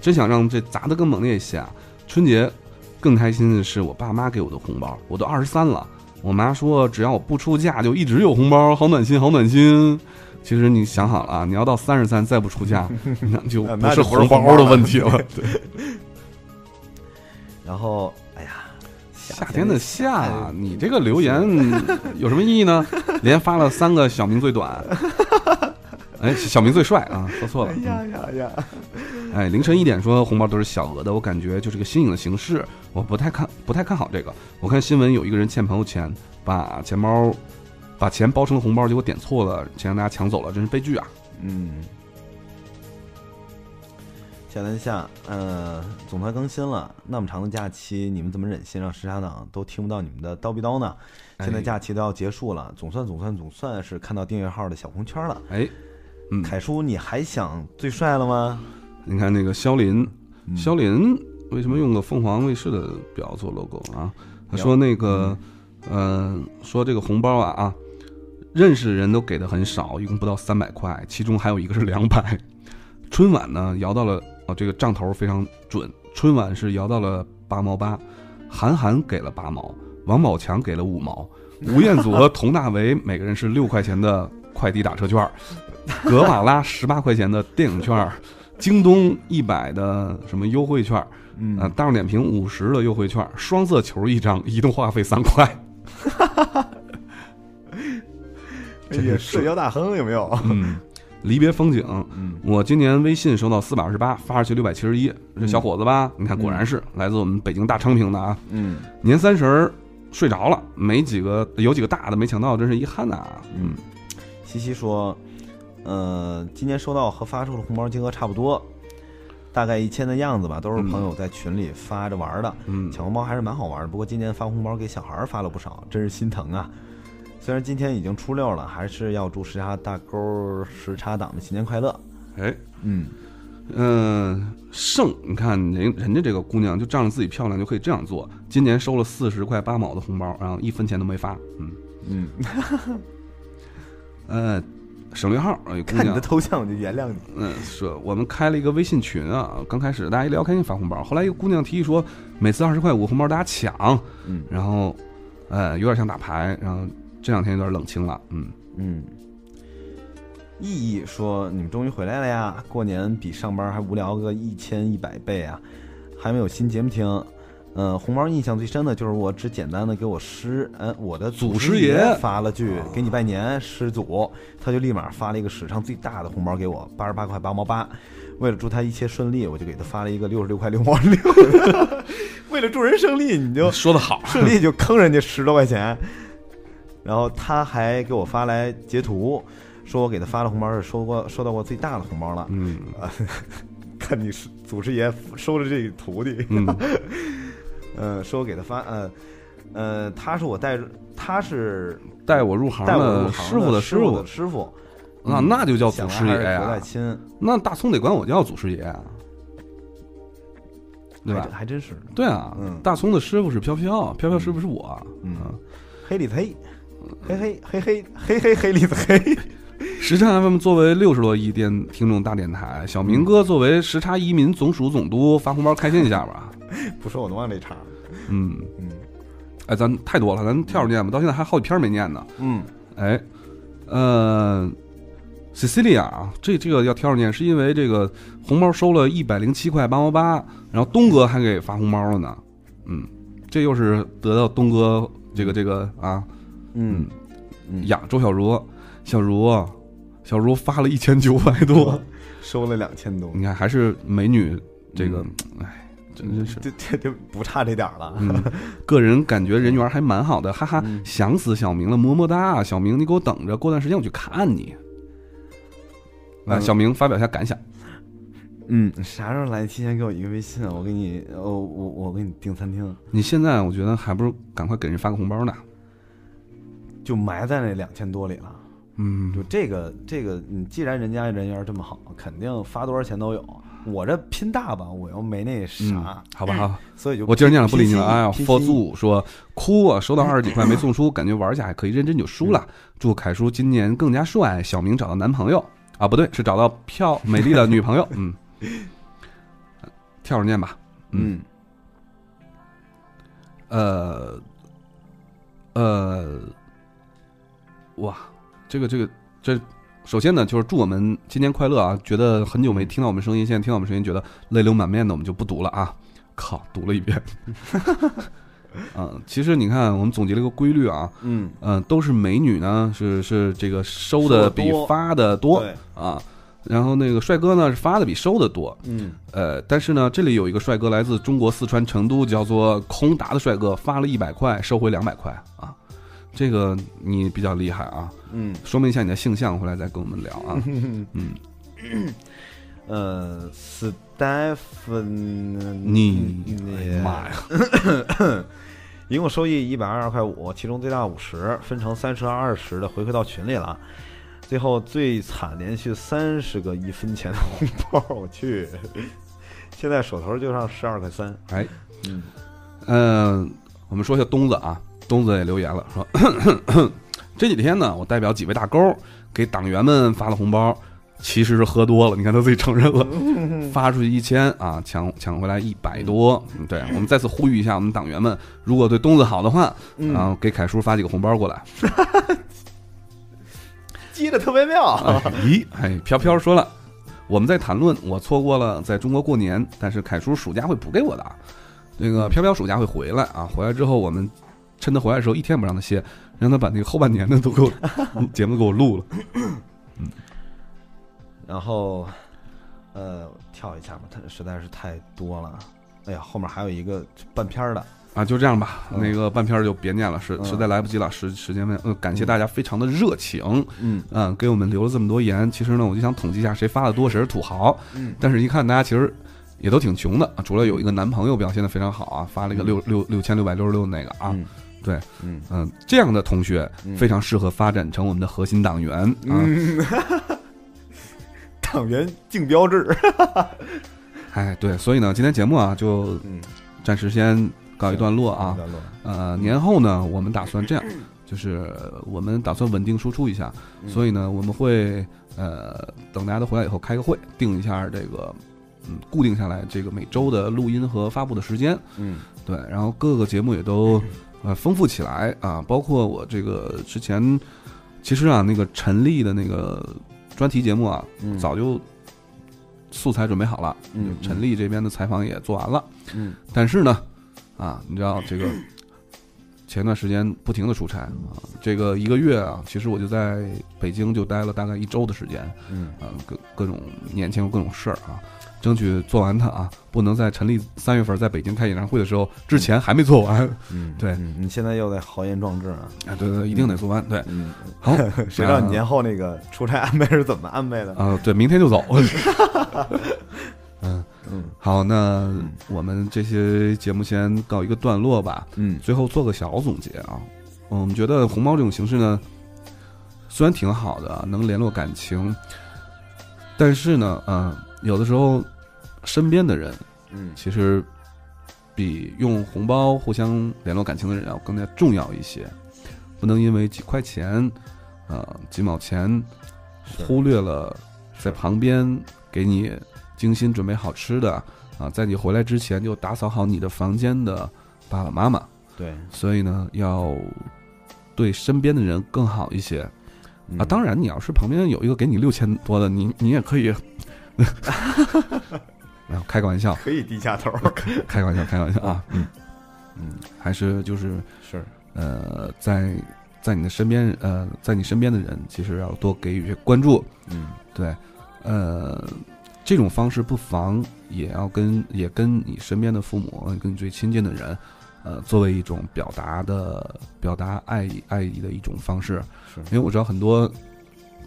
A: 真想让这砸得更猛烈一些啊！春节更开心的是我爸妈给我的红包，我都二十三了，我妈说只要我不出嫁就一直有红包，好暖心，好暖心。其实你想好了啊，你要到三十三再不出 嫁，那就
B: 那
A: 不是
B: 就不是
A: 红
B: 红
A: 包
B: 包
A: 的
B: 了
A: 问题了。对
B: 然后，哎呀，
A: 夏天的夏，你这个留 言有什么意义呢？连发了三个小明最短，哎，小明最帅啊，说错了
B: 哎。呀呀呀！
A: 嗯哎，凌晨一点说红包都是小额的，我感觉就是个新颖的形式，我不太看不太看好这个。我看新闻有一个人欠朋友钱，把钱包把钱包成红包，结果点错了，钱让大家抢走了，真是悲剧啊！
B: 嗯，夏天夏，呃，总台更新了，那么长的假期，你们怎么忍心让时差党都听不到你们的叨逼叨呢？现在
A: 哎
B: 假期都要结束了，总算总算总算是看到订阅号的小红圈了。
A: 哎，嗯
B: 凯叔，你还想最帅了吗？
A: 你看那个肖林，
B: 嗯
A: 肖林为什么用个凤凰卫视的表做 logo 啊？他
B: 有
A: 说那个，呃，说这个红包啊啊，认识的人都给的很少，一共不到三百块，其中还有一个是两百。春晚呢摇到了啊，这个账头非常准，春晚是摇到了八毛八，韩寒给了八毛，王宝强给了五毛，吴彦祖和佟大为每个人是六块钱的快递打车券儿，格瓦拉十八块钱的电影券儿，京东一百的什么优惠券儿，
B: 嗯
A: 啊，大众点评五十的优惠券儿，双色球一张，移动话费三块。 真是
B: 哎社交大亨有没有？
A: 嗯，离别风景，
B: 嗯
A: 我今年微信收到四百二十八，发出去六百七十一，
B: 嗯
A: 这小伙子吧，你看果然是来自我们北京大昌平的啊。
B: 嗯
A: 年三十儿睡着了，没几个有几个大的没抢到，真是遗憾呐、
B: 嗯，西西说，呃，今年收到和发出的红包金额差不多，大概一千的样子吧，都是朋友在群里发着玩儿的。
A: 嗯
B: 抢红包还是蛮好玩儿的，不过今年发红包给小孩儿发了不少，真是心疼啊。虽然今天已经初六了，还是要祝时差大勾儿时差党们新年快乐。
A: 哎，
B: 嗯，
A: 嗯，胜，你看人人家这个姑娘就仗着自己漂亮就可以这样做。今年收了四十块八毛的红包，然后一分钱都没发。嗯
B: 嗯，
A: 呃，省略号，哎，姑
B: 看 你
A: 娘
B: 的，头像我就原谅你。
A: 嗯，说我们开了一个微信群啊，刚开始大家一聊开心发红包，后来一个姑娘提议说，每次二十块五红包大家抢，
B: 嗯
A: 然后，呃，有点像打牌，然后这两天有点冷清了，嗯，
B: 嗯，意义说你们终于回来了呀！过年比上班还无聊个一千一百倍啊！还没有新节目听。嗯、红包印象最深的就是我只简单的给我师，嗯，我的
A: 祖
B: 师
A: 师爷啊
B: 发了句“给你拜年，师祖”，他就立马发了一个史上最大的红包给我，八十八块八毛八。为了祝他一切顺利，我就给他发了一个六十六块六毛 六。 为了祝人胜利，你就
A: 说的好，
B: 顺利就坑人家十多块钱，然后他还给我发来截图，说我给他发的红包是收过收到过最大的红包了。
A: 嗯
B: 看你是祖师爷收了这徒弟，
A: 嗯，
B: 呃，说我给他发，呃，呃，他是我带入，他是
A: 带我入行
B: 带我入
A: 的
B: 行
A: 师傅
B: 的
A: 师
B: 傅
A: 傅
B: 的，师傅，
A: 那那就叫祖
B: 嗯想来
A: 师爷
B: 还是
A: 呀、
B: 国外亲，
A: 那大葱得管我叫祖师爷啊，对
B: 还
A: 吧
B: 真？还真是，
A: 对啊，
B: 嗯
A: 大葱的师傅是飘飘，飘飘师傅是我，
B: 嗯
A: 啊
B: 黑里子黑，黑黑黑黑黑黑黑里子黑，
A: 时差 FM 作为六十多亿电听众大电台，小
B: 嗯
A: 明哥作为时差移民总署总督发红包开心一下吧。
B: 不说我能往这茬儿，
A: 嗯，
B: 嗯
A: 哎，咱太多了，咱跳着念吧，到现在还好几篇没念呢。
B: 嗯，
A: 哎，呃，Cecilia 啊，这这个要挑着念，是因为这个红包收了一百零七块八毛八，然后东哥还给发红包了呢。嗯，这又是得到东哥这个这个啊
B: 嗯嗯
A: 养周小茹，小茹，小茹发了一千九百多，
B: 嗯收了两千多，
A: 你看还是美女，这个
B: 嗯
A: 哎、真真是。
B: 这这这不差这点儿了，
A: 嗯， 个人感觉人缘还蛮好的，哈哈，
B: 嗯
A: 想死小明了，么么哒，啊小明你给我等着，过段时间我去看你。来，
B: 嗯
A: 小明发表一下感想。
B: 嗯，啥时候来？提前给我一个微信，我给你，哦，我我给你订餐厅，
A: 你现在我觉得还不如赶快给人发个红包呢。
B: 就埋在那两千多里了。
A: 嗯
B: 就这个这个，你既然人家人缘这么好，肯定发多少钱都有。我这拼大吧，我又没那啥
A: 嗯，，好吧，好吧，
B: 所以就
A: 我今儿念了不理你了。
B: 拼心
A: 哎呀
B: 拼心
A: 佛祖说哭啊，收到二十几块没送出，感觉玩起来还可以，认真就输了。
B: 嗯
A: 祝凯叔今年更加帅，小明找到男朋友啊，不对，是找到漂美丽的女朋 友。嗯，跳着念吧。
B: 嗯
A: 呃，呃，哇，这个这个这，首先呢，就是祝我们今年快乐啊！觉得很久没听到我们声音，现在听到我们声音，觉得泪流满面的，我们就不读了啊！靠，读了一遍。 嗯，其实你看，我们总结了一个规律啊，
B: 嗯，
A: 嗯、都是美女呢，是是这个收的比
B: 收得多
A: 发的多
B: 对，
A: 啊，然后那个帅哥呢是发的比收的多，
B: 嗯
A: 呃，但是呢，这里有一个帅哥来自中国四川成都，叫做空达的帅哥，发了一百块，收回两百块啊。这个你比较厉害啊，
B: 嗯
A: 说明一下你的性向，回来再跟我们聊啊。嗯，
B: 呃，Stephen，嗯
A: 你哎
B: 你
A: 呀妈呀，
B: 一共收益一百二十块五，其中最大五十，分成三十二十的回馈到群里了。最后最惨，连续三十个一分钱的红包，我去！现在手头就剩十二块三。
A: 哎，
B: 嗯
A: 嗯、我们说一下东子啊，东子也留言了，说 这几天呢，我代表几位大钩给党员们发了红包，其实是喝多了，你看他自己承认了，
B: 嗯
A: 发出去一千啊，抢抢回来一百多。嗯对，我们再次呼吁一下我们党员们，如果对东子好的话，
B: 嗯
A: 然后给凯叔发几个红包过 来。
B: 接的特别妙。
A: 哎咦，哎，飘飘说了，我们在谈论我错过了在中国过年，但是凯叔暑假会补给我的啊。那个飘飘暑假会回来啊，回来之后我们趁他回来的时候一天不让他歇，让他把那个后半年的都给我 节目给我录了。
B: 然后，呃，跳一下吧，它实在是太多了。哎呀，后面还有一个半片儿的，
A: 啊，就这样吧，
B: 嗯
A: 那个半篇儿就别念了，实
B: 嗯
A: 实在来不及了，时时间问，呃，感谢大家非常的热情，
B: 嗯
A: 嗯，给我们留了这么多言。其实呢，我就想统计一下谁发的多，谁是土豪。
B: 嗯
A: 但是一看大家其实也都挺穷的，啊除了有一个男朋友表现的非常好啊，发了一个六六六千六百六十六那个啊，，对，
B: 嗯
A: 嗯，这样的同学
B: 嗯
A: 非常适合发展成我们的核心党员啊。
B: 嗯，党员竞标制，
A: 哎，对，所以呢，今天节目啊就
B: 嗯，
A: 暂时先告一段落啊。
B: 段落，
A: 呃，年后呢，我们打算这样，就是我们打算稳定输出一下，
B: 嗯
A: 所以呢，我们会呃等大家都回来以后开个会，定一下这个嗯固定下来这个每周的录音和发布的时间，
B: 嗯
A: 对，然后各个节目也都呃丰富起来啊，包括我这个之前其实啊那个陈丽的那个专题节目啊，
B: 嗯
A: 早就素材准备好了，
B: 嗯
A: 就陈丽这边的采访也做完了。
B: 嗯
A: 但是呢，啊，你知道这个前段时间不停的出差啊，这个一个月啊，其实我就在北京就待了大概一周的时间
B: 嗯
A: 啊，各各种年前有各种事儿啊，争取做完它啊，不能在陈立三月份在北京开演唱会的时候之前还没做完。
B: 嗯，
A: 对
B: 嗯你现在又在豪言壮志啊，
A: 哎，对对对，一定得做完。对，
B: 嗯，
A: 好，
B: 谁知道你
A: 啊
B: 年后 那个出差安排是怎么安排的？
A: 啊，对，明天就走。嗯，
B: 嗯
A: 好，那我们这些节目先告一个段落吧。
B: 嗯
A: 最后做个小总结啊，嗯我们觉得红包这种形式呢，虽然挺好的，能联络感情，但是呢，嗯、有的时候身边的人
B: 嗯
A: 其实比用红包互相联络感情的人要更加重要一些，不能因为几块钱，呃，几毛钱，
B: 是
A: 忽略了在旁边给你精心准备好吃的啊，在你回来之前就打扫好你的房间的爸爸妈妈。
B: 对
A: 所以呢，要对身边的人更好一些啊。当
B: 然
A: 然，你要是旁边有一个给你六千多的，你你也可以。 没有，开个玩笑，
B: 可以低下头，
A: 开个玩笑，开个玩笑啊！
B: 嗯
A: 还是就是
B: 是
A: 呃，在在你的身边，呃，在你身边的人，其实要多给予一些关注。
B: 嗯
A: 对，呃，这种方式不妨也要跟也跟你身边的父母，跟你最亲近的人，呃，作为一种表达的表达爱意爱意的一种方式。
B: 是
A: 因为我知道很多，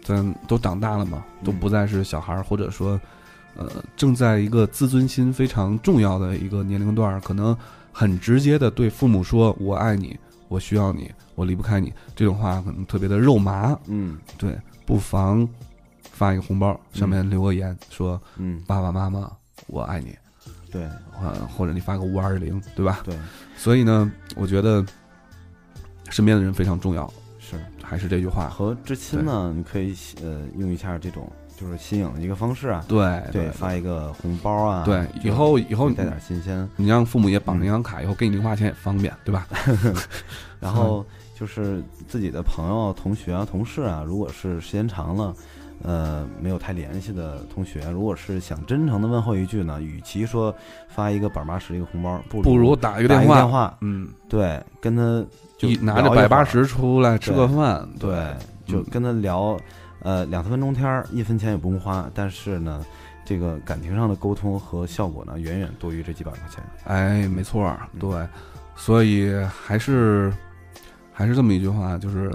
A: 咱都长大了嘛，都
B: 嗯
A: 不再是小孩儿，或者说，呃，正在一个自尊心非常重要的一个年龄段儿，可能很直接的对父母说“我爱你”。我需要你，我离不开你，这种话可能特别的肉麻，
B: 嗯
A: 对，不妨发一个红包，上面留个言、说“
B: 嗯
A: 爸爸妈妈，我爱你
B: 对”，
A: 呃，或者你发个五二零，对吧？
B: 对
A: 所以呢，我觉得身边的人非常重要，
B: 是
A: 还是这句话，
B: 和知青呢，你可以呃用一下这种就是新颖的一个方式啊，
A: 对
B: 对，发一个红包啊，
A: 对，
B: 就
A: 以后以后
B: 带
A: 你
B: 点嗯新鲜，
A: 你让父母也绑着银行卡，以后给你零花钱也方便，对吧？
B: 然后就是自己的朋友、同学啊、同事啊，如果是时间长了。呃，没有太联系的同学，如果是想真诚的问候一句呢，与其说发一个百八十一个红包，不如
A: 不如打一个
B: 打
A: 电
B: 一个电
A: 话，
B: 话，
A: 嗯，
B: 对，跟他就
A: 一拿着
B: 聊一会
A: 百
B: 儿
A: 八，十嗯出来吃
B: 对
A: 个饭，
B: 对，就跟他聊，呃，两三分钟天儿，一分钱也不用花，但是呢，这个感情上的沟通和效果呢，远远多于这几百块钱。
A: 哎，没错儿，
B: 嗯
A: 对，所以还是还是这么一句话，就是，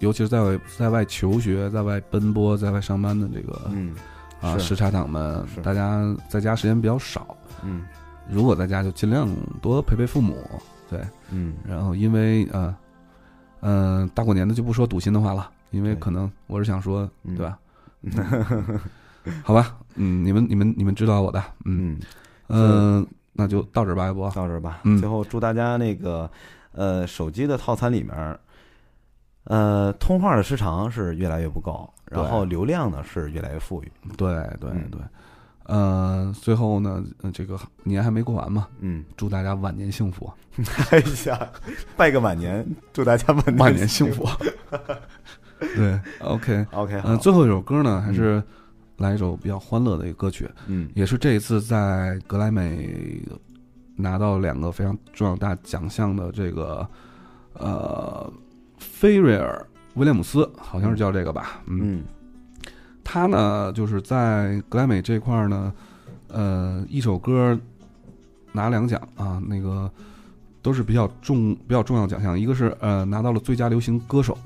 A: 尤其是在外在外求学、在外奔波、在外上班的这个、
B: 嗯
A: 啊
B: 是
A: 时差党们
B: 是，
A: 大家在家时间比较少，
B: 嗯
A: 如果在家就尽量多陪陪父母，对，
B: 嗯，
A: 然后因为呃嗯、大过年的就不说堵心的话了，因为
B: 对
A: 可能我是想说，
B: 嗯
A: 对吧？好吧，嗯， 你们你们你们知道我的，嗯
B: 嗯，
A: 嗯、那就到这儿吧，要不？
B: 到这儿吧。
A: 嗯
B: 最后祝大家那个，呃，手机的套餐里面儿，呃，通话的时长是越来越不够，然后流量呢是越来越富裕。
A: 对对
B: 嗯
A: 对，呃，最后呢，呃这个年还没过完嘛，
B: 嗯，
A: 祝大家晚年幸福，
B: 哎呀，拜个晚年，祝大家晚年
A: 晚年幸。福。 对，OK，
B: OK，
A: 嗯、
B: 好，
A: 最后一首歌呢，还是来一首比较欢乐的一个歌曲，
B: 嗯
A: 也是这一次在格莱美拿到两个非常重要大奖项的这个呃菲瑞尔威廉姆斯，好像是叫这个吧，嗯
B: 嗯
A: 他呢，就是在格莱美这块儿呢，呃，一首歌拿两奖啊，那个都是比较重、比较重要的奖项，一个是呃拿到了最佳流行歌手，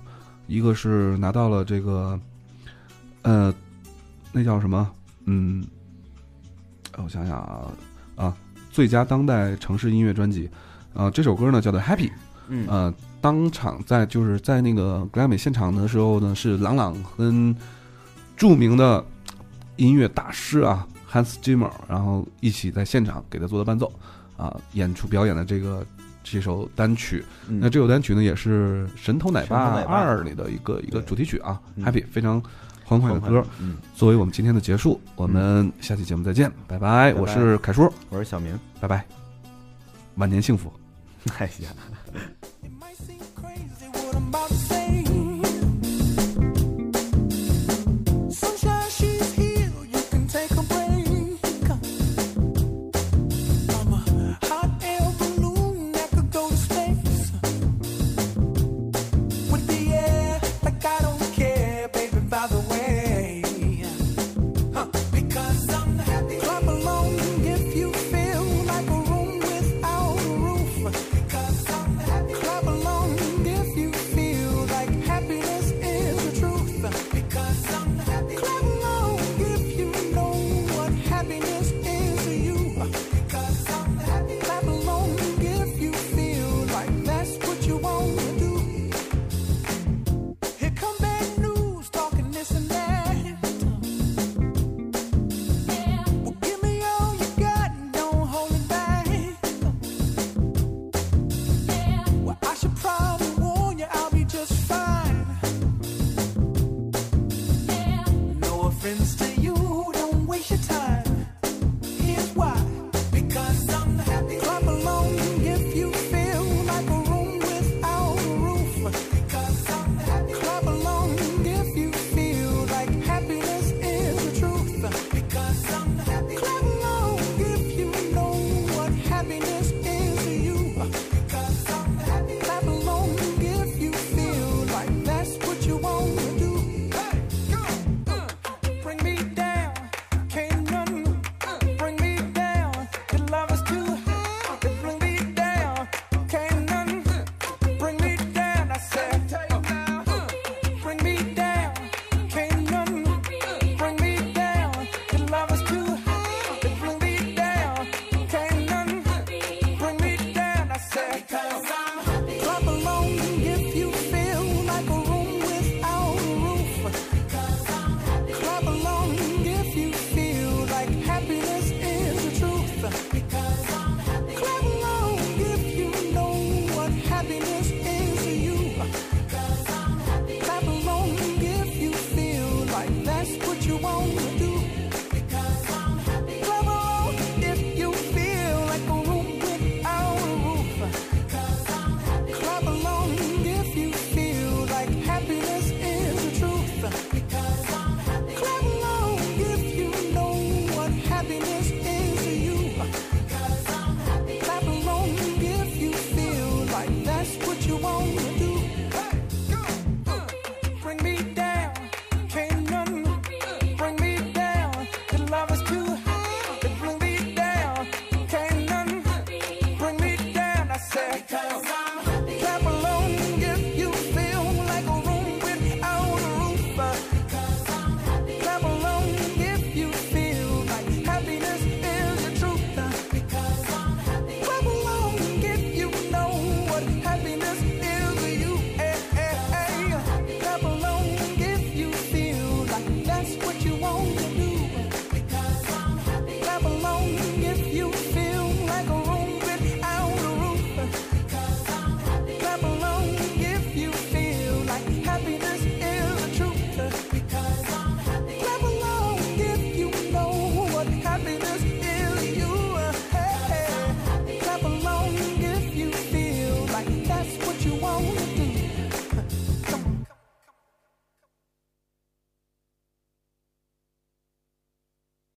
A: 一个是拿到了这个呃那叫什么？嗯，哎我想想啊啊，最佳当代城市音乐专辑，啊，这首歌呢叫做《Happy》。
B: 嗯
A: 呃，当场在就是在那个格莱美现场的时候呢，是朗朗跟著名的音乐大师啊 Hans Zimmer，然后一起在现场给他做的伴奏啊，演出表演的这个这首单曲。
B: 嗯
A: 那这首单曲呢，也是《神偷奶
B: 神偷
A: 爸
B: 奶爸
A: 二》里的一个一个
B: 对
A: 主题曲啊
B: 嗯
A: ，Happy 非常欢快的
B: 欢
A: 歌
B: 快。嗯，
A: 作为我们今天的结束，我们下期节目再见，拜拜！
B: 拜
A: 我是凯叔，
B: 我是小明。
A: 拜拜，晚年幸福。
B: 哎呀。
D: It might seem crazy what I'm about to say,